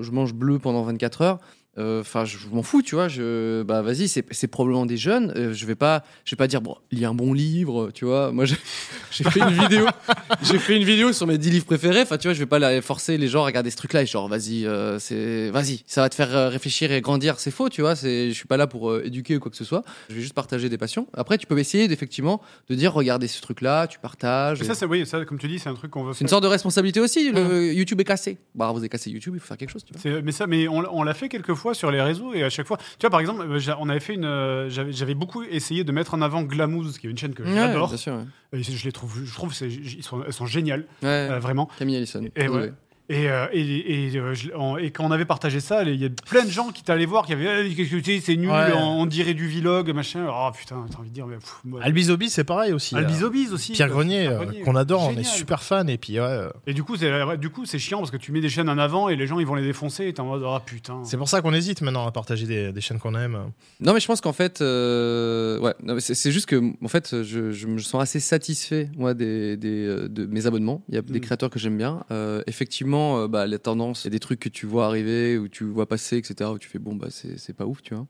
S2: je mange bleu pendant 24 heures. euh, Enfin, je m'en fous, tu vois. Je, bah, vas-y, c'est c'est probablement des jeunes. euh, je vais pas, je vais pas dire bon, il y a un bon livre, tu vois. Moi, j'ai j'ai fait une vidéo, j'ai fait une vidéo sur mes 10 livres préférés. Enfin, tu vois, je vais pas la- forcer les gens à regarder ce truc-là. Et genre, vas-y, euh, c'est, vas-y, ça va te faire euh, réfléchir et grandir. C'est faux, tu vois. C'est, je suis pas là pour euh, éduquer ou quoi que ce soit. Je vais juste partager des passions. Après, tu peux essayer d'effectivement de dire regardez ce truc là, tu partages.
S3: Mais ça, c'est oui, ça, comme tu dis, c'est un truc qu'on veut
S2: C'est une
S3: faire.
S2: sorte de responsabilité aussi.
S3: Ah
S2: Le YouTube est cassé. Bah, vous avez cassé YouTube, il faut faire quelque chose. Tu vois.
S3: C'est- mais ça, mais on, l'a- on l'a fait quelques fois sur les réseaux et à chaque fois, tu vois, par exemple, euh, j'a- on avait fait une, euh, j'avais j'avais beaucoup essayé de mettre en avant Glamouze, qui est une chaîne que
S2: Ouais,
S3: j'adore.
S2: bien sûr. ouais.
S3: Et Je les trouve, je trouve, c'est- j- ils sont, elles sont géniales,
S2: Ouais,
S3: euh, vraiment.
S2: Camille Allison.
S3: Et, ouais. Et, euh, et- et, euh, je- on- et quand on avait partagé ça, les- il y a plein de gens qui t'allaient voir, qui avaient, Eh, qu'est-ce que c'est, c'est nul,
S4: Ouais.
S3: on, on dirait du vlog, machin. Oh putain, t'as envie de dire, mais, pff, moi-
S4: Albizobi, c'est pareil aussi. euh,
S3: Albizobiz aussi.
S4: Pierre
S3: quoi.
S4: Grenier,
S3: Pierre
S4: euh,
S3: Grenier.
S4: qu'on adore, on est
S3: Génial.
S4: super fan, et puis ouais. euh,
S3: Et du coup, c'est, du coup, c'est chiant parce que tu mets des chaînes en avant et les gens ils vont les défoncer. Et t'es en mode, ah putain.
S4: C'est pour ça qu'on hésite maintenant à partager des, des chaînes qu'on aime.
S2: Non, mais je pense qu'en fait, euh, ouais, non, mais c'est c'est juste que, en fait, je, je me sens assez satisfait, moi, des, des, euh, de mes abonnements. Il y a des
S3: Mm.
S2: créateurs que j'aime bien. Euh, effectivement, euh, bah, la tendance, il y a des trucs que tu vois arriver, ou tu vois passer, etc., où tu fais, bon, bah, c'est c'est pas ouf, tu vois.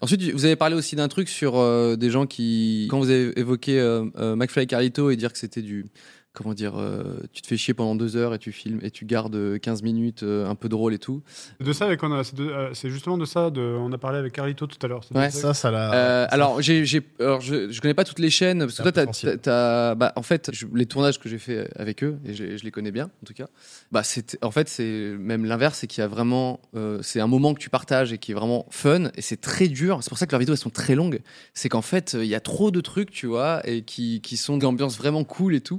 S2: Ensuite, vous avez parlé aussi d'un truc sur euh, des gens qui, quand vous avez évoqué euh, euh, McFly et Carlito et dire que c'était du, comment dire, euh, tu te fais chier pendant deux heures et tu filmes et tu gardes 15 minutes euh, un peu drôle et tout.
S3: De ça, avec- on a- c'est de- euh, c'est justement de ça, de, on a parlé avec Carlito tout à l'heure. C'est de
S2: Ouais.
S3: ça-
S4: Ça, ça l'a.
S2: Euh,
S4: ça-
S2: alors, j'ai, j'ai- alors, je, je connais pas toutes les chaînes parce que
S4: C'est
S2: toi,
S4: un peu
S2: t'as-
S4: sensible.
S2: t'as- t'as- bah, en fait, je- les tournages que j'ai fait avec eux et je, je les connais bien, en tout cas. Bah, c'est, en fait, c'est même l'inverse, c'est qu'il y a vraiment, euh, c'est un moment que tu partages et qui est vraiment fun et c'est très dur. C'est pour ça que leurs vidéos elles sont très longues. C'est qu'en fait, euh, il y a trop de trucs, tu vois, et qui, qui sont d'ambiance vraiment cool et tout.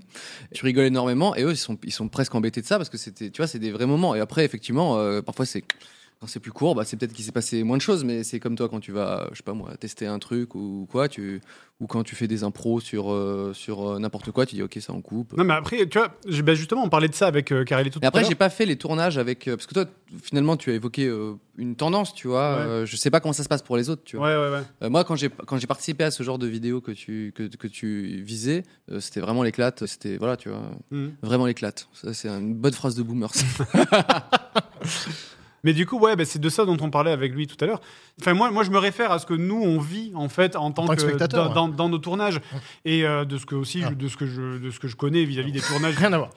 S2: Tu rigoles énormément et eux, ils sont, ils sont presque embêtés de ça parce que c'était, tu vois, c'est des vrais moments. Et après, effectivement, euh, parfois c'est Quand c'est plus court, bah, c'est peut-être qu'il s'est passé moins de choses, mais c'est comme toi quand tu vas, je sais pas moi, tester un truc ou quoi, tu, ou quand tu fais des impros sur, euh, sur euh, n'importe quoi, tu dis ok, ça on coupe.
S3: Non, mais après, tu vois, j'ai- ben, justement, on parlait de ça avec euh, Carelli tout
S2: Mais
S3: à
S2: après,
S3: l'heure.
S2: j'ai pas fait les tournages avec. euh, parce que toi, t- finalement, tu as évoqué euh, une tendance, tu vois.
S3: Ouais.
S2: euh, je sais pas comment ça se passe pour les autres, tu vois.
S3: Ouais, ouais, ouais.
S2: Euh, moi, quand j'ai quand j'ai participé à ce genre de vidéo que tu que, que tu visais, euh, c'était vraiment l'éclate. C'était voilà, tu vois,
S3: Mhm.
S2: vraiment l'éclate. Ça, c'est une bonne phrase de boomer. ça.
S3: Mais du coup, ouais, ben, c'est de ça dont on parlait avec lui tout à l'heure. Enfin, moi, moi, je me réfère à ce que nous, on vit, en fait, en tant
S4: tant
S3: que,
S4: que spectateur,
S3: dans,
S4: ouais.
S3: dans- dans nos tournages. Et euh, de ce que aussi,
S4: Ah.
S3: je- de, ce que je, de ce que je connais vis-à-vis des tournages.
S4: Rien à voir.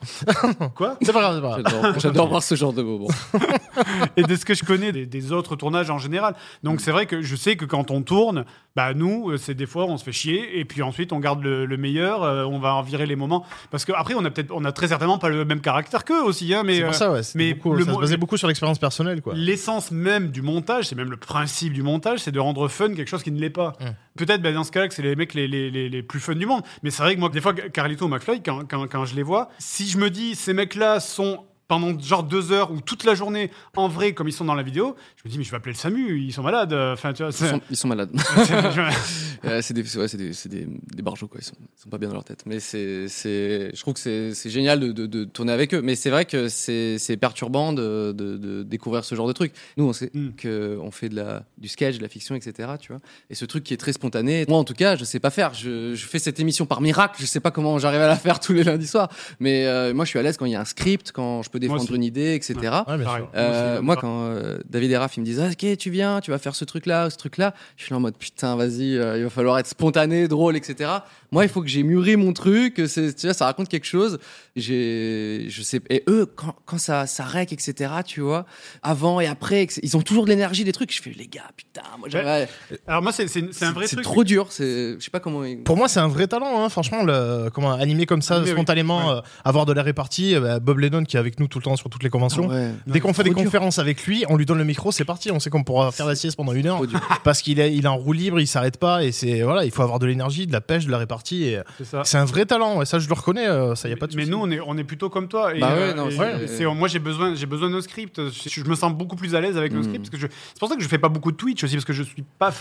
S3: Quoi
S4: C'est pas grave, c'est pas grave.
S2: J'adore- J'adore voir ce genre de moment.
S3: et de ce que je connais des, des autres tournages en général. Donc c'est vrai que je sais que quand on tourne, bah nous, euh, c'est des fois on se fait chier et puis ensuite on garde le, le meilleur, euh, on va en virer les moments parce que après on a peut-être, on a très certainement pas le même caractère qu'eux aussi, hein, mais
S4: C'est
S3: euh,
S4: pour ça, ouais. c'était
S3: mais
S4: beaucoup-
S3: le
S4: ça se
S3: mo-
S4: basait beaucoup sur l'expérience personnelle, quoi.
S3: L'essence même du montage, c'est même le principe du montage, c'est de rendre fun quelque chose qui ne l'est pas.
S4: Mm.
S3: Peut-être bah, dans ce cas-là que c'est les mecs les, les, les, les plus fun du monde. Mais c'est vrai que moi, des fois, Carlito McFly, quand, quand, quand je les vois, si je me dis ces mecs-là sont pendant genre deux heures ou toute la journée en vrai comme ils sont dans la vidéo, je me dis mais je vais appeler le SAMU, ils sont malades. euh, Enfin, tu vois,
S2: Ils
S3: c'est-
S2: sont, ils sont malades.
S3: je-
S2: Euh, c'est des, ouais, c'est des, c'est des, des barjots, quoi. Ils sont, ils sont pas bien dans leur tête. Mais c'est, c'est, je trouve que c'est, c'est génial de, de, de tourner avec eux. Mais c'est vrai que c'est, c'est perturbant de, de, de découvrir ce genre de truc. Nous, on sait
S3: Mm.
S2: que on fait de la, du sketch, de la fiction, etc. Tu vois. Et ce truc qui est très spontané. Moi, en tout cas, je sais pas faire. Je, je fais cette émission par miracle. Je sais pas comment j'arrive à la faire tous les lundis soirs. Mais euh, moi, je suis à l'aise quand il y a un script, quand je peux défendre
S3: aussi.
S2: une idée, etc.
S4: Ouais, bien
S3: Pareil.
S4: sûr.
S2: Euh,
S3: Aussi,
S2: moi,
S3: par-
S2: quand euh, David et Raph, ils me disent Ah, Ok, tu viens, tu vas faire ce truc-là, ce truc-là, je suis là en mode Putain, vas-y, euh, il va falloir être spontané, drôle, etc. Moi, il faut que j'ai mûri mon truc, que c'est- tu vois, ça raconte quelque chose. J'ai- Je sais, et eux, quand, quand ça, ça rec, etc., tu vois, avant et après, etc., ils ont toujours de l'énergie, des trucs. Je fais Les gars, putain, moi, j'aimerais-
S3: Alors moi c'est c'est- c'est un vrai
S2: c'est
S3: truc.
S2: trop dur, c'est- je sais pas comment. ils-
S4: Pour moi, c'est un vrai talent, hein, franchement, le, comment animer comme ça,
S3: Mais oui.
S4: spontanément,
S3: Ouais.
S4: euh, avoir de la répartie. euh, bah, Bob Lennon qui est avec nous tout le temps sur toutes les conventions.
S2: Ouais,
S4: Dès qu'on fait des
S2: trop dur.
S4: conférences avec lui, on lui donne le micro, c'est parti. On sait qu'on pourra faire la sieste pendant une heure
S2: trop dur.
S4: parce qu'il est, il est en roue libre, il s'arrête pas et c'est voilà, il faut avoir de l'énergie, de la pêche, de la répartie. et euh,
S3: c'est ça.
S4: C'est un vrai talent, ouais, ça je le reconnais, euh, ça y a pas de
S3: mais
S4: souci.
S3: nous, on est, on est plutôt comme toi. Et,
S2: Bah ouais,
S3: euh,
S2: non,
S3: et-
S2: c'est-
S3: et c'est- moi, j'ai besoin, j'ai besoin de nos scripts. Je, je me sens beaucoup plus à l'aise avec nos
S2: Mm.
S3: scripts. parce que je- C'est pour ça que je fais pas beaucoup de Twitch aussi, parce que je suis pas f-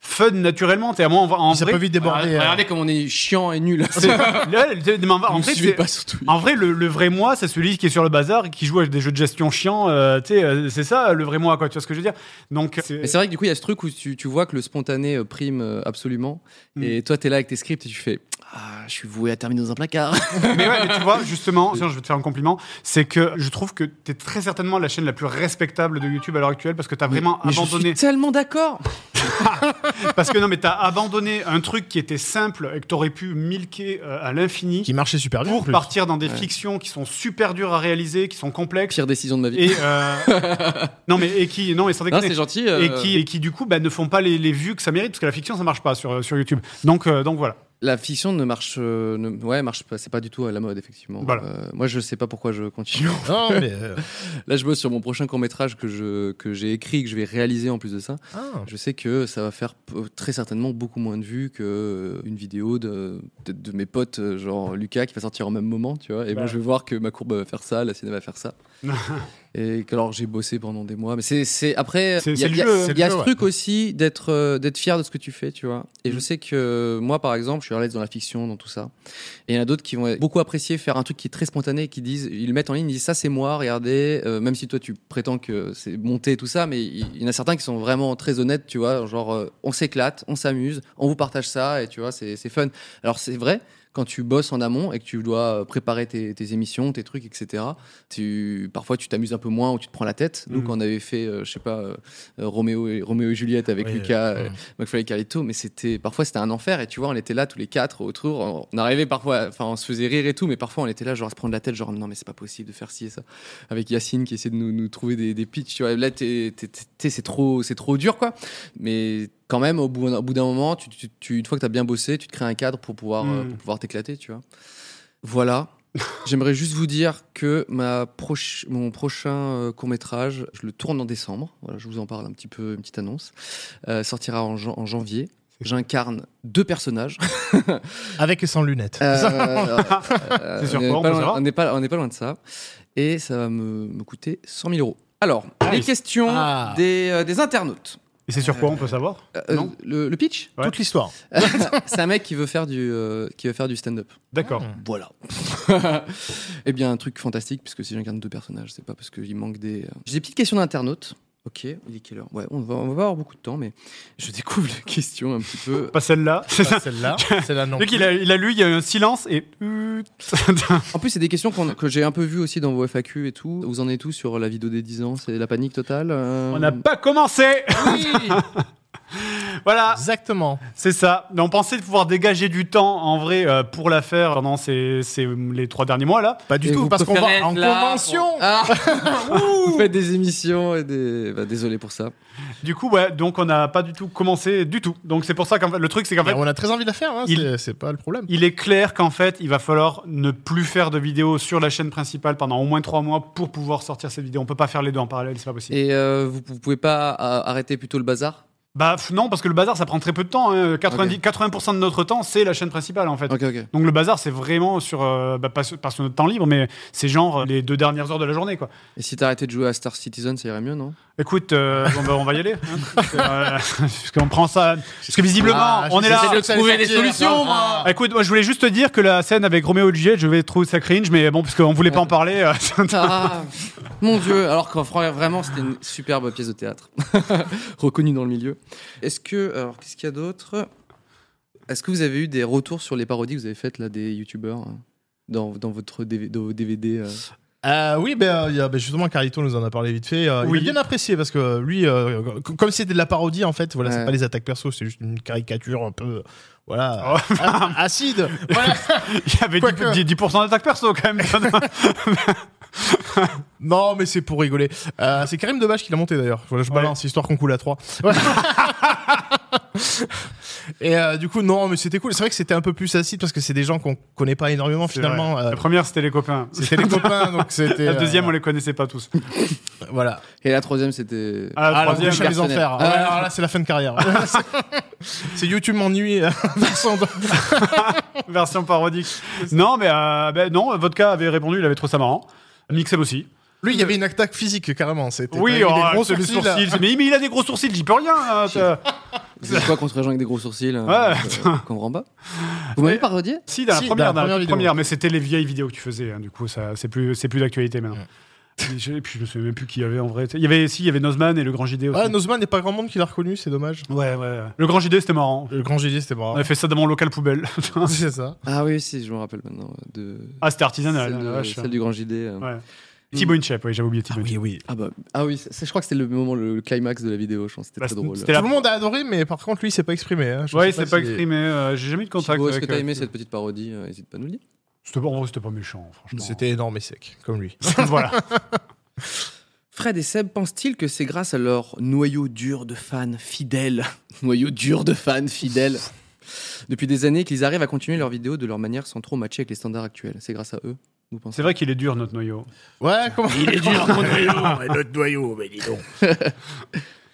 S3: fun naturellement. T'es à moi, en, en
S4: ça
S3: vrai.
S4: peut vite déborder. euh,
S2: Regardez comme on est chiant et nul.
S3: c'est- là, le- mais en- en
S2: Vous
S3: vrai,
S2: suivez
S3: c'est-
S2: pas sur Twitch.
S3: en vrai, le, le vrai moi, c'est celui qui est sur le bazar et qui joue à des jeux de gestion chiants. euh, tu sais, euh, c'est ça le vrai moi, quoi. Tu vois ce que je veux dire Donc, euh, c'est-
S2: Mais c'est vrai que du coup, il y a ce truc où tu, tu vois que le spontané euh, prime euh, absolument.
S3: Mm.
S2: Et toi, t'es là avec tes scripts et tu fais Ah, je suis voué à terminer dans un placard.
S3: mais ouais, mais tu vois, justement, tiens, je vais te faire un compliment. C'est que je trouve que t'es très certainement la chaîne la plus respectable de YouTube à l'heure actuelle parce que t'as vraiment
S2: Mais
S3: abandonné.
S2: Je suis tellement d'accord.
S3: Parce que non, mais t'as abandonné un truc qui était simple et que t'aurais pu milquer euh, à l'infini
S4: qui marchait super bien. en
S3: pour
S4: plus.
S3: partir dans des
S2: Ouais.
S3: fictions qui sont super dures à réaliser, qui sont complexes.
S2: Pire décision de ma vie.
S3: Et euh, non, mais et qui non, mais sans
S2: non,
S3: déconner.
S2: c'est gentil. euh,
S3: et qui, et qui du coup bah, ne font pas les, les vues que ça mérite parce que la fiction ça marche pas sur, sur YouTube donc, euh, donc voilà
S2: La fiction ne marche, euh, ne- ouais, marche pas. C'est pas du tout à la mode, effectivement.
S3: Voilà.
S2: Euh, moi, je sais pas pourquoi je continue.
S4: Non, mais, euh,
S2: Là, je bosse sur mon prochain court métrage que je que j'ai écrit, que je vais réaliser en plus de ça.
S4: ah,
S2: Je sais que ça va faire p- très certainement beaucoup moins de vues que euh, une vidéo de, peut-être de mes potes, euh, genre Lucas, qui va sortir en même moment, tu vois. Et
S3: Bah.
S2: moi, je vais voir que ma courbe va faire ça, la cinéma va faire ça. et que alors j'ai bossé pendant des mois. Mais c'est, c'est après,
S3: C'est-
S2: il y
S3: c'est
S2: a,
S3: le
S2: il y a-
S3: jeu, hein.
S2: il y a
S4: C'est
S2: ce
S4: le jeu,
S2: truc aussi d'être, euh, d'être fier de ce que tu fais, tu vois. Et
S3: Mm.
S2: je sais que moi, par exemple, je suis à l'aise dans la fiction, dans tout ça. Et il y en a d'autres qui vont beaucoup apprécier faire un truc qui est très spontané, et qui disent, ils le mettent en ligne, ils disent ça c'est moi, regardez, Euh, même si toi tu prétends que c'est monté et tout ça, mais il il y en a certains qui sont vraiment très honnêtes, tu vois, genre euh, on s'éclate, on s'amuse, on vous partage ça et tu vois, c'est c'est fun. Alors c'est vrai, quand tu bosses en amont et que tu dois euh, préparer tes, tes émissions, tes trucs, etc., tu, parfois tu t'amuses un peu moins ou tu te prends la tête. Nous,
S4: Mm.
S3: Mhm.
S2: quand on avait fait, euh, je sais pas, euh, euh, Roméo, et, Roméo et Juliette avec
S4: Oui,
S2: Lucas,
S4: euh,
S2: euh, McFly et Carlito, mais c'était parfois c'était un enfer. Et tu vois, on était là tous les quatre autour. On- On arrivait parfois, enfin, on se faisait rire et tout, mais parfois on était là, genre à se prendre la tête, genre non, mais c'est pas possible de faire ci et ça. Avec Yacine qui essayait de nous, nous trouver des, des pitchs, tu vois. Là, t'es- t'es- t'es- t'es- c'est trop, c'est trop dur, quoi. Mais quand même, au bout, au bout d'un moment, tu, tu- tu- une fois que t'as bien bossé, tu te crées un cadre pour pouvoir, euh,
S3: Mm.
S2: pour pouvoir t'éclater, tu vois. Voilà. J'aimerais juste vous dire que ma proche, mon prochain court métrage, je le tourne en décembre. Voilà, je vous en parle un petit peu, une petite annonce. Euh, sortira en, jan- en janvier. J'incarne deux personnages.
S4: avec et sans lunettes.
S2: Euh, euh,
S3: C'est sur
S2: on est
S3: quoi, on
S2: pas
S3: peut
S2: loin-
S3: savoir
S2: On n'est pas, on n'est pas loin de ça. Et ça va me, me coûter 100 000 euros. Alors, les
S3: oui.
S2: questions
S4: Ah.
S2: des, euh, des internautes.
S3: Et c'est sur quoi on peut savoir
S2: Euh,
S3: Non
S2: le, le pitch
S3: Ouais.
S4: Toute l'histoire.
S2: C'est un mec qui veut faire du, euh, qui veut faire du stand-up.
S3: D'accord.
S2: Voilà. Eh bien, un truc fantastique, puisque si j'incarne deux personnages, c'est pas parce qu'il manque des. euh, J'ai des petites questions d'internautes. Ok, il est quelle heure Ouais, on va, on va pas avoir beaucoup de temps, mais je découvre les questions un petit peu.
S3: Pas celle-là. C'est ça.
S4: Pas Bah, Celle-là, celle-là non.
S3: Dès qu'il a, il a lu, il y a eu un silence et.
S2: En plus, c'est des questions qu'on- que j'ai un peu vues aussi dans vos FAQ et tout. Vous en êtes tout sur la vidéo des 10 ans C'est la panique totale euh,
S3: On n'a pas commencé Voilà,
S4: Exactement.
S3: c'est ça. Mais On pensait pouvoir dégager du temps en vrai euh, pour la faire pendant ces, ces- les trois derniers mois là.
S4: Pas du
S2: Et
S4: tout,
S2: vous
S4: parce qu'on
S2: préférez
S4: va en
S2: être là
S4: convention.
S2: pour- Ah Vous faites des émissions et des. bah, désolé pour ça.
S3: Du coup, ouais, donc on n'a pas du tout commencé du tout. Donc c'est pour ça qu'en fait, le truc c'est qu'en fait,
S4: Mais on a très envie de la faire, hein,
S3: Il-
S4: c'est- c'est pas le problème.
S3: il est clair qu'en fait, il va falloir ne plus faire de vidéos sur la chaîne principale pendant au moins trois mois pour pouvoir sortir cette vidéo. On peut pas faire les deux en parallèle, c'est pas possible.
S2: Et euh, vous, vous pouvez pas euh, arrêter plutôt le bazar
S3: Bah pff, non, parce que le bazar ça prend très peu de temps. hein. 90, 80% de notre temps c'est la chaîne principale en fait.
S2: Ok, ok.
S3: Donc le bazar, c'est vraiment sur, euh, bah, pas, sur- pas sur notre temps libre, mais c'est genre euh, les deux dernières heures de la journée, quoi.
S2: Et si t'arrêtais de jouer à Star Citizen, ça irait mieux, non
S3: Écoute, euh, bon, bah, on va y aller, hein, parce, que, euh, parce qu'on prend ça, parce que visiblement,
S4: Ah,
S3: on est
S4: j'essaie
S3: là. Ah,
S4: de trouver des solutions, moi.
S3: Écoute, moi je voulais juste te dire que la scène avec Roméo et Juliette, je vais trouver ça cringe, mais bon, parce qu'on voulait pas en parler. euh,
S2: Ah, Mon Dieu Alors qu'en vrai, vraiment, c'était une superbe pièce de théâtre, reconnue dans le milieu. Est-ce que... Alors, qu'est-ce qu'il y a d'autre Est-ce que vous avez eu des retours sur les parodies que vous avez faites, là, des youtubeurs hein, dans, dans votre DV dans vos DVD euh
S4: Euh, oui, ben, euh, il y a- ben, justement, Carlito nous en a parlé vite fait. euh,
S3: Oui.
S4: Il a bien apprécié parce que euh, lui, euh, c- comme c'était de la parodie en fait, voilà,
S2: Ouais.
S4: c'est pas les attaques perso, c'est juste une caricature un peu, euh,
S3: Oh.
S4: voilà, a- acide. Voilà.
S3: Il y avait
S4: Quoique.
S3: 10%, 10% d'attaque perso quand même.
S4: Non, mais c'est pour rigoler. Euh, c'est Karim Debache qui l'a monté d'ailleurs. Voilà, je
S3: Ouais.
S4: balance histoire qu'on coule à 3. Et euh, du coup, non, mais c'était cool. C'est vrai que c'était un peu plus acide parce que c'est des gens qu'on connaît pas énormément
S3: C'est
S4: finalement.
S3: vrai.
S4: euh,
S3: la première, c'était les copains.
S4: c'était les copains, donc c'était.
S3: La deuxième, on
S4: euh,
S3: les connaissait pas tous.
S4: voilà.
S2: Et la troisième, c'était...
S3: Ah, la
S4: Ah, la
S3: troisième,
S4: prochaine, les
S2: personnel.
S4: enfers.
S2: Ah.
S4: Ouais, alors là, c'est la fin de carrière. c'est YouTube m'ennuie. euh, Vincent de-
S3: version parodique. Non, mais euh, ben non, Vodka avait répondu, il avait trouvé ça marrant. Mixem aussi.
S4: Lui, il y avait une attaque physique carrément. C'était
S3: Oui,
S4: il
S3: oh,
S4: avait des gros
S3: c'est les
S4: sourcils.
S3: sourcils. Mais, mais il a des gros sourcils, j'y peux rien. hein, ça.
S2: C'est quoi contre les gens avec des gros sourcils euh,
S3: Ouais.
S2: je comprends pas. Vous m'avez parodié
S3: si, dans la
S4: Si,
S3: première, dans
S4: dans la
S3: la
S4: première
S3: toute
S4: vidéo.
S3: première, mais c'était les vieilles vidéos que tu faisais. hein, du coup, ça, c'est plus, c'est plus d'actualité maintenant. Et je- Et puis je me souviens même plus qui y avait en vrai. Il y avait, si, il y avait Nozman et le Grand JD aussi.
S4: Ouais, Nozman n'est pas grand monde qui l'a reconnu, c'est dommage.
S3: ouais, ouais, ouais. Le Grand JD, c'était marrant.
S4: Le grand GD, c'était
S3: On
S4: marrant.
S3: avait fait ça dans mon local poubelle.
S4: c'est ça.
S2: Ah oui, si, je me rappelle maintenant. De...
S3: ah, c'était artisanal.
S2: celle,
S3: la
S2: de-
S3: vache.
S2: celle du Grand JD. euh.
S3: Ouais. Thibaut InShape, oui, j'avais oublié Thibaut InShape.
S4: oui.
S2: Ah, bah, ah oui, ça- ça, je crois que c'était le moment, le, le climax de la vidéo, je pense. C'était
S3: Bah,
S2: très drôle.
S3: c'était
S4: Tout
S3: la-
S4: le monde a adoré, mais par contre, lui, il s'est pas exprimé. hein. Je
S3: Ouais, il
S4: sais
S3: s'est pas
S4: si-
S3: exprimé. euh, J'ai jamais eu de contact.
S2: Thibaut, est-ce que
S3: avec,
S2: t'as
S3: euh,
S2: aimé cette petite parodie euh, Hésite pas à nous le dire.
S3: C'était pas- en vrai, c'était pas méchant, franchement.
S4: C'était énorme et sec, comme lui.
S3: voilà.
S2: Fred et Seb pensent-ils que c'est grâce à leur noyau dur de fans fidèles, noyau dur de fans fidèles, depuis des années qu'ils arrivent à continuer leurs vidéos de leur manière sans trop matcher avec les standards actuels C'est grâce à eux, vous pensez
S3: C'est vrai qu'il est dur notre noyau.
S4: Ouais, comment
S6: Il est dur, mon noyau, et notre noyau, mais dis donc.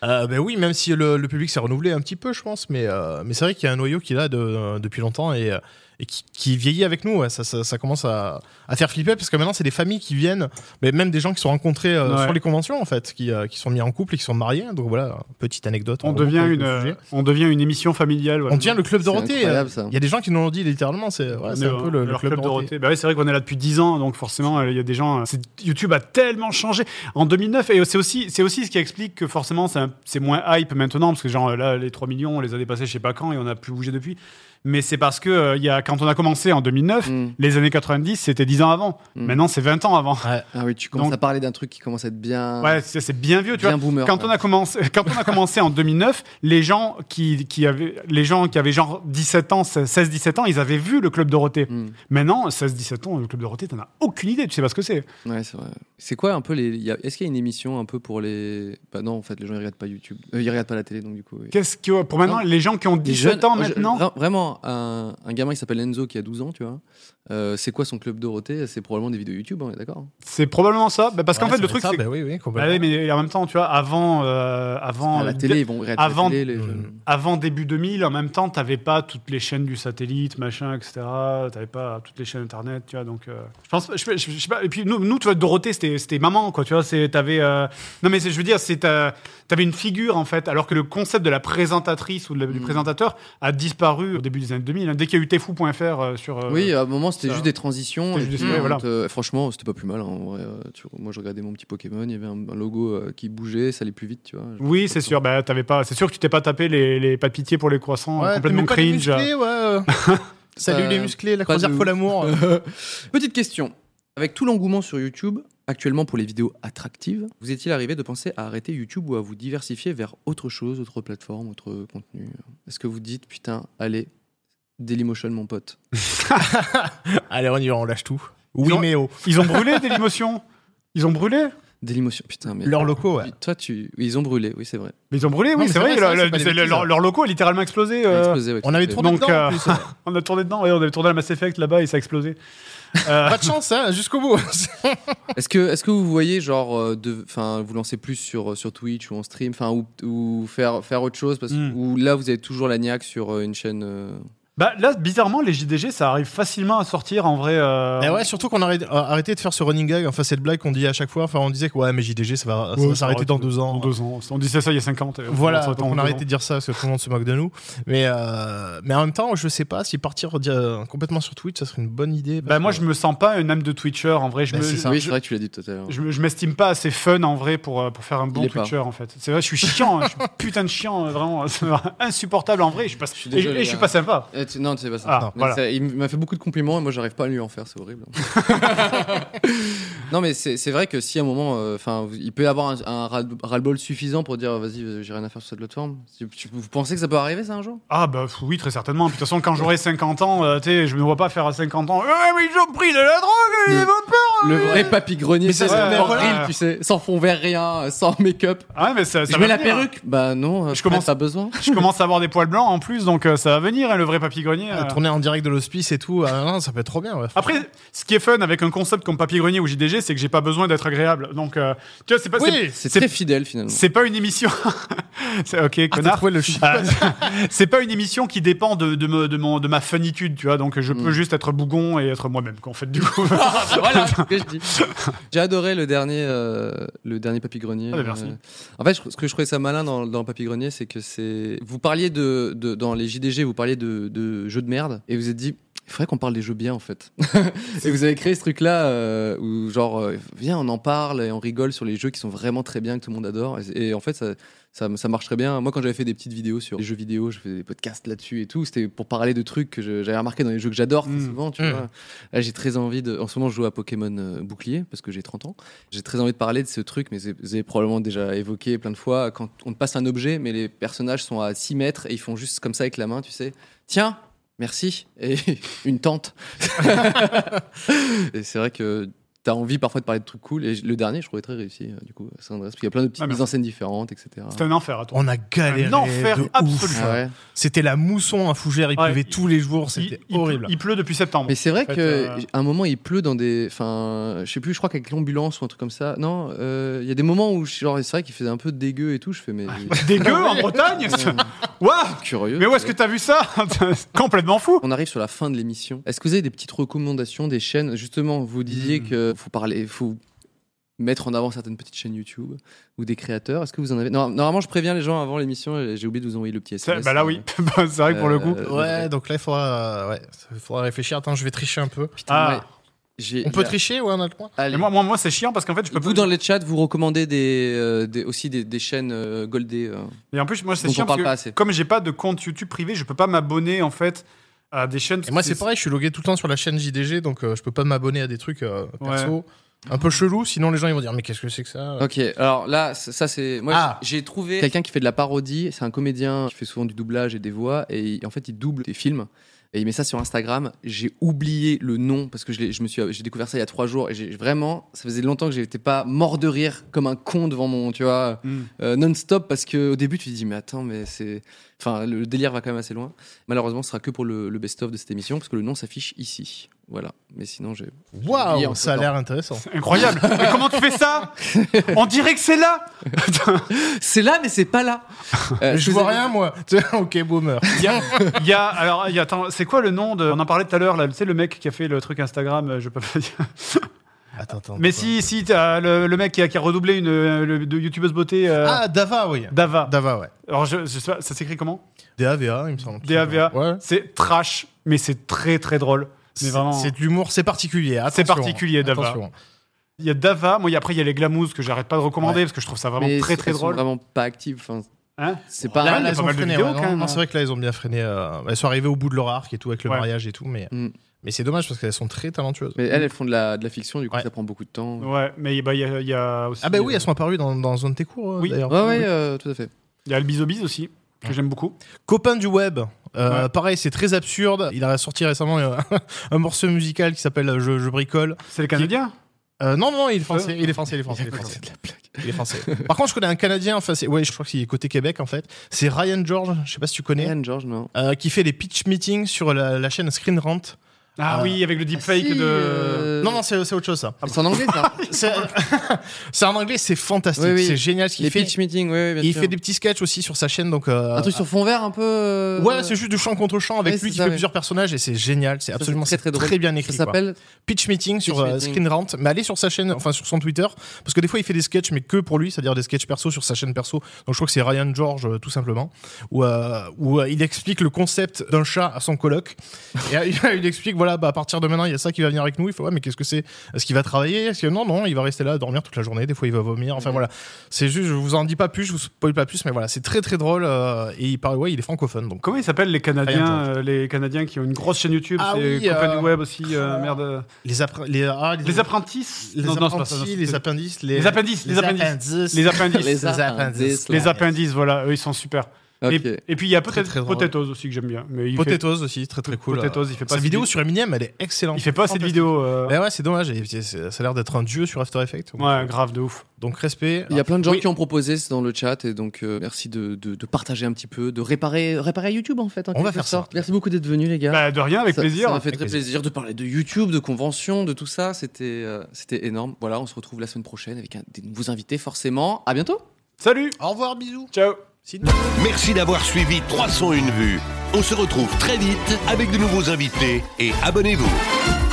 S4: Euh, ben oui, même si le, le public s'est renouvelé un petit peu, je pense, mais, euh, mais c'est vrai qu'il y a un noyau qui est là de- euh, depuis longtemps et, euh, et qui, qui vieillit avec nous. ouais. Ça, ça, ça commence à, à faire flipper parce que maintenant, c'est des familles qui viennent, mais même des gens qui sont rencontrés euh,
S3: Ouais.
S4: sur les conventions, en fait, qui, euh, qui sont mis en couple et qui sont mariés. Donc voilà, petite anecdote.
S3: On
S4: remonte
S3: devient
S4: avec
S3: une,
S4: le
S3: euh,
S4: sujet.
S3: on devient une émission familiale. ouais.
S4: On devient le Club
S2: C'est
S4: Dorothée.
S2: incroyable,
S4: euh,
S2: ça.
S4: Il y a des gens qui nous l'ont dit littéralement, c'est
S3: On
S4: voilà,
S3: est
S4: c'est un
S3: au-
S4: peu le, le
S3: euh, leur
S4: club, Dorothée.
S3: Bah ouais, c'est vrai qu'on est là depuis 10 ans, donc forcément, euh, il y a des gens. euh, c'est- YouTube a tellement changé en 2009, et c'est aussi, c'est aussi ce qui explique que forcément, c'est un- c'est moins hype maintenant, parce que genre euh, là, les 3 millions, on les a dépassés, je sais pas quand, et on a plus bougé depuis. Mais c'est parce que euh, il y a, quand on a commencé en 2009,
S2: Mm.
S3: les années 90, c'était 10 ans avant.
S2: Mm.
S3: Maintenant, c'est 20 ans avant.
S2: Ah oui, tu commences
S3: Donc-
S2: à parler d'un truc qui commence à être bien.
S3: Ouais, c'est c'est bien vieux, tu
S2: Bien
S3: vois.
S2: boomer,
S3: quand
S2: ouais.
S3: on a commencé, quand on a commencé en 2009, les gens qui, qui avaient, les gens qui avaient genre 17 ans, 16, 17 ans, ils avaient vu le club Dorothée.
S2: Hmm.
S3: Maintenant, 16, 17 ans, le club Dorothée, t'en as aucune idée, tu sais pas ce que c'est.
S2: Ouais, c'est vrai. C'est quoi un peu les. il y a- Est-ce qu'il y a une émission un peu pour les. Bah non, en fait, les gens ils regardent pas YouTube. Euh, ils regardent pas la télé, donc du coup. oui.
S3: Qu'est-ce que, pour maintenant,
S2: Non.
S3: les gens qui ont
S2: Les
S3: 17
S2: jeunes-
S3: ans
S2: je-
S3: maintenant,
S2: vra- vraiment, genre un, un gamin qui s'appelle Enzo qui a 12 ans, tu vois. euh, c'est quoi son club Dorothée C'est probablement des vidéos YouTube, hein, on est d'accord
S3: C'est probablement ça. Bah, parce qu'en fait, le truc, c'est.
S4: bah oui, oui,
S3: Bah oui, mais en même temps, tu vois, avant, euh, avant,
S2: À la télé, ils vont regarder
S3: avant-
S2: la télé, les jeunes.
S3: avant début 2000, en même temps, t'avais pas toutes les chaînes du satellite, machin, etc. T'avais pas toutes les chaînes internet, tu vois. Donc, euh, je pense, je, je- je sais pas. Et puis nous, nous, tu vois, Dorothée, c'était, c'était maman, quoi. Tu vois, c'est, t'avais. euh, non, mais c'est- je veux dire, c'est euh, t'avais une figure en fait, alors que le concept de la présentatrice ou de la- du
S2: Mm.
S3: présentateur a disparu au début des années 2000. hein. Dès qu'il y a eu tfou.fr euh, sur. euh,
S2: Oui, à un moment, c'était
S3: ça.
S2: juste des transitions.
S3: C'était
S2: et
S3: juste des-
S2: puis,
S3: ouais,
S2: on
S3: voilà.
S2: te- franchement, c'était pas plus mal. hein, en vrai, euh, tu- Moi, je regardais mon petit Pokémon, il y avait un, un logo euh, qui bougeait, ça allait plus vite, tu vois. Je-
S3: Oui, c'est sûr. Bah, t'avais pas. C'est sûr que tu t'es pas tapé les, les pas de pitié pour les croissants euh,
S4: Ouais, t'aimes
S3: complètement
S4: pas les
S3: cringe.
S4: musclés, ouais. euh. Salut
S2: Euh,
S4: les musclés, la
S2: pas de
S4: croisière
S2: ouf.
S4: pour l'amour. euh.
S2: Petite question. Avec tout l'engouement sur YouTube, actuellement pour les vidéos attractives, vous est-il arrivé de penser à arrêter YouTube ou à vous diversifier vers autre chose, autre plateforme, autre contenu Est-ce que vous dites, putain, allez, Dailymotion, mon pote
S4: Allez, on y va, on lâche tout. Oui,
S3: ont-
S4: mais oh.
S3: Ils ont brûlé des émotions. Ils ont brûlé.
S2: Dailymotion, putain, mais.
S4: Leurs locaux, ouais.
S2: Tu- Toi, tu... Ils ont brûlé, oui, c'est vrai.
S3: Mais ils ont brûlé,
S4: Non,
S3: oui,
S4: mais
S3: c'est
S4: c'est
S3: vrai.
S4: vrai,
S3: leur-
S4: c'est vrai,
S3: leur-
S4: c'est pas des
S3: leur-
S4: petits,
S3: leur locaux a littéralement explosé.
S2: Ça a
S3: euh,
S2: explosé, ouais, tout
S4: On
S2: à
S4: avait
S2: fait.
S4: tourné
S3: donc,
S4: dedans
S3: euh,
S4: en plus. hein.
S3: on a tourné dedans et on avait tourné à Mass Effect là-bas et ça a explosé. Euh,
S4: Pas de chance, hein, jusqu'au bout.
S2: Est-ce que, est que vous voyez, genre, euh, de, enfin, vous lancer plus sur, sur Twitch ou en stream, enfin, ou, ou faire, faire autre chose, parce
S4: Hmm.
S2: que
S3: Mm.
S2: ou là, vous avez toujours la niaque sur euh, une chaîne. euh,
S3: bah, là, bizarrement, les JDG, ça arrive facilement à sortir en vrai. euh,
S4: Eh ouais, surtout qu'on a arrêté- a arrêté de faire ce running gag, enfin cette blague qu'on dit à chaque fois, enfin on disait que ouais mais JDG ça va, ça
S3: ouais,
S4: va s'arrêter
S3: arrête
S4: dans deux
S3: dans
S4: ans.
S3: deux ans. On disait ça il y a 50. euh,
S4: Voilà,
S3: ça
S4: donc
S3: attend
S4: on
S3: deux
S4: a arrêté
S3: ans.
S4: de dire ça parce que tout le monde se moque de nous. Mais, euh, mais en même temps, je sais pas si partir euh, complètement sur Twitch, ça serait une bonne idée. parce
S3: Bah, moi,
S4: que-
S3: je me sens pas une âme de Twitcher en vrai. Je
S4: Bah,
S3: me-
S4: c'est ça.
S2: Oui,
S3: je-
S2: c'est vrai que tu l'as dit tout à l'heure.
S3: Je, me- je m'estime pas assez fun en vrai pour, euh, pour faire un bon
S2: est pas.
S3: Twitcher en fait. C'est vrai, je suis chiant, hein, je suis putain de chiant, euh, vraiment c'est insupportable en vrai. Je suis pas,
S2: suis
S3: et-
S2: désolé,
S3: et, je suis
S2: hein.
S3: pas sympa.
S2: Eh, tu- Non, c'est pas ça.
S3: Ah,
S2: Mais
S3: voilà.
S2: ça- Il m'a fait beaucoup de compliments et moi, j'arrive pas à lui en faire, c'est horrible. non, mais c'est c'est vrai que si à un moment, euh, enfin, il peut y avoir un, un ras- ras-le-bol suffisant pour dire, vas-y, euh, j'ai rien à faire sur cette plateforme. Tu- tu- Vous pensez que ça peut arriver ça un jour
S3: Ah bah pff, oui, très certainement. Puis, De toute façon, quand j'aurai 50 ans, euh, tu sais, je me vois pas faire à 50 ans. Ouais, mais ils ont pris de la drogue, hein, ils
S4: Mm.
S2: Le-
S3: vont pas.
S2: Le vrai papy grenier,
S4: Mais ça,
S2: c'est
S3: c'est-
S2: le
S3: mais
S2: fort
S3: voilà.
S2: grill, tu sais, sans fond vert, rien, sans make-up.
S3: Ah ouais, mais ça,
S2: Je
S3: ça va
S2: mets la
S3: venir.
S2: perruque Bah non,
S3: Je
S2: je
S3: commence-
S2: commence à besoin.
S3: Je commence à avoir des poils blancs en plus, donc euh, ça va venir, hein, le vrai papy grenier.
S4: Ah,
S3: euh.
S4: tourner en direct de l'hospice et tout, ah, non, ça peut être trop bien. ouais.
S3: Après, ce qui est fun avec un concept comme papy grenier ou JDG, c'est que j'ai pas besoin d'être agréable. Donc, euh, tu vois, c'est pas,
S4: oui,
S2: C'est
S3: c'est-
S2: très fidèle finalement.
S3: c'est pas une émission. C'est- ok,
S4: ah, t'as
S3: connard.
S4: trouvé le chien.
S3: Ah, c'est pas une émission qui dépend de, de, me- de mon, de ma funitude, tu vois. Donc, je
S4: Mm.
S3: peux juste être bougon et être moi-même, quoi, en fait, du coup.
S2: voilà ce que je dis. J'ai adoré le dernier, euh, le dernier Papy Grenier. Euh,
S3: Ah bah merci.
S2: en fait, je- ce que je trouvais ça malin dans, dans Papy Grenier, c'est que c'est. Vous parliez de, de- dans les JDG, vous parliez de, de jeux de merde, et vous êtes dit. Il faudrait qu'on parle des jeux bien en fait. et vous avez créé ce truc-là euh, où genre euh, viens on en parle et on rigole sur les jeux qui sont vraiment très bien que tout le monde adore. Et, et en fait ça, ça, ça marche très bien. Moi quand j'avais fait des petites vidéos sur les jeux vidéo, je faisais des podcasts là-dessus et tout. C'était pour parler de trucs que je- j'avais remarqué dans les jeux que j'adore très
S3: Mm.
S2: souvent. Tu
S4: Mm.
S2: vois. Là, j'ai très envie de. En ce moment, je joue à Pokémon euh, Bouclier parce que j'ai 30 ans. J'ai très envie de parler de ce truc, mais c'est- vous avez probablement déjà évoqué plein de fois. Quand on te passe un objet, mais les personnages sont à 6 mètres et ils font juste comme ça avec la main, tu sais. Tiens, merci. Et une tente. et c'est vrai que. T'as envie parfois de parler de trucs cool et le dernier je trouvais très réussi euh, du coup à Saint-André, parce qu'il y a plein de petites
S3: Ah, merci.
S2: mises en scène différentes etc.
S3: c'est un enfer à toi.
S4: On a galéré.
S3: Un enfer
S4: de
S3: absolu.
S4: ouf.
S2: Ah ouais.
S4: C'était la mousson à Fougère, il
S3: Ouais,
S4: pleuvait
S3: il-
S4: tous les jours,
S3: Il,
S4: c'était
S3: il
S4: horrible.
S3: pleut- il pleut depuis septembre.
S2: Mais c'est vrai
S3: fait,
S2: que
S3: euh,
S2: j- à un moment il pleut dans des, enfin, je sais plus, je crois qu'avec l'ambulance ou un truc comme ça. Non, euh, il y a des moments où je- genre c'est vrai qu'il faisait un peu dégueu et tout. Je fais
S3: Ah,
S2: mais
S3: Dégueu en Bretagne Waouh
S2: curieux.
S3: Mais où est-ce que t'as vu ça Complètement fou
S2: On arrive sur la fin de l'émission. Est-ce que vous avez des petites recommandations des chaînes Justement, vous disiez
S3: Hmm.
S4: Mm.
S2: que faut parler, faut mettre en avant certaines petites chaînes YouTube ou des créateurs. Est-ce que vous en avez Non, Normalement, je préviens les gens avant l'émission. et J'ai oublié de vous envoyer le petit
S3: C'est-
S2: SMS.
S3: Bah là oui, Bah, c'est vrai que pour le coup.
S2: Euh,
S4: Ouais, donc là, il faudra, euh, ouais, il faudra réfléchir. Attends, je vais tricher un peu.
S3: Ah.
S4: On peut tricher, ouais, on a le point.
S3: Et moi, moi, moi c'est chiant parce qu'en fait, je peux
S2: Vous
S3: pas.
S2: dans les chats, vous recommandez des, euh, des- aussi des, des chaînes euh, goldées. euh.
S3: Et en plus, moi, c'est
S2: dont
S3: chiant
S2: on
S3: parce
S2: parle
S3: que
S2: pas assez.
S3: comme j'ai pas de compte YouTube privé, je peux pas m'abonner en fait à des chaînes.
S4: Et moi, c'est pareil, je suis logué tout le temps sur la chaîne JDG, donc euh, je peux pas m'abonner à des trucs euh, perso. Un peu chelou, sinon les gens ils vont dire mais qu'est-ce que c'est que ça
S2: Ok, alors là, c- ça c'est. Moi,
S4: Ah.
S2: j'ai j'ai trouvé quelqu'un qui fait de la parodie. C'est un comédien qui fait souvent du doublage et des voix. Et il- en fait, il double des films. Et il met ça sur Instagram. J'ai oublié le nom parce que je, l'ai- je me suis, j'ai découvert ça il y a trois jours. Et j'ai vraiment, ça faisait longtemps que j'étais pas mort de rire comme un con devant mon, tu vois,
S3: Mm.
S2: euh, non-stop parce que au début tu te dis mais attends mais c'est, enfin le délire va quand même assez loin. Malheureusement, ce sera que pour le, le best-of de cette émission parce que le nom s'affiche ici. Voilà. Mais sinon j'ai. oublié
S4: Waouh,
S2: entre
S4: ça a l'air intéressant.
S3: C'est Incroyable. Mais comment tu fais ça On dirait que c'est là.
S2: C'est là mais c'est pas là. Euh,
S4: je
S2: vous
S4: vois
S2: avez-
S4: rien, moi. Tu sais, ok, boomer.
S3: Il y a alors il y a- attends, c'est quoi le nom de On en parlait tout à l'heure là, tu sais le mec qui a fait le truc Instagram, euh, je peux pas dire.
S4: Attends, attends.
S3: Mais
S4: attends.
S3: si si t'as le, le mec qui a, qui a redoublé une euh, le- de youtubeuse beauté euh,
S4: Ah, Dava, oui.
S3: Dava.
S4: Dava, ouais.
S3: Alors je, je sais pas, ça s'écrit comment
S4: DAVA, il me semble.
S3: DAVA.
S4: Ouais.
S3: C'est trash mais c'est très très drôle. Mais
S4: C'est
S3: vraiment
S4: c'est de l'humour, c'est particulier.
S3: C'est
S4: attention. hein.
S3: particulier, Dava.
S4: Attention.
S3: Il y a Dava, moi il y a- après il y a les glamouzes que j'arrête pas de recommander parce que je trouve ça vraiment
S2: mais
S3: très
S2: elles
S3: très
S2: sont
S3: drôle.
S2: vraiment pas actives. Enfin,
S3: Hein
S2: c'est pas.
S3: Là,
S4: Là,
S3: il y a
S4: elles
S3: pas
S4: ont
S3: mal de
S4: freiné.
S3: vidéos,
S4: ouais,
S3: quand
S4: non,
S3: même,
S4: non,
S3: hein.
S4: c'est vrai que là, elles ont bien freiné. euh, elles sont arrivées au bout de leur arc et tout, avec le
S3: Ouais.
S4: mariage et tout, mais,
S2: Mm.
S4: mais c'est dommage parce qu'elles sont très talentueuses.
S2: Mais elles, elles font de la, de la fiction, du coup
S4: Ouais.
S2: ça prend beaucoup de temps.
S3: Ouais, mais bah, il y, a- il y a aussi
S4: Ah, bah oui,
S3: euh,
S4: elles sont apparues dans, dans Zone Tes cours, euh,
S3: Oui.
S4: d'ailleurs.
S2: Ouais, ouais, euh, tout à fait.
S3: Il y a Albizobiz aussi que j'aime beaucoup.
S4: Copain du web. Euh,
S3: Ouais.
S4: Pareil, c'est très absurde. Il a sorti récemment euh, un morceau musical qui s'appelle euh, je, je bricole.
S3: C'est les Canadiens.
S4: Euh, non, non, il est français. Il est français, il est français. Il est français. Il est français. Par contre, je connais un Canadien. Enfin, c'est- ouais, je crois qu'il est côté Québec en fait. C'est Ryan George. Je sais pas si tu connais.
S2: Anne George, non.
S4: euh, qui fait les pitch meetings sur la, la chaîne Screen Rant.
S3: Ah
S4: Euh,
S3: oui, avec le deepfake
S2: Ah, si,
S3: de
S2: euh,
S4: Non, non, c'est c'est autre chose ça.
S3: Ah
S2: C'est
S3: bah.
S2: en anglais ça. hein
S4: C'est c'est en anglais, c'est fantastique,
S2: Oui, oui.
S4: c'est génial ce qu'il
S2: Les
S4: fait.
S2: pitch meetings, ouais, ouais, bien
S4: Et il
S2: sûr.
S4: fait des petits sketchs aussi sur sa chaîne, donc. euh,
S2: Un
S3: Ah.
S2: truc sur fond vert un peu. euh,
S4: Ouais, c'est juste du chant contre chant avec
S2: Ouais,
S4: lui
S2: c'est
S4: qui
S2: ça,
S4: fait
S2: ouais.
S4: plusieurs personnages et c'est génial, c'est
S2: ça,
S4: absolument
S2: c'est
S4: c'est
S2: très,
S4: très,
S2: très drôle.
S4: bien
S2: Ça
S4: écrit. quoi.
S2: s'appelle.
S4: Pitch Meeting sur
S2: Pitch
S4: euh,
S2: Meeting.
S4: Screen Rant, mais allez sur sa chaîne, enfin sur son Twitter, parce que des fois il fait des sketchs mais que pour lui, c'est-à-dire des sketchs perso sur sa chaîne perso. Donc je crois que c'est Ryan George euh, tout simplement, où, euh, où euh, il explique le concept d'un chat à son coloc. et euh, il explique voilà, bah, à partir de maintenant il y a ça qui va venir avec nous. Il fait ouais mais qu'est-ce que c'est Est-ce qu'il va travailler Est-ce que non non, il va rester là à dormir toute la journée. Des fois il va vomir.
S3: Mm-hmm.
S4: Enfin voilà, c'est juste, je vous en dis pas plus, je vous spoil pas plus, mais voilà, c'est très très drôle euh, et il parle ouais, il est francophone donc.
S3: Comment ils s'appellent les
S4: Ryan
S3: Canadiens
S4: Jones.
S3: euh, Les Canadiens qui ont une grosse chaîne YouTube,
S4: Ah
S3: c'est
S4: oui,
S3: Copain
S4: euh,
S3: du Web aussi, euh, merde. euh,
S4: Les, appre- les, ah, les,
S3: Les apprentices
S4: les
S3: Non, non, c'est pas ça, non,
S4: apprentis,
S3: c'est-
S4: les appendices, les,
S3: Les appendices, les appendices. Les appendices.
S2: Les appendices.
S3: Les appendices, voilà, eux ils sont super.
S2: Ok.
S3: Et, et puis il y a
S4: Très,
S3: peut-être
S4: très drôle.
S3: Potatoes aussi que j'aime bien. Mais il fait,
S4: Potatoes aussi, très très cool.
S3: Potatoes, il fait pas
S4: Sa
S3: assez
S4: vidéo
S3: de-
S4: sur Eminem, elle est excellente.
S3: il fait pas assez de
S4: Fantastique.
S3: vidéos. euh,
S4: Ben ouais, c'est dommage. et c'est- c'est- Ça a l'air d'être un dieu sur After Effects.
S3: Ouais, grave de ouf.
S4: Donc respect.
S2: Il y a plein de gens
S4: Oui.
S2: qui ont proposé c'est dans le chat et donc euh, merci de, de- de partager un petit peu, de réparer, réparer YouTube en fait. en
S4: On va
S2: quelque
S4: faire ça.
S2: sorte. Merci beaucoup d'être venus les gars.
S3: Bah, de rien, avec
S2: ça,
S3: plaisir.
S2: Ça m'a fait très
S4: Avec
S2: plaisir. de parler de YouTube, de conventions, de tout ça. C'était euh, c'était énorme. Voilà, on se retrouve la semaine prochaine avec un- des nouveaux invités forcément. À bientôt.
S3: Salut
S4: Au revoir, bisous.
S3: Ciao
S4: Sydney.
S5: Merci d'avoir suivi 301 vues. On se retrouve très vite avec de nouveaux invités et abonnez-vous.